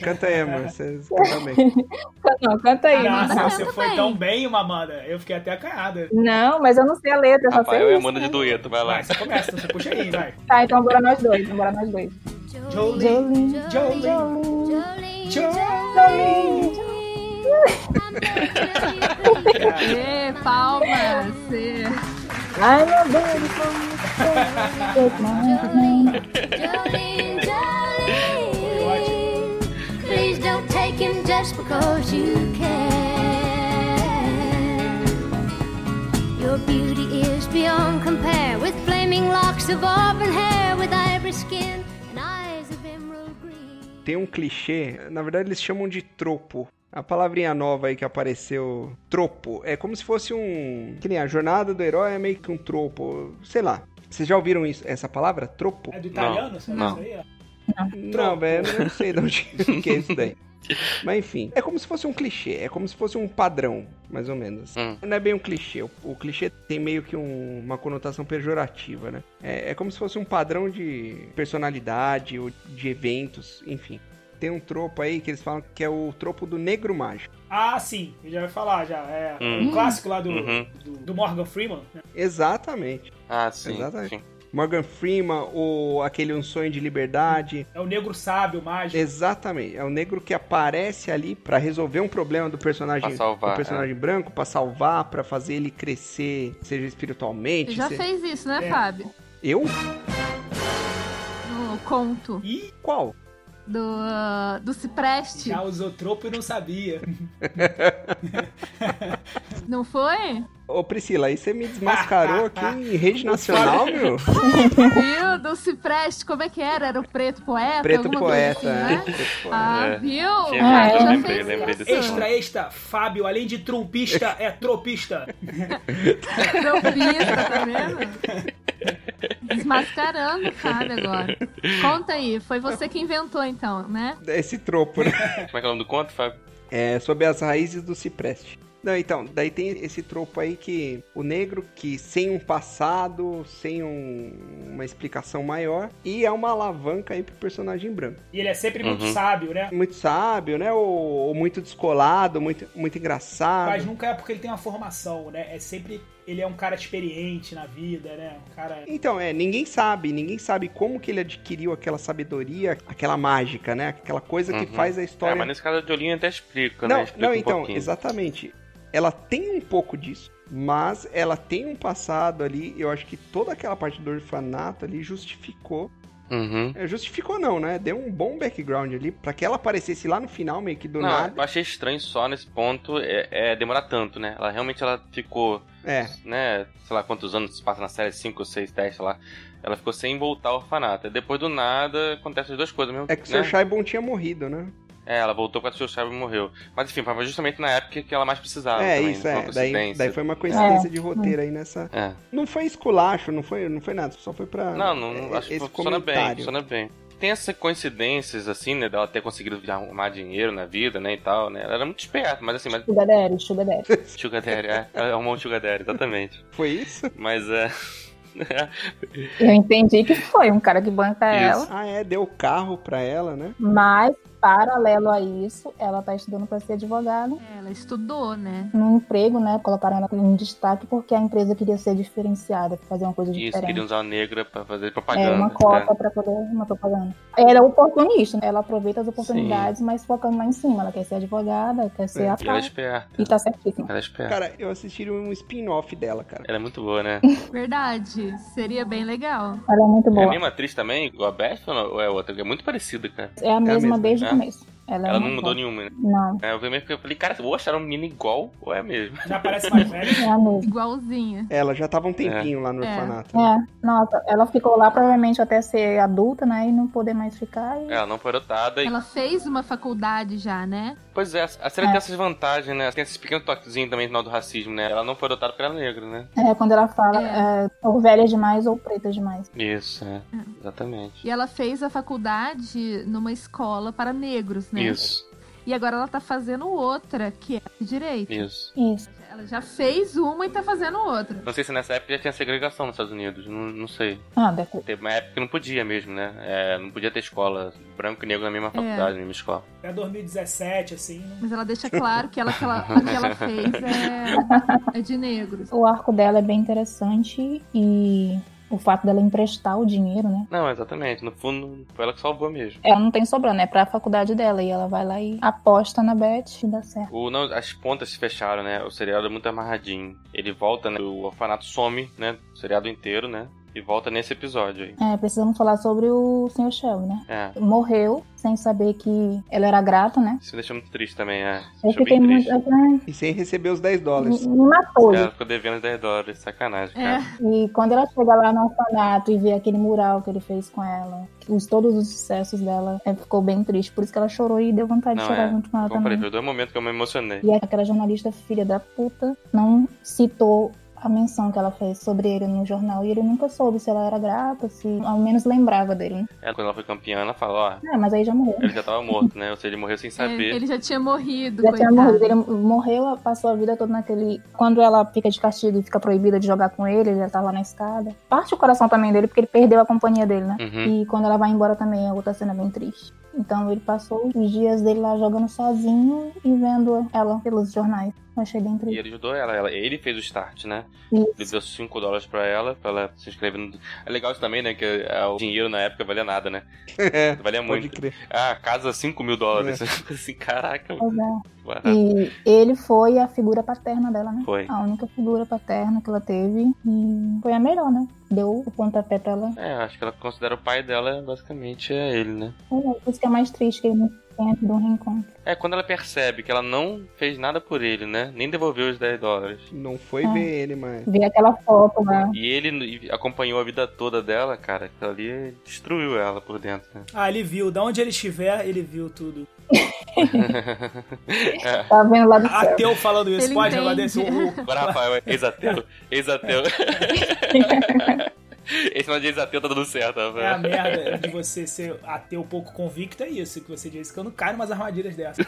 S2: Canta aí, amor. Vocês cantam bem.
S4: Ah, Não, canta aí.
S5: Amanda
S3: Nossa,
S5: canta
S3: você foi
S5: bem.
S3: tão bem, Mamanda. Eu fiquei até acanhada.
S4: Não, mas eu não sei a letra, eu só sei
S1: Rafael e
S4: isso.
S1: Amanda de dueto, vai lá.
S3: Vai, você começa, você puxa aí, vai.
S4: Tá, então bora nós dois, bora nós dois.
S3: Jolene, Jolene, Jolene.
S5: Ê, palmas! Ê.
S4: Ai, meu Deus, como você
S7: Please don't take him just because you can. Your beauty is beyond compare with flaming looks of auburn hair, with ivory skin and eyes of emerald green.
S2: Tem um clichê, na verdade eles chamam de tropo. A palavrinha nova aí que apareceu, tropo, é como se fosse um. Que nem a jornada do herói é meio que um tropo, sei lá. Vocês já ouviram isso, essa palavra? Tropo?
S3: É do italiano, sabe
S1: não.
S3: isso aí?
S2: Não, velho, eu não sei de onde que é isso daí. Mas enfim, é como se fosse um clichê, é como se fosse um padrão, mais ou menos.
S1: Hum.
S2: Não é bem um clichê, o, o clichê tem meio que um- uma conotação pejorativa, né? É, é como se fosse um padrão de personalidade ou de eventos, enfim. Tem um tropo aí que eles falam que é o tropo do negro mágico.
S3: Ah, sim, eu já ia falar já. É
S1: Hum.
S3: um clássico lá do,
S1: Uhum.
S3: do, do Morgan Freeman. né?
S2: Exatamente.
S1: Ah, sim.
S2: Exatamente.
S1: sim.
S2: Morgan Freeman, ou aquele Um Sonho de Liberdade.
S3: É o negro sábio, mágico.
S2: Exatamente. É o negro que aparece ali pra resolver um problema do personagem,
S1: Pra salvar, é.
S2: do personagem branco, pra salvar, pra fazer ele crescer, seja
S5: Você
S2: espiritualmente.
S5: já
S2: se-
S5: fez isso, né,
S3: É.
S5: Fábio?
S2: Eu?
S5: No conto
S3: Ih,
S2: Qual?
S5: do, ah, do Cipreste,
S3: já usou tropo e não sabia.
S5: não foi?
S2: Ô Priscila, aí você me desmascarou aqui em rede nacional, meu?
S5: Viu? Do Cipreste, como é que era? Era o Preto Poeta?
S2: Preto
S5: alguma
S2: poeta.
S5: Coisa
S2: né?
S5: assim, né?
S2: Preto poeta.
S5: Ah,
S1: É.
S5: viu?
S1: Tinha
S5: Ah,
S4: mais,
S5: já
S1: lembrei,
S5: fez
S1: lembrei
S5: isso.
S1: desse
S3: Extra, extra, Fábio, além de trumpista, é tropista.
S5: Trompista, tá vendo? Desmascarando o Fábio agora. Conta aí, foi você que inventou então, né?
S2: Esse tropo, né?
S1: Como é que é o nome do conto, Fábio?
S2: É, sobre as raízes do cipreste. Não, então, daí tem esse tropo aí que o negro que sem um passado, sem um- uma explicação maior, e é uma alavanca aí pro personagem branco.
S3: E ele é sempre muito
S1: Uhum.
S3: sábio, né?
S2: muito sábio, né? Ou, ou muito descolado, muito, muito engraçado.
S3: Mas nunca é porque ele tem uma formação, né? É sempre. Ele é um cara experiente na vida, né? Um cara.
S2: Então, é, ninguém sabe, ninguém sabe como que ele adquiriu aquela sabedoria, aquela mágica, né? Aquela coisa que
S1: Uhum.
S2: faz a
S1: Ah,
S2: história.
S1: mas nesse caso a Jolene até explica, né?
S2: não,
S1: Explica
S2: não,
S1: um
S2: então,
S1: pouquinho.
S2: exatamente. Ela tem um pouco disso, mas ela tem um passado ali. Eu acho que toda aquela parte do orfanato ali justificou.
S1: Uhum.
S2: é, Justificou não, né? Deu um bom background ali pra que ela aparecesse lá no final, meio que do
S1: não,
S2: nada.
S1: eu achei estranho só nesse ponto é, é demorar tanto, né? Ela realmente ela ficou,
S2: É.
S1: né, sei lá quantos anos se passa na série, 5 ou 6, 10, sei lá. Ela ficou sem voltar ao orfanato. E depois do nada acontece as duas coisas mesmo.
S2: É que o
S1: né?
S2: Sr. Shaibon tinha morrido, né?
S1: É, ela voltou com a sua chave e morreu. Mas enfim, foi justamente na época que ela mais precisava.
S2: É,
S1: também,
S2: isso,
S1: né? Foi uma
S2: é. Daí,
S1: coincidência.
S2: daí foi uma coincidência de roteiro aí nessa.
S1: É.
S2: Não foi esculacho, não foi, não foi nada, só foi pra.
S1: Não, não, não,
S2: é,
S1: acho que funciona bem, funciona bem. Tem essas coincidências, assim, né, dela ter conseguido arrumar dinheiro na vida, né, e tal, né? Ela era muito esperta, mas assim, mas...
S4: Sugar daddy, sugar daddy.
S1: Sugar Daddy, é, ela arrumou o Sugar Daddy, exatamente.
S2: Foi isso?
S1: Mas é...
S4: Eu entendi que foi um cara que banca ela.
S2: Ah, é, deu o carro pra ela, né?
S4: Mas, paralelo a isso, ela tá estudando pra ser advogada.
S5: Ela estudou, né?
S4: No emprego, né? Colocaram ela em destaque porque a empresa queria ser diferenciada, fazer uma coisa
S1: Isso, queriam
S4: diferente.
S1: usar a negra pra fazer propaganda.
S4: É, uma
S1: né?
S4: cota pra poder uma propaganda. Ela é oportunista, né? ela aproveita as oportunidades, mas focando lá em cima. Ela quer ser advogada, quer ser
S2: É,
S4: a
S1: E ela é esperta,
S4: E tá certíssima.
S1: ela é esperta.
S2: Cara, eu assisti um spin-off dela, cara.
S1: Ela é muito boa, né?
S5: Verdade, seria bem legal.
S4: Ela é muito
S1: É a
S4: boa.
S1: mesma atriz também, igual a Beth ou não? Ou é outra? É muito parecida, cara.
S4: É a mesma
S2: mesma,
S4: desde
S1: né?
S4: o começo. Ela, é
S1: Ela não
S4: muito
S1: mudou
S4: boa.
S1: nenhuma, né?
S4: Não,
S1: É, Eu vi mesmo que eu falei, cara, ou acharam um menino igual, ou é mesmo.
S3: Já parece mais velho. né?
S4: é a mesma.
S5: Igualzinha.
S2: Ela já tava um tempinho lá no
S5: É.
S2: orfanato. né?
S4: É, nossa, ela ficou lá provavelmente até ser adulta, né? E não poder mais ficar. E...
S1: Ela não foi adotada e
S5: Ela fez uma faculdade já, né?
S1: Pois é, a série tem essas vantagens, né? Tem esses pequenos toquezinhos também no final do racismo, né? Ela não foi adotada porque era negra, né?
S4: É, quando ela fala
S5: É.
S4: é, ou velha demais ou preta demais.
S1: Isso, é. Exatamente.
S5: E ela fez a faculdade numa escola para
S1: assim
S5: negros, né?
S1: Isso,
S5: E agora ela tá fazendo outra, que é de direito.
S1: isso.
S4: Isso.
S5: Ela Ela já fez uma e tá fazendo outra.
S1: Não sei se nessa época já tinha segregação nos Estados Unidos, não, não sei.
S4: Ah, deve ter.
S1: Teve uma época que não podia mesmo, né? É, não podia ter escola branco e negro na mesma faculdade, na mesma escola.
S3: Até 2017, assim. não-
S5: Mas ela deixa claro que ela, que ela, a que ela fez é, é de negros.
S4: O arco dela é bem interessante e o fato dela emprestar o dinheiro, né?
S1: Não, exatamente. No fundo, foi ela que salvou mesmo.
S4: Ela não tem sobrando, é pra faculdade dela. E ela vai lá e aposta na Beth e dá certo.
S1: O, não, as pontas se fecharam, né? O seriado é muito amarradinho. Ele volta, né? O orfanato some, né? O seriado inteiro, né? E volta nesse episódio aí.
S4: É, precisamos falar sobre o Sr. Shelby, né?
S1: É.
S4: Morreu sem saber que ela era grata, né?
S1: Isso me deixou muito triste também, é.
S4: Eu
S1: Deixou
S4: fiquei
S1: bem
S4: muito.
S1: triste. É,
S4: eu falei,
S2: E sem receber os 10
S4: "Ah,
S2: dólares.
S4: Me me matou.
S1: Ela ficou devendo 10 dólares, sacanagem,
S5: É.
S1: cara.
S4: E quando ela chega lá no orfanato e vê aquele mural que ele fez com ela, os, todos os sucessos dela, é, ficou bem triste. Por isso que ela chorou e deu vontade
S1: Não,
S4: de chorar
S1: é.
S4: junto com ela
S1: Como eu falei,
S4: também.
S1: foi dois momentos que eu me emocionei.
S4: E aquela jornalista filha da puta não citou a menção que ela fez sobre ele no jornal. E ele nunca soube se ela era grata, se ao menos lembrava dele. né?
S1: Ela, quando ela foi campeã, ela falou, ó,
S4: É, mas aí já morreu.
S1: ele já tava morto, né? Ou seja, ele morreu sem
S5: É,
S1: saber.
S5: ele já tinha morrido,
S4: Já tinha
S5: coitado.
S4: morrido. Ele morreu, passou a vida toda naquele. Quando ela fica de castigo e fica proibida de jogar com ele, ele já tá lá na escada. Parte o coração também dele, porque ele perdeu a companhia dele, né?
S1: Uhum.
S4: E quando ela vai embora também é outra cena bem triste. Então ele passou os dias dele lá jogando sozinho e vendo ela pelos jornais. Eu achei bem
S1: E
S4: triste.
S1: ele ajudou ela, ela, ele fez o start, né? Ele
S4: Isso.
S1: deu 5 dólares pra ela, pra ela se inscrever no. É legal isso também, né? Que é, o dinheiro na época valia nada, né?
S2: É,
S1: Valia
S2: pode
S1: muito.
S2: crer. É.
S1: Ah, casa 5 mil dólares. assim, caraca,
S4: Pois é.
S1: barato.
S4: E ele foi a figura paterna dela, né?
S1: Foi.
S4: A única figura paterna que ela teve. E foi a melhor, né? Deu o pontapé pra ela.
S1: É, acho que ela considera o pai dela, basicamente, é ele, né?
S4: Por isso que é mais triste que ele não tenha tido um reencontro.
S1: É, quando ela percebe que ela não fez nada por ele, né? Nem devolveu os 10 dólares.
S2: Não foi
S4: É.
S2: ver ele, mas.
S4: Ver aquela foto lá.
S1: E ele e acompanhou a vida toda dela, cara. Aquilo ali destruiu ela por dentro, né?
S3: Ah, ele viu. Da onde ele estiver, ele viu tudo.
S1: É.
S4: Tá vendo lá do céu.
S3: Ateu falando isso.
S5: Ele
S3: pode jogar
S5: entende.
S3: desse. o- o-
S1: Agora, Rafael, é ex-ateu. Ex-ateu. Esse nome de ex-ateu tá dando certo,
S3: É a
S1: Rafael.
S3: merda de você ser ateu pouco convicto, é isso. Que você disse que eu não caio umas armadilhas dessas.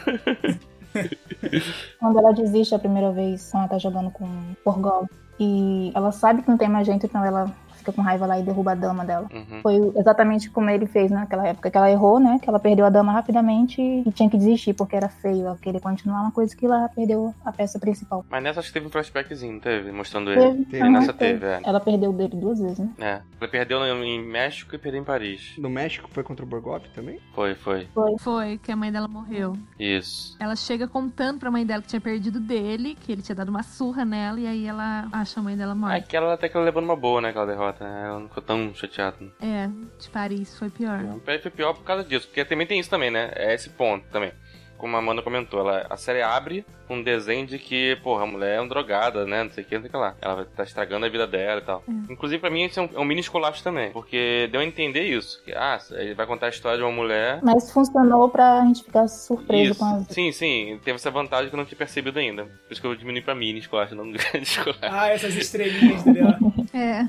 S4: Quando ela desiste a primeira vez, quando ela tá jogando com o Porgol. E ela sabe que não tem mais gente, então ela fica com raiva lá e derruba a dama dela.
S1: Uhum.
S4: Foi exatamente como ele fez naquela época que ela errou, né? Que ela perdeu a dama rapidamente e tinha que desistir porque era feio. Ela queria continuar uma coisa que ela perdeu a peça principal.
S1: Mas nessa acho que teve um flashbackzinho, não teve? Mostrando ele.
S4: Teve,
S2: Teve.
S4: aham,
S1: Nessa
S4: teve.
S1: teve, é.
S4: Ela perdeu o dele duas vezes, né?
S1: É. Ela perdeu no- em México e perdeu em Paris.
S2: No México foi contra o Borgop também?
S1: Foi, foi.
S5: Foi, que a mãe dela morreu.
S1: Isso.
S5: Ela chega contando pra mãe dela que tinha perdido dele, que ele tinha dado uma surra nela, e aí ela acha a mãe dela morta.
S1: Aquela até que ela levou numa boa, né? Aquela derrota. né? Ela não ficou tão chateada. né?
S5: É, de Paris, foi pior.
S1: O Império foi pior por causa disso, porque também tem isso também, né? É esse ponto também. Como a Amanda comentou, ela, a série abre com um desenho de que, porra, a mulher é um drogada, né? Não sei o que, não sei o que lá. Ela tá estragando a vida dela e tal. Inclusive, pra mim, isso é um, é um mini esculacho também. Porque deu a entender isso. Que, ah, ele vai contar a história de uma mulher.
S4: Mas funcionou pra gente ficar surpreso
S1: Isso.
S4: com as.
S1: Sim, sim. Teve essa vantagem que eu não tinha percebido ainda. Por isso que eu diminui pra mini esculacho, não grande esculacho.
S3: Ah, essas estrelinhas, entendeu?
S5: É,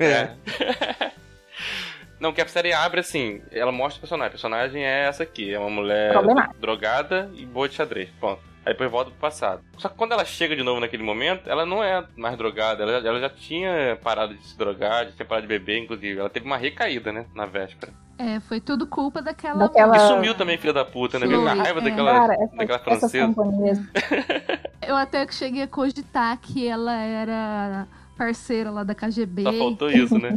S1: É. Não, que a série abre assim, ela mostra o personagem. O personagem é essa aqui, é uma mulher
S4: Problemática.
S1: drogada e boa de xadrez. Pronto. Aí depois volta pro passado. Só que quando ela chega de novo naquele momento, ela não é mais drogada, ela, ela já tinha parado de se drogar, já tinha parado de beber, inclusive. Ela teve uma recaída, né, na véspera.
S5: é, foi tudo culpa daquela.
S4: Daquela-
S1: E
S4: Ah.
S1: sumiu também, filha da puta, né? Veio com a
S5: Foi,
S1: raiva
S5: é.
S1: daquela,
S4: Cara,
S1: daquela
S4: essas, essas
S1: francesa.
S4: companhias.
S5: Eu até que cheguei a cogitar que ela era parceira lá da KGB.
S1: Só faltou isso, né?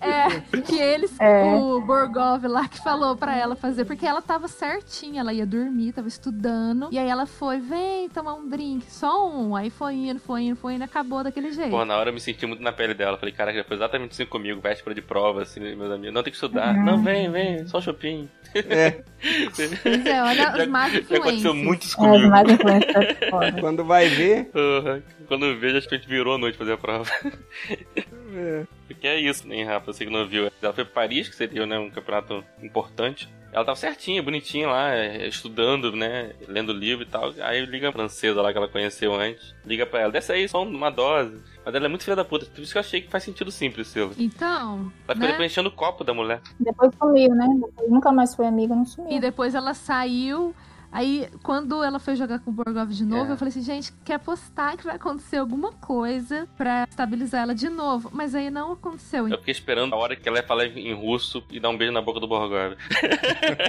S5: É, que eles,
S4: É.
S5: o Borgov lá que falou pra ela fazer, porque ela tava certinha, ela ia dormir, tava estudando, e aí ela foi, vem tomar um drink, só um, aí foi indo, foi indo, foi indo, acabou daquele jeito.
S1: Porra, na hora eu me senti muito na pele dela. Falei, caraca, foi exatamente assim comigo, véspera de prova, assim, meus amigos. Não, tem que estudar. Não, vem, vem, só um chopinho.
S5: Pois é, olha
S1: Já-
S5: as más
S1: Já aconteceu
S5: influências.
S1: muito isso
S4: É, As
S1: comigo.
S4: mais influências foda.
S2: É. Quando vai ver.
S1: Porra, Quando eu vejo, acho que a gente virou a noite fazer a prova.
S2: é.
S1: Porque é isso, hein, Rafa? Você que não viu. Ela foi pra Paris, que seria né, um campeonato importante. Ela tava certinha, bonitinha lá, é, estudando, né? Lendo livro e tal. Aí liga a francesa lá que ela conheceu antes. Liga pra ela, desce aí, só uma dose. Mas ela é muito filha da puta. Por isso que eu achei que faz sentido simples, Silvio.
S5: Então,
S1: Ela ficou
S5: né?
S1: preenchendo o copo da mulher.
S4: Depois sumiu, né? Depois nunca mais foi amiga, não sumiu.
S5: E depois ela saiu, Aí, quando ela foi jogar com o Borgov de novo,
S2: É.
S5: eu falei assim, gente, quer apostar que vai acontecer alguma coisa pra estabilizar ela de novo. Mas aí não aconteceu. então.
S1: Eu fiquei esperando a hora que ela ia falar em russo e dar um beijo na boca do Borgov.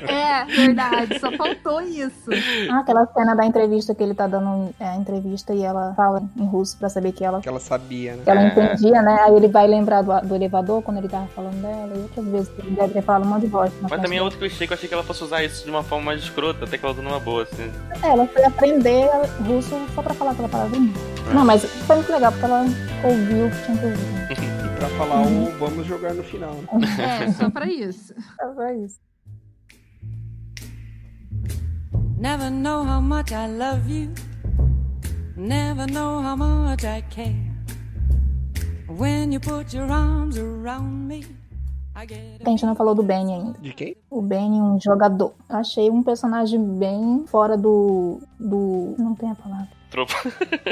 S5: é, verdade, só faltou isso.
S4: Ah, aquela cena da entrevista que ele tá dando é, a entrevista e ela fala em russo pra saber que ela,
S2: Que ela sabia, né?
S4: que ela
S1: É.
S4: entendia, né? Aí ele vai lembrar do, do elevador quando ele tava falando dela e outras vezes que ele deve ter falado um monte de bosta. na
S1: Mas
S4: frente
S1: também é
S4: dela.
S1: outro clichê que eu achei que ela fosse usar isso de uma forma mais escrota, até que ela usou numa boa, assim.
S4: É, ela foi aprender russo só pra falar aquela palavrinha.
S1: É.
S4: Não, mas foi muito legal porque ela ouviu o que tinha que ouvir.
S2: Pra falar o vamos jogar no final. né?
S5: É, só pra isso.
S4: Então, é isso.
S6: Never know how much I love you. Never know how much I care. When you put your arms around me, I get
S4: A gente não falou do Benny ainda.
S2: De quem?
S4: O Benny, um jogador. Eu achei um personagem bem fora do. do. Não tem a palavra.
S1: Tropo.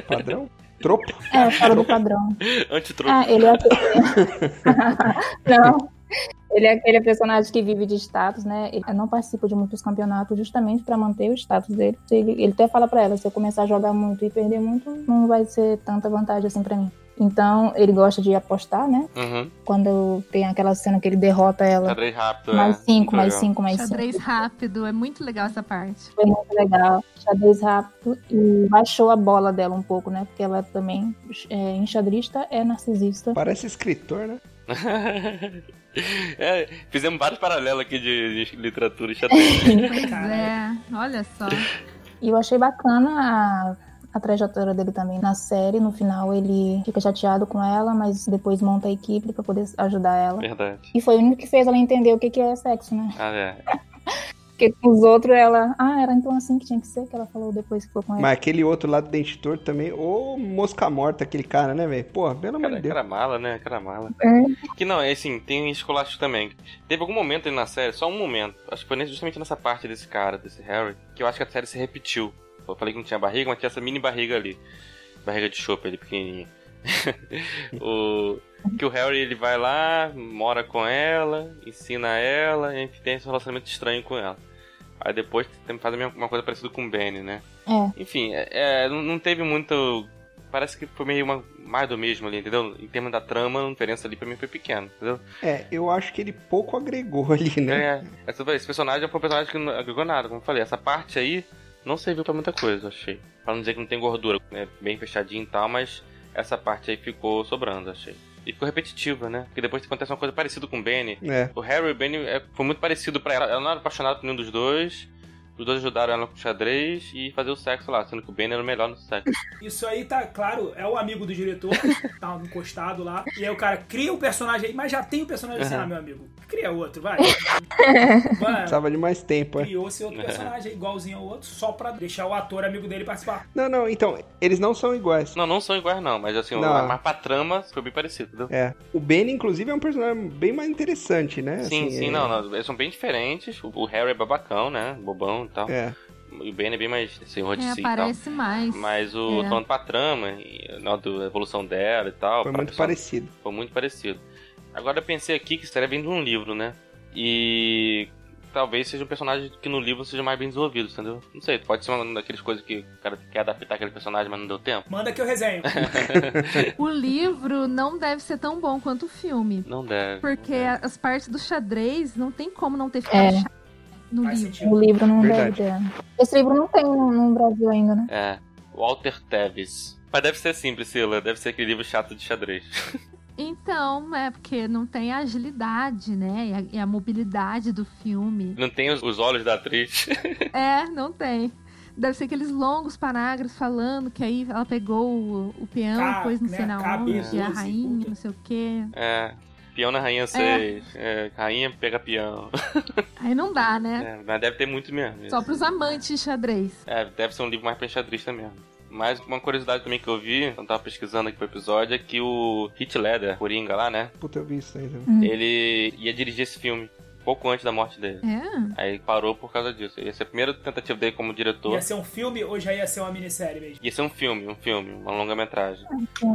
S2: Padrão? Tropo?
S4: É, fora do padrão.
S1: Antitropo.
S4: Ah, ele é aquele... Não. Ele é aquele personagem que vive de status, né? Ele não participa de muitos campeonatos justamente pra manter o status dele. Se Ele, ele até fala pra ela, se eu começar a jogar muito e perder muito, não vai ser tanta vantagem assim pra mim. Então, ele gosta de apostar, né?
S1: Uhum.
S4: Quando tem aquela cena que ele derrota ela.
S1: Xadrez rápido,
S4: Mais
S1: é.
S4: cinco, mais
S1: Legal.
S4: cinco, mais cinco.
S5: Xadrez rápido, é muito legal essa parte.
S4: Foi muito legal. Xadrez rápido e baixou a bola dela um pouco, né? Porque ela também é enxadrista, é narcisista.
S2: Parece escritor, né?
S1: É, fizemos vários paralelos aqui de, de literatura e xadrez.
S5: Pois é, olha só.
S4: E eu achei bacana a, a trajetória dele também na série. No final ele fica chateado com ela, mas depois monta a equipe pra poder ajudar ela.
S1: Verdade.
S4: E foi o único que fez ela entender o que, que é sexo, né?
S1: Ah, é.
S4: Porque com os outros ela. Ah, era então assim que tinha que ser, que ela falou depois que foi com ele.
S2: Mas aquele outro lá do Dente Torto também. Ô, mosca morta, aquele cara, né, velho? Pô, pelo amor de
S1: Cara,
S2: Deus.
S1: cara mala, né? Cara mala.
S4: É.
S1: Que não, é assim, tem esculacho também. Teve algum momento aí na série, só um momento, acho que foi nesse- justamente nessa parte desse cara, desse Harry, que eu acho que a série se repetiu. Eu falei que não tinha barriga, mas tinha essa mini barriga ali. Barriga de chope ali, pequenininha. o, que o Harry, ele vai lá, mora com ela, ensina ela, e tem esse relacionamento estranho com ela. Aí depois tem- faz a mesma- uma coisa parecida com o Benny, né?
S4: É.
S1: Enfim, é, é, não não teve muito. Parece que foi meio uma, mais do mesmo ali, entendeu? Em termos da trama, a diferença ali pra mim foi pequena, entendeu?
S2: É, eu acho que ele pouco agregou ali, né?
S1: É, essa- esse personagem foi um personagem que não agregou nada, como eu falei. Essa parte aí não serviu pra muita coisa, eu achei. Pra não dizer que não tem gordura, né? Bem fechadinho e tal, mas essa parte aí ficou sobrando, eu achei. E ficou repetitiva, né? Porque depois acontece uma coisa parecida com o Benny.
S2: É.
S1: O Harry e o Benny é, foi muito parecido pra ela. Ela não era apaixonada por nenhum dos dois. Os dois ajudaram ela com xadrez e fazer o sexo lá, sendo que o Benny era o melhor no sexo.
S3: Isso aí tá, claro, é o amigo do diretor, tá encostado lá. E aí o cara cria o personagem aí, mas já tem o personagem assim, ah, meu amigo, cria outro, vai. Mano,
S2: Precisava de mais tempo, é.
S3: criou-se outro personagem igualzinho ao outro, só pra deixar o ator amigo dele participar.
S2: Não, não, então, eles não são iguais.
S1: Não, não são iguais, não, mas assim,
S2: Não.
S1: mas pra trama foi bem parecido, entendeu?
S2: É. O Benny, inclusive, é um personagem bem mais interessante, né?
S1: Sim,
S2: Assim,
S1: sim,
S2: é...
S1: não, não, eles são bem diferentes. O- O Harry é babacão, né? Bobão e tal.
S2: É.
S1: E o Ben é bem mais senhor de
S5: É,
S1: si e tal.
S5: aparece mais.
S1: Mas o
S5: É.
S1: falando pra trama, e- na do- a evolução dela e tal.
S2: Foi
S1: pra
S2: muito
S1: pessoa-
S2: parecido.
S1: Foi muito parecido. Agora eu pensei aqui que estaria vindo de um livro, né? E talvez seja um personagem que no livro seja mais bem desenvolvido, entendeu? Não sei, pode ser uma daquelas coisas que o cara quer adaptar aquele personagem, mas não deu tempo.
S3: Manda que eu resenho.
S5: O livro não deve ser tão bom quanto o filme.
S1: Não deve. né?
S5: Porque
S1: não
S5: as partes do xadrez não tem como não ter ficado
S4: É.
S5: chato no
S3: Faz
S5: livro.
S4: O
S3: sentido.
S4: livro não
S2: Verdade.
S4: deve ter. Esse livro não tem no, no Brasil ainda, né?
S1: deve. É, Walter Tevis. Mas deve ser sim, Priscila. Deve ser aquele livro chato de xadrez.
S5: Então, é porque não tem a agilidade, né? E a, e a mobilidade do filme.
S1: Não tem os, os olhos da atriz.
S5: É, não tem. Deve ser aqueles longos parágrafos falando que aí ela pegou o, o peão,
S3: Ca-
S5: pôs não
S3: né,
S5: sei na
S3: cabe
S5: onde, a
S3: doze,
S5: rainha,
S3: puta.
S5: não sei o quê.
S1: É. Peão na Rainha 6. É, rainha pega peão.
S5: Aí não dá, né?
S1: É, mas deve ter muito mesmo.
S5: Só pros amantes de xadrez.
S1: É, deve ser um livro mais pra enxadrista mesmo. Mas uma curiosidade também que eu vi, quando eu tava pesquisando aqui pro episódio, é que o Heath Ledger, Coringa lá, né?
S2: Puta, eu vi isso aí também.
S4: Hum.
S1: Ele ia dirigir esse filme. pouco antes da morte dele.
S5: É.
S1: Aí parou por causa disso. Ia ser a primeira tentativa dele como diretor.
S3: Ia ser um filme ou já ia ser uma minissérie mesmo?
S1: Ia ser um filme, um filme, uma longa-metragem.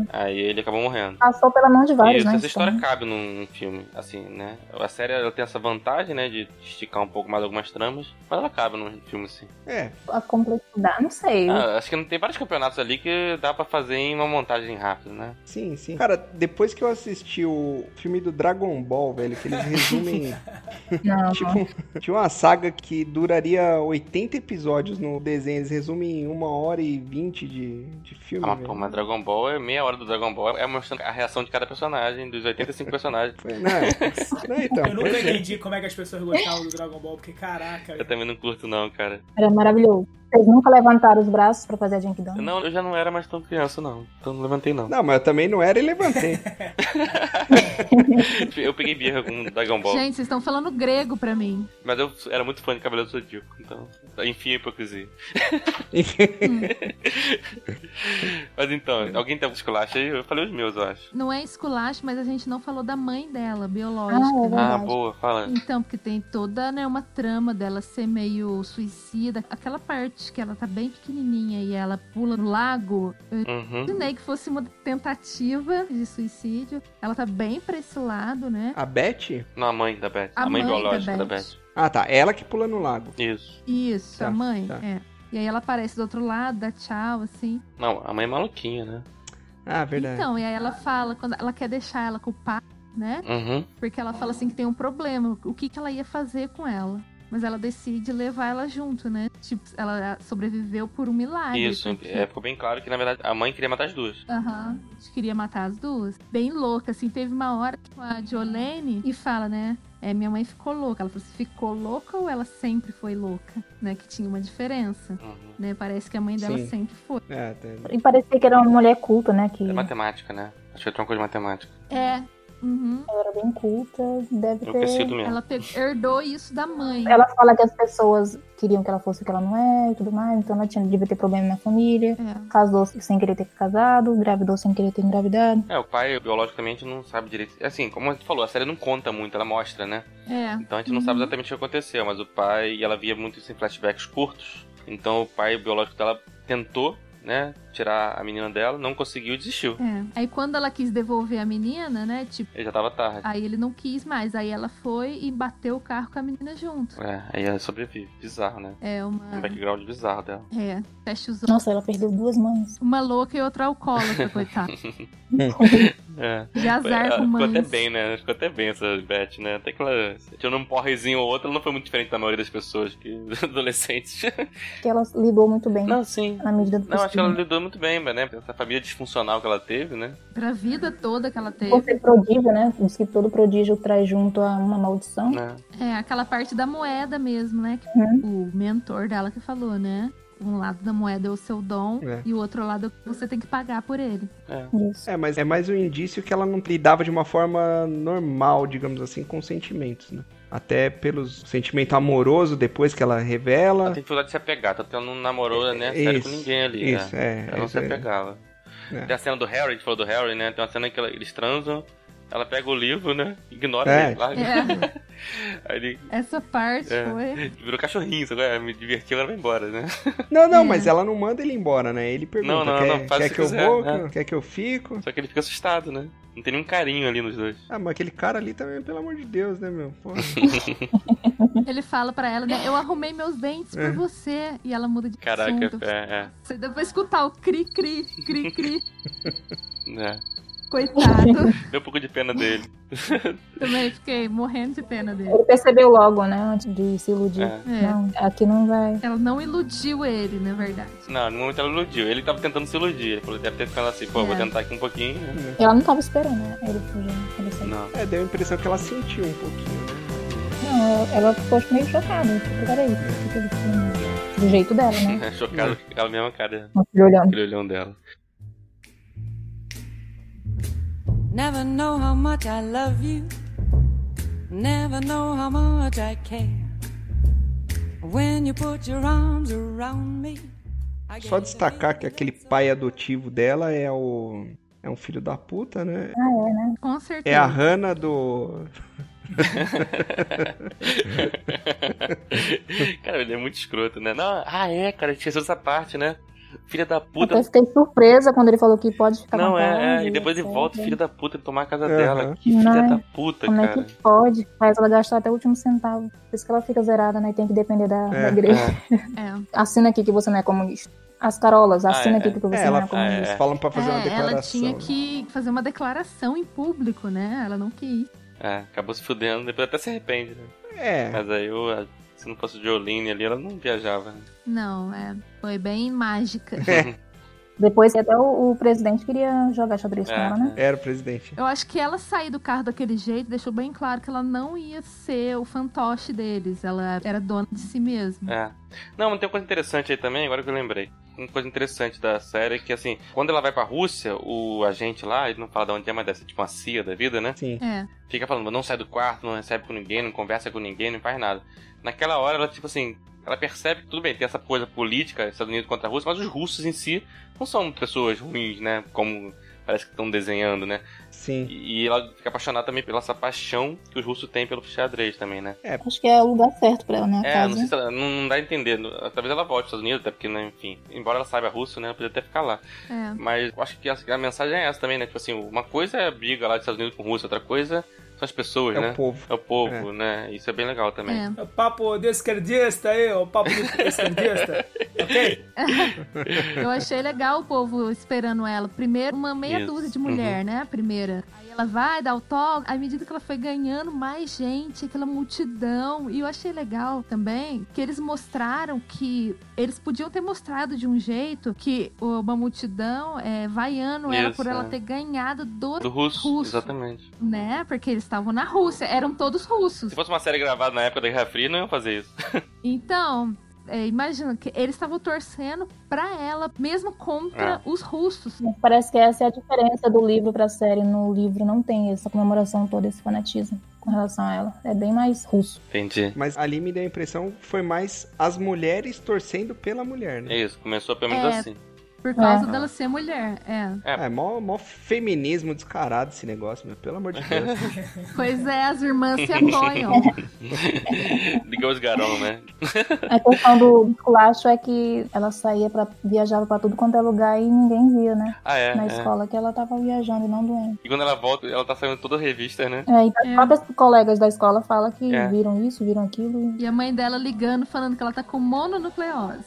S1: Aí ele acabou morrendo.
S4: Passou pela mão de vários,
S1: Isso,
S4: né?
S1: essa história
S4: também.
S1: cabe num filme, assim, né? A série ela tem essa vantagem, né, de esticar um pouco mais algumas tramas, mas ela cabe num filme, sim.
S2: É,
S4: Então, A complexidade, não sei.
S1: Ah, acho que não- tem vários campeonatos ali que dá pra fazer em uma montagem rápida, né?
S2: sim, sim. Cara, depois que eu assisti o filme do Dragon Ball, velho, que eles resumem.
S4: Não,
S2: tipo, tinha uma saga que duraria 80 episódios no desenho, eles resumem em 1 hora e 20 de, de filme.
S1: Ah, mas,
S2: velho.
S1: pô, mas Dragon Ball é meia hora do Dragon Ball, é mostrando a reação de cada personagem, dos 85 personagens.
S2: Foi- Não, não, então.
S3: Eu nunca entendi como é que as pessoas gostavam do Dragon Ball, porque caraca.
S1: Eu também não curto, não, cara.
S4: era maravilhoso. Vocês nunca levantaram os braços pra fazer a Genkidama?
S1: Não, eu já não era mais tão criança, não. Então não levantei, não.
S2: Não, mas eu também não era e levantei.
S1: Eu peguei birra com Dragon Ball.
S5: Gente, vocês estão falando grego pra mim.
S1: Mas eu era muito fã de Cavaleiro do Zodíaco, então. Enfim, a hipocrisia. Mas então, alguém tem alguns esculacha aí? Eu falei os meus, eu acho.
S5: Não é esculacho, mas a gente não falou da mãe dela, biológica.
S4: Ah, é
S5: né?
S1: Ah,
S4: Verdade.
S1: boa, fala.
S5: Então, porque tem toda né, uma trama dela ser meio suicida. Aquela parte que ela tá bem pequenininha e ela pula no lago. Eu
S1: Uhum.
S5: imaginei que fosse uma tentativa de suicídio. Ela tá bem pra esse lado, né?
S2: A Beth?
S1: Não, a mãe da Beth.
S5: A
S1: A, mãe,
S5: mãe da
S1: biológica da
S5: Beth.
S1: Beth.
S2: Ah, tá. Ela que pula no lago.
S1: Isso.
S5: Isso,
S2: Tá,
S5: a mãe.
S2: tá.
S5: É. E aí ela aparece do outro lado, dá tchau, assim.
S1: Não, a mãe é maluquinha, né?
S2: Ah, verdade.
S5: Então, e aí ela fala, quando ela quer deixar ela com o pai, né?
S1: Uhum.
S5: Porque ela fala assim que tem um problema. O que, que ela ia fazer com ela? Mas ela decide levar ela junto, né? Tipo, ela sobreviveu por um milagre.
S1: Isso.
S5: porque-
S1: É, ficou bem claro que, na verdade, a mãe queria matar as duas.
S5: Aham. A gente queria matar as duas. Bem louca, assim. Teve uma hora com a Jolene e fala, né? É, minha mãe ficou louca. Ela falou assim, ficou louca ou ela sempre foi louca? Né? Que tinha uma diferença.
S1: Uhum.
S5: Né? Parece que a mãe dela
S2: Sim.
S5: sempre foi.
S2: É, tá.
S4: E parecia que era uma mulher culta, né? Que
S1: É matemática, né? Acho que eu tenho uma coisa de matemática.
S5: É. Uhum.
S4: era bem culta, deve
S1: Eu
S4: ter...
S1: crescido mesmo.
S5: É. Ela pegou- herdou isso da mãe.
S4: Ela fala que as pessoas queriam que ela fosse o que ela não é e tudo mais, então ela tinha, devia ter problema na família.
S5: É.
S4: Casou sem querer ter casado, engravidou sem querer ter engravidado.
S1: É, o pai, biologicamente, não sabe direito. Assim, como a gente falou, a série não conta muito, ela mostra, né?
S5: É.
S1: Então a gente não sabe exatamente o que aconteceu, mas o pai, e ela via muito isso em flashbacks curtos. Então o pai biológico dela tentou, né, tirar a menina dela, não conseguiu e desistiu.
S5: É. Aí quando ela quis devolver a menina, né? Tipo,
S1: Ele já tava tarde.
S5: aí ele não quis mais. Aí ela foi e bateu o carro com a menina junto.
S1: É, aí ela sobrevive. Bizarro, né?
S5: É
S1: Um
S5: uma.
S1: background bizarro dela.
S5: É, fecha os olhos.
S4: Nossa, ela perdeu duas mães.
S5: Uma louca e outra alcoólatra, coitada.
S1: É.
S5: De azar
S1: Ela
S5: com
S1: ficou
S5: mães.
S1: até bem, né? Ficou até bem essa Beth, né? Até que ela tirando um porrezinho ou outro, ela não foi muito diferente da maioria das pessoas, que adolescentes.
S4: Que ela lidou muito bem
S1: Não, sim.
S4: na medida do
S1: Não, acho que
S4: possível.
S1: ela lidou muito bem, né? Essa família disfuncional que ela teve, né?
S5: Pra vida toda que ela
S4: Por
S5: teve.
S4: ser prodígio, né? Diz que todo prodígio traz junto a uma maldição.
S1: É.
S5: É, aquela parte da moeda mesmo, né? Que O mentor dela que falou, né? Um lado da moeda é o seu dom
S2: É.
S5: e o outro lado é o que você tem que pagar por ele.
S4: Isso.
S2: É, mas é mais um indício que ela não lidava de uma forma normal, digamos assim, com sentimentos, né? Até pelo sentimento amoroso depois que ela
S1: Ela
S2: revela.
S1: tem dificuldade de se apegar, tanto que ela não namorou, né?
S2: Ah. É, Isso,
S1: Sério com ninguém ali. né?
S2: Isso, é.
S1: Ela não
S2: isso
S1: se
S2: é.
S1: apegava.
S2: É.
S1: Tem a cena do Harry, a gente falou do Harry, né? Tem uma cena que ela- eles transam, ela pega o livro, né? Ignora
S2: É.
S1: ele, larga.
S5: É,
S1: Aí ele
S5: essa parte
S1: É.
S5: foi.
S1: virou cachorrinho, sabe? É, Me divertiu, agora vai embora, né?
S2: Não, não,
S5: É.
S2: mas ela não manda ele embora, né? Ele pergunta,
S1: Não, não,
S2: quer,
S1: não, faz
S2: quer
S1: se
S2: que eu
S1: quiser,
S2: vou,
S1: né?
S2: quer que eu fico?
S1: Só que ele fica assustado, né? Não tem nenhum carinho ali nos dois.
S2: Ah, mas aquele cara ali também, pelo amor de Deus, né, meu? Porra.
S5: Ele fala pra ela, né? Eu arrumei meus dentes por você. E ela muda de
S1: Caraca,
S5: assunto.
S1: é, é,
S5: Você deu pra escutar o cri-cri, cri-cri.
S1: né?
S5: Coitado.
S1: Deu um pouco de pena dele.
S5: Também fiquei morrendo de pena dele.
S4: Ele percebeu logo, né? Antes de se iludir.
S1: É.
S5: É.
S4: Não, aqui não vai.
S5: Ela não iludiu ele, na verdade.
S1: Não, no momento ela iludiu. Ele tava tentando se iludir. Ele falou, deve ter ficado assim, pô, vou
S5: É.
S1: tentar aqui um pouquinho. né?
S4: Ela não tava esperando, né? Ele fugindo. Ele saiu.
S1: Não.
S2: É, deu a impressão que ela sentiu um pouquinho.
S4: Não, ela ficou meio chocada. Tipo, peraí, por que ele foi? Do jeito dela, né?
S1: É chocado com aquela mesma cara,
S4: Com o filho olhando.
S1: aquele olhão dela.
S6: Never know how much I love you. Never know how much I care. When you put your arms around me. I
S2: né? Só
S6: get
S2: destacar que aquele pai adotivo dela é
S5: Ah,
S2: o. É um filho da puta, né?
S5: Com
S2: É a
S5: certeza.
S2: Hannah do.
S1: cara, ele é muito escroto, né? Não, ah, é, cara, esqueceu essa parte, né? Filha da puta.
S4: Até fiquei surpresa quando ele falou que pode ficar
S1: Não,
S4: na
S1: é,
S4: casa,
S1: é, e depois ele
S4: etc.
S1: volta, filha da puta, ele tomar a casa
S2: Aham.
S1: dela. Que filha
S4: um, né? Não é?
S1: da puta,
S4: Como
S1: cara.
S4: é que pode? Faz ela gastar até o último centavo. Por isso que ela fica zerada, né? E tem que depender da, da
S2: É.
S4: igreja.
S5: É.
S4: Assina aqui que você não é comunista. As carolas, assina
S1: Ah, é.
S4: aqui que você
S2: É,
S4: não
S2: ela-
S4: é comunista.
S2: Eles falam pra fazer uma
S5: É,
S2: declaração.
S5: ela tinha
S2: né?
S5: que fazer uma declaração em público, né? Ela não quis.
S1: É, acabou se fudendo, depois até se arrepende, né?
S2: É.
S1: Mas aí eu, ah, se não fosse o Jolene ali, ela não viajava. né?
S5: Não, é. Foi bem mágica.
S4: Depois até o, o presidente queria jogar xadrez com
S1: É,
S4: ela, né?
S2: Era o presidente.
S5: Eu acho que ela sair do carro daquele jeito deixou bem claro que ela não ia ser o fantoche deles. Ela era dona de si mesma.
S1: É. Não, mas tem uma coisa interessante aí também, agora que eu lembrei. Uma coisa interessante da série é que, assim, quando ela vai pra Rússia, o agente lá, ele não fala de onde é, mas deve ser tipo uma CIA da vida, né?
S2: Sim.
S5: É.
S1: Fica falando, não sai do quarto, não recebe com ninguém, não conversa com ninguém, não faz nada. Naquela hora, ela, tipo assim, ela percebe que tudo bem, tem essa coisa política, Estados Unidos contra a Rússia, mas os russos em si não são pessoas ruins, né? Como parece que estão desenhando, né?
S2: Sim.
S1: E ela fica apaixonada também pela essa paixão que os russos têm pelo xadrez também, né?
S4: Acho que é o lugar certo pra ela, né? A
S1: É,
S4: casa.
S1: não sei se ela, não, não dá a entender. Talvez ela volte aos Estados Unidos, até porque, né, enfim, embora ela saiba russo, né, ela podia até ficar lá.
S5: É.
S1: Mas eu acho que a, a mensagem é essa também, né? Tipo assim, uma coisa é a briga lá dos Estados Unidos com a Rússia, outra coisa são as pessoas,
S2: É
S1: né?
S2: o povo.
S1: É o povo, né? Isso é bem legal também.
S5: É.
S3: É o papo de esquerdista aí, é o papo de esquerdista. ok?
S5: Eu achei legal o povo esperando ela. Primeiro, uma meia
S1: Isso. Uhum.
S5: dúzia de mulher, né? A primeira. Aí ela vai, dá o toque. À medida que ela foi ganhando mais gente, aquela multidão. E eu achei legal também que eles mostraram que eles podiam ter mostrado de um jeito que uma multidão é, vaiando ela
S1: Isso,
S5: por ela
S1: é.
S5: ter ganhado do,
S1: Do russo,
S5: Russo.
S1: exatamente.
S5: né? Porque eles estavam na Rússia, eram todos russos.
S1: Se fosse uma série gravada na época da Guerra Fria, não iam fazer isso.
S5: Então, é, imagina que eles estavam torcendo pra ela, mesmo
S1: É.
S5: contra os russos.
S4: Mas Parece que essa é a diferença do livro pra série. No livro não tem essa comemoração toda, esse fanatismo com relação a ela. É bem mais russo.
S1: Entendi.
S2: Mas ali me deu a impressão que foi mais as mulheres torcendo pela mulher,
S1: É
S2: né?
S1: isso, começou pelo menos
S5: É.
S1: assim.
S5: Por causa
S1: É.
S5: dela ser mulher. É.
S1: É.
S2: É, mó, mó feminismo descarado esse negócio, meu. Pelo amor de Deus.
S5: Pois é, as irmãs se apoiam.
S1: Ligou os garão, né?
S4: A questão do culacho é que ela saía para viajava pra tudo quanto é lugar e ninguém via, né?
S1: Ah, é.
S4: Na
S1: é.
S4: escola que ela tava viajando e não doente.
S1: E quando ela volta, ela tá saindo toda revista, né?
S4: É, e as próprias colegas da escola falam que
S1: É.
S4: viram isso, viram aquilo.
S5: e a mãe dela ligando, falando que ela tá com mononucleose.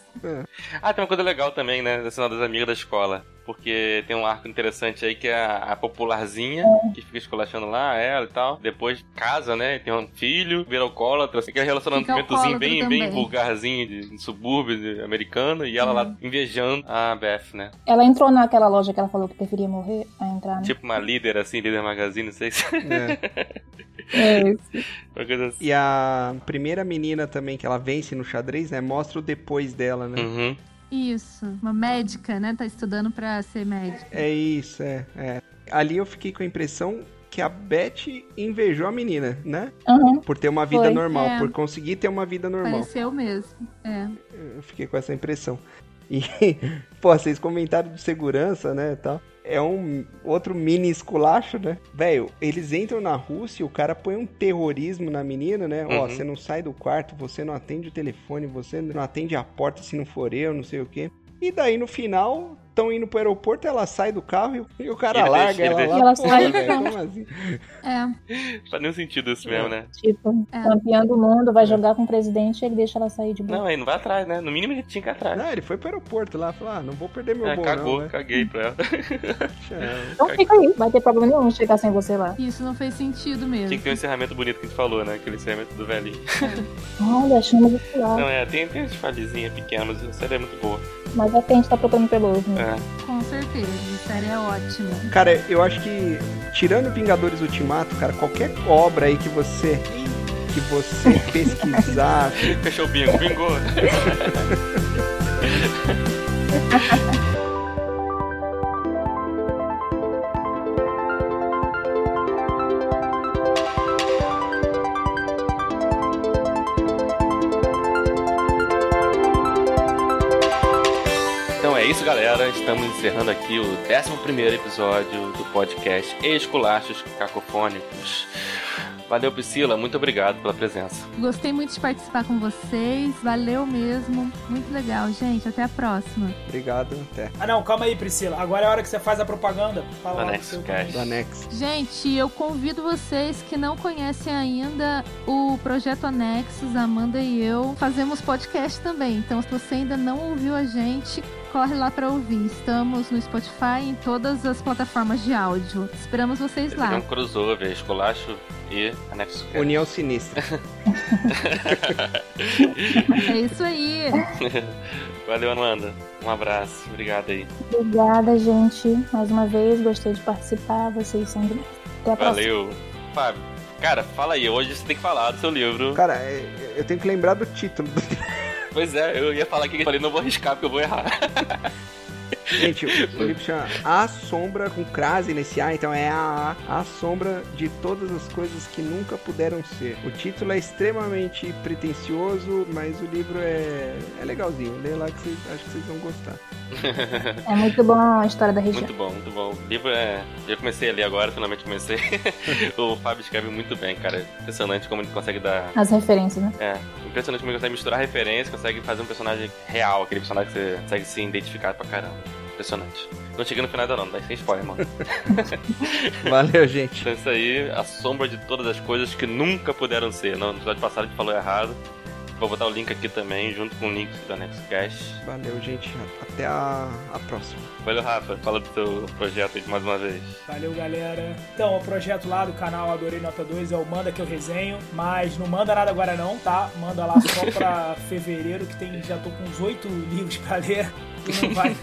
S1: Ah, tem uma coisa legal também, né? Dessa das amigas da escola. Porque tem um arco interessante aí que é a, a popularzinha, que fica esculachando lá, ela e tal. Depois casa, né? Tem um filho, vira alcoólatra. assim, Aquele relacionamentozinho
S5: alcoólatra
S1: bem, bem
S5: também.
S1: vulgarzinho de, de subúrbio de- americano. E ela
S5: Uhum.
S1: lá invejando a Beth, né?
S4: Ela entrou naquela loja que ela falou que preferia morrer a entrar, né?
S1: Tipo uma líder, assim, líder magazine, não sei se...
S2: É.
S4: É
S1: Tipo.
S4: isso.
S1: uma coisa assim.
S2: E a primeira menina também que ela vence no xadrez, né? Mostra o depois dela, né?
S1: Uhum.
S5: Isso. Uma médica, né? Tá estudando pra ser médica.
S2: É isso, é, é. Ali eu fiquei com a impressão que a Beth invejou a menina, né?
S4: Uhum.
S2: Por ter uma vida
S4: Foi,
S2: normal,
S5: é.
S2: por conseguir ter uma vida normal.
S5: Pareceu mesmo. É.
S2: Eu fiquei com essa impressão. E, pô, vocês comentaram de segurança, né, e tal. É um outro mini esculacho, né? Velho, eles entram na Rússia e o cara põe um terrorismo na menina, né? Ó,
S1: Uhum.
S2: você não sai do quarto, você não atende o telefone, você não atende a porta se não for eu, não sei o quê. E daí, no final, estão indo pro aeroporto, ela sai do carro e o- e o cara
S1: Ele
S2: larga
S1: deixa, ele
S2: ela
S1: deixa.
S2: lá.
S4: E ela
S2: Porra,
S4: sai.
S2: velho, como assim?
S5: É.
S1: Faz nenhum sentido isso mesmo, né?
S4: Tipo, campeã do mundo, vai jogar com o presidente e ele deixa ela sair
S5: É.
S4: de boa.
S1: Não, aí não vai atrás, né? No mínimo ele tinha que ir atrás.
S2: Não, ele foi pro aeroporto lá, falou, ah, não vou perder meu
S1: É,
S2: voo
S1: cagou,
S2: não, né? É.
S1: caguei pra ela.
S2: Tchau.
S1: é.
S4: Então fica aí, vai ter problema nenhum chegar sem você lá.
S5: Isso não fez sentido
S1: Tinha que
S5: mesmo.
S1: ter um encerramento bonito que a gente falou, né? Aquele encerramento do velhinho.
S4: Olha, achamos isso lá.
S1: Não, é, tem, tem as falezinhas pequenas, a série é muito boa.
S4: Mas é que a gente tá procurando pelo outro. né?
S1: É.
S5: Com certeza. A série é ótima.
S2: Cara, eu acho que tirando Vingadores Ultimato, cara, qualquer obra aí que você que você pesquisar,
S1: Fechou o bingo, bingou. Então é isso, galera. Estamos encerrando aqui o 11 episódio do podcast Esculachos Cacofônicos. Valeu, Priscila. Muito obrigado pela presença.
S5: Gostei muito de participar com vocês. Valeu mesmo. Muito legal, gente. Até a próxima.
S2: Obrigado, até.
S3: Ah, não, calma aí, Priscila. Agora é a hora que você faz a propaganda. Fala lá do
S1: Vanex
S3: seu-
S1: Cast.
S2: Do anexo.
S5: Gente, eu convido vocês que não conhecem ainda o Projeto Anexos, a Amanda e eu, fazemos podcast também. Então, se você ainda não ouviu a gente, corre lá para ouvir. Estamos no Spotify e em todas as plataformas de áudio. Esperamos vocês
S1: Esse aqui é
S5: lá.
S1: um crossover, escolacho e anexo. Cast.
S2: União Sinistra.
S5: É isso aí.
S1: Valeu, Amanda. Um abraço. Obrigado aí.
S4: Obrigada, gente. Mais uma vez, gostei de participar. Vocês são demais. Até a próxima.
S1: Valeu. Fábio, cara, fala aí. Hoje você tem que falar do seu livro.
S2: Cara, é- eu tenho que lembrar do título. do-
S1: Pois é, eu ia falar aqui que eu falei, não vou arriscar porque eu vou errar.
S2: Gente, o livro chama A Sombra com crase nesse A, então é a A Sombra de todas as coisas que nunca puderam ser. O título é extremamente pretencioso, mas o livro é, é legalzinho. Lê lá que vocês, acho que vocês vão gostar.
S4: É muito bom a história da região.
S1: Muito bom, muito bom. O livro é. Eu comecei a ler agora, finalmente comecei. o Fábio escreve muito bem, cara. É Impressionante como ele consegue dar.
S4: As referências, né?
S1: É, impressionante como ele consegue misturar referência, consegue fazer um personagem real, aquele personagem que você consegue se identificar pra caramba. Impressionante. Não cheguei no final ainda não, mas sem spoiler, mano.
S2: Valeu, gente.
S1: Então é isso aí, a sombra de todas as coisas que nunca puderam ser. No episódio passado a gente falou errado. Vou botar o link aqui também, junto com o link do Anexo Cash.
S2: Valeu, gente. Até a, a próxima.
S1: Valeu, Rafa. Fala do teu projeto aí mais uma vez.
S3: Valeu, galera. Então, o projeto lá do canal Adorei Nota 2 é o Manda Que Eu Resenho, mas não manda nada agora não, tá? Manda lá só pra fevereiro, que tem, já tô com uns oito livros pra ler. E, não vai-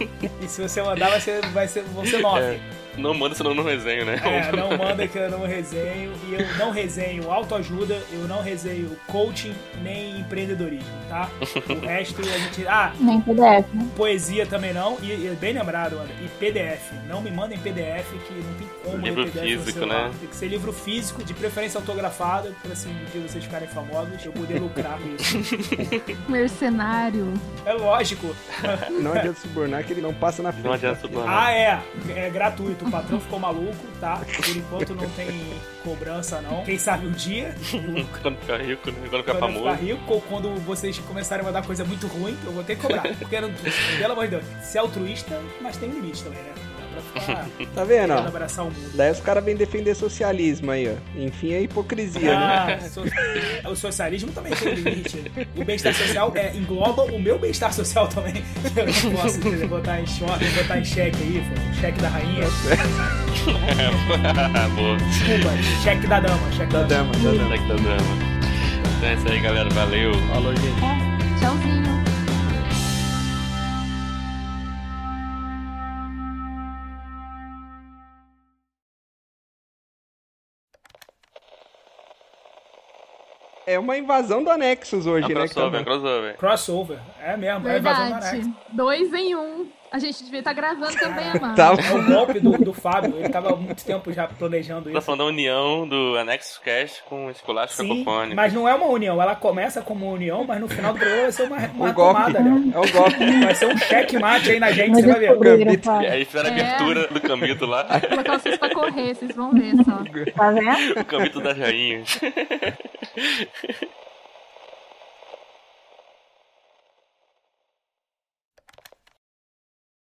S3: e se você mandar, vai ser, vai ser, vão ser nove.
S1: É. Não manda senão não resenho, né?
S3: É, não manda que eu não resenho. E eu não resenho autoajuda, eu não resenho coaching, nem empreendedorismo, tá? O resto a gente. Ah,
S4: Nem PDF, né?
S3: poesia também não. E, e bem lembrado, Ana, e PDF. Não me mandem PDF, que não tem como
S1: Livro
S3: ler PDF no
S1: físico,
S3: celular.
S1: né?
S3: Tem que ser livro físico, de preferência autografado, pra assim, um dia vocês ficarem famosos, eu poder lucrar com isso.
S5: Mercenário.
S3: É lógico.
S2: Não adianta subornar que ele não passa na frente.
S1: Não adianta
S2: da
S1: subornar.
S3: Ah, é. É gratuito. O patrão ficou maluco, tá? Por enquanto não tem cobrança, não. Quem sabe um dia.
S1: Quando ficar rico, né? Quando ficar
S3: quando eu ficar
S1: famoso.
S3: rico ou quando vocês começarem a mandar coisa muito ruim, eu vou ter que cobrar. Porque, não, pelo amor de Deus, ser altruísta, mas tem limite também, né? Dá pra ficar
S2: fila. Tá vendo?
S3: querendo
S2: ó?
S3: abraçar o mundo.
S2: Daí os caras vêm defender socialismo aí, ó. Enfim, é hipocrisia, né?
S3: Ah, so- o socialismo também tem limite. O bem-estar social é, engloba o meu bem-estar social também. Eu não posso entendeu? botar em choque, botar em xeque aí, pô. cheque da rainha.
S1: Boa.
S3: Desculpa, cheque da dama, cheque
S2: Da
S3: da dama.
S2: dama, da dama.
S1: Tá que tá dando. Então é isso aí, galera. Valeu.
S2: Falou, gente.
S5: É, tchauzinho.
S2: É uma invasão do Anexus
S1: É
S2: hoje,
S1: um
S2: né? que tá
S1: crossover, é um
S2: dando?
S1: crossover.
S3: Crossover, é mesmo, é invasão da Anex.
S5: Verdade. Dois em um. A gente devia estar gravando também, Amanda.
S2: Tá
S3: É o golpe do, do Fábio, ele tava há muito tempo já planejando
S1: Tá
S3: isso.
S1: falando da união do Anexo Cash com o Esculacho
S3: Sim,
S1: Cacofônico.
S3: mas não é uma união. Ela começa como uma união, mas no final do programa vai ser uma, uma
S2: o um golpe.
S3: tomada, Léo.
S2: É o golpe.
S3: Vai ser um checkmate aí na gente,
S4: Mas
S3: você vai ver.
S4: descobriram,
S2: Gambito.
S1: E
S4: Fábio.
S1: aí fizeram a
S5: É.
S1: abertura do Camito lá.
S5: Vou colocar vocês pra correr, vocês vão ver só.
S4: Tá vendo?
S1: O Camito das Rainhas.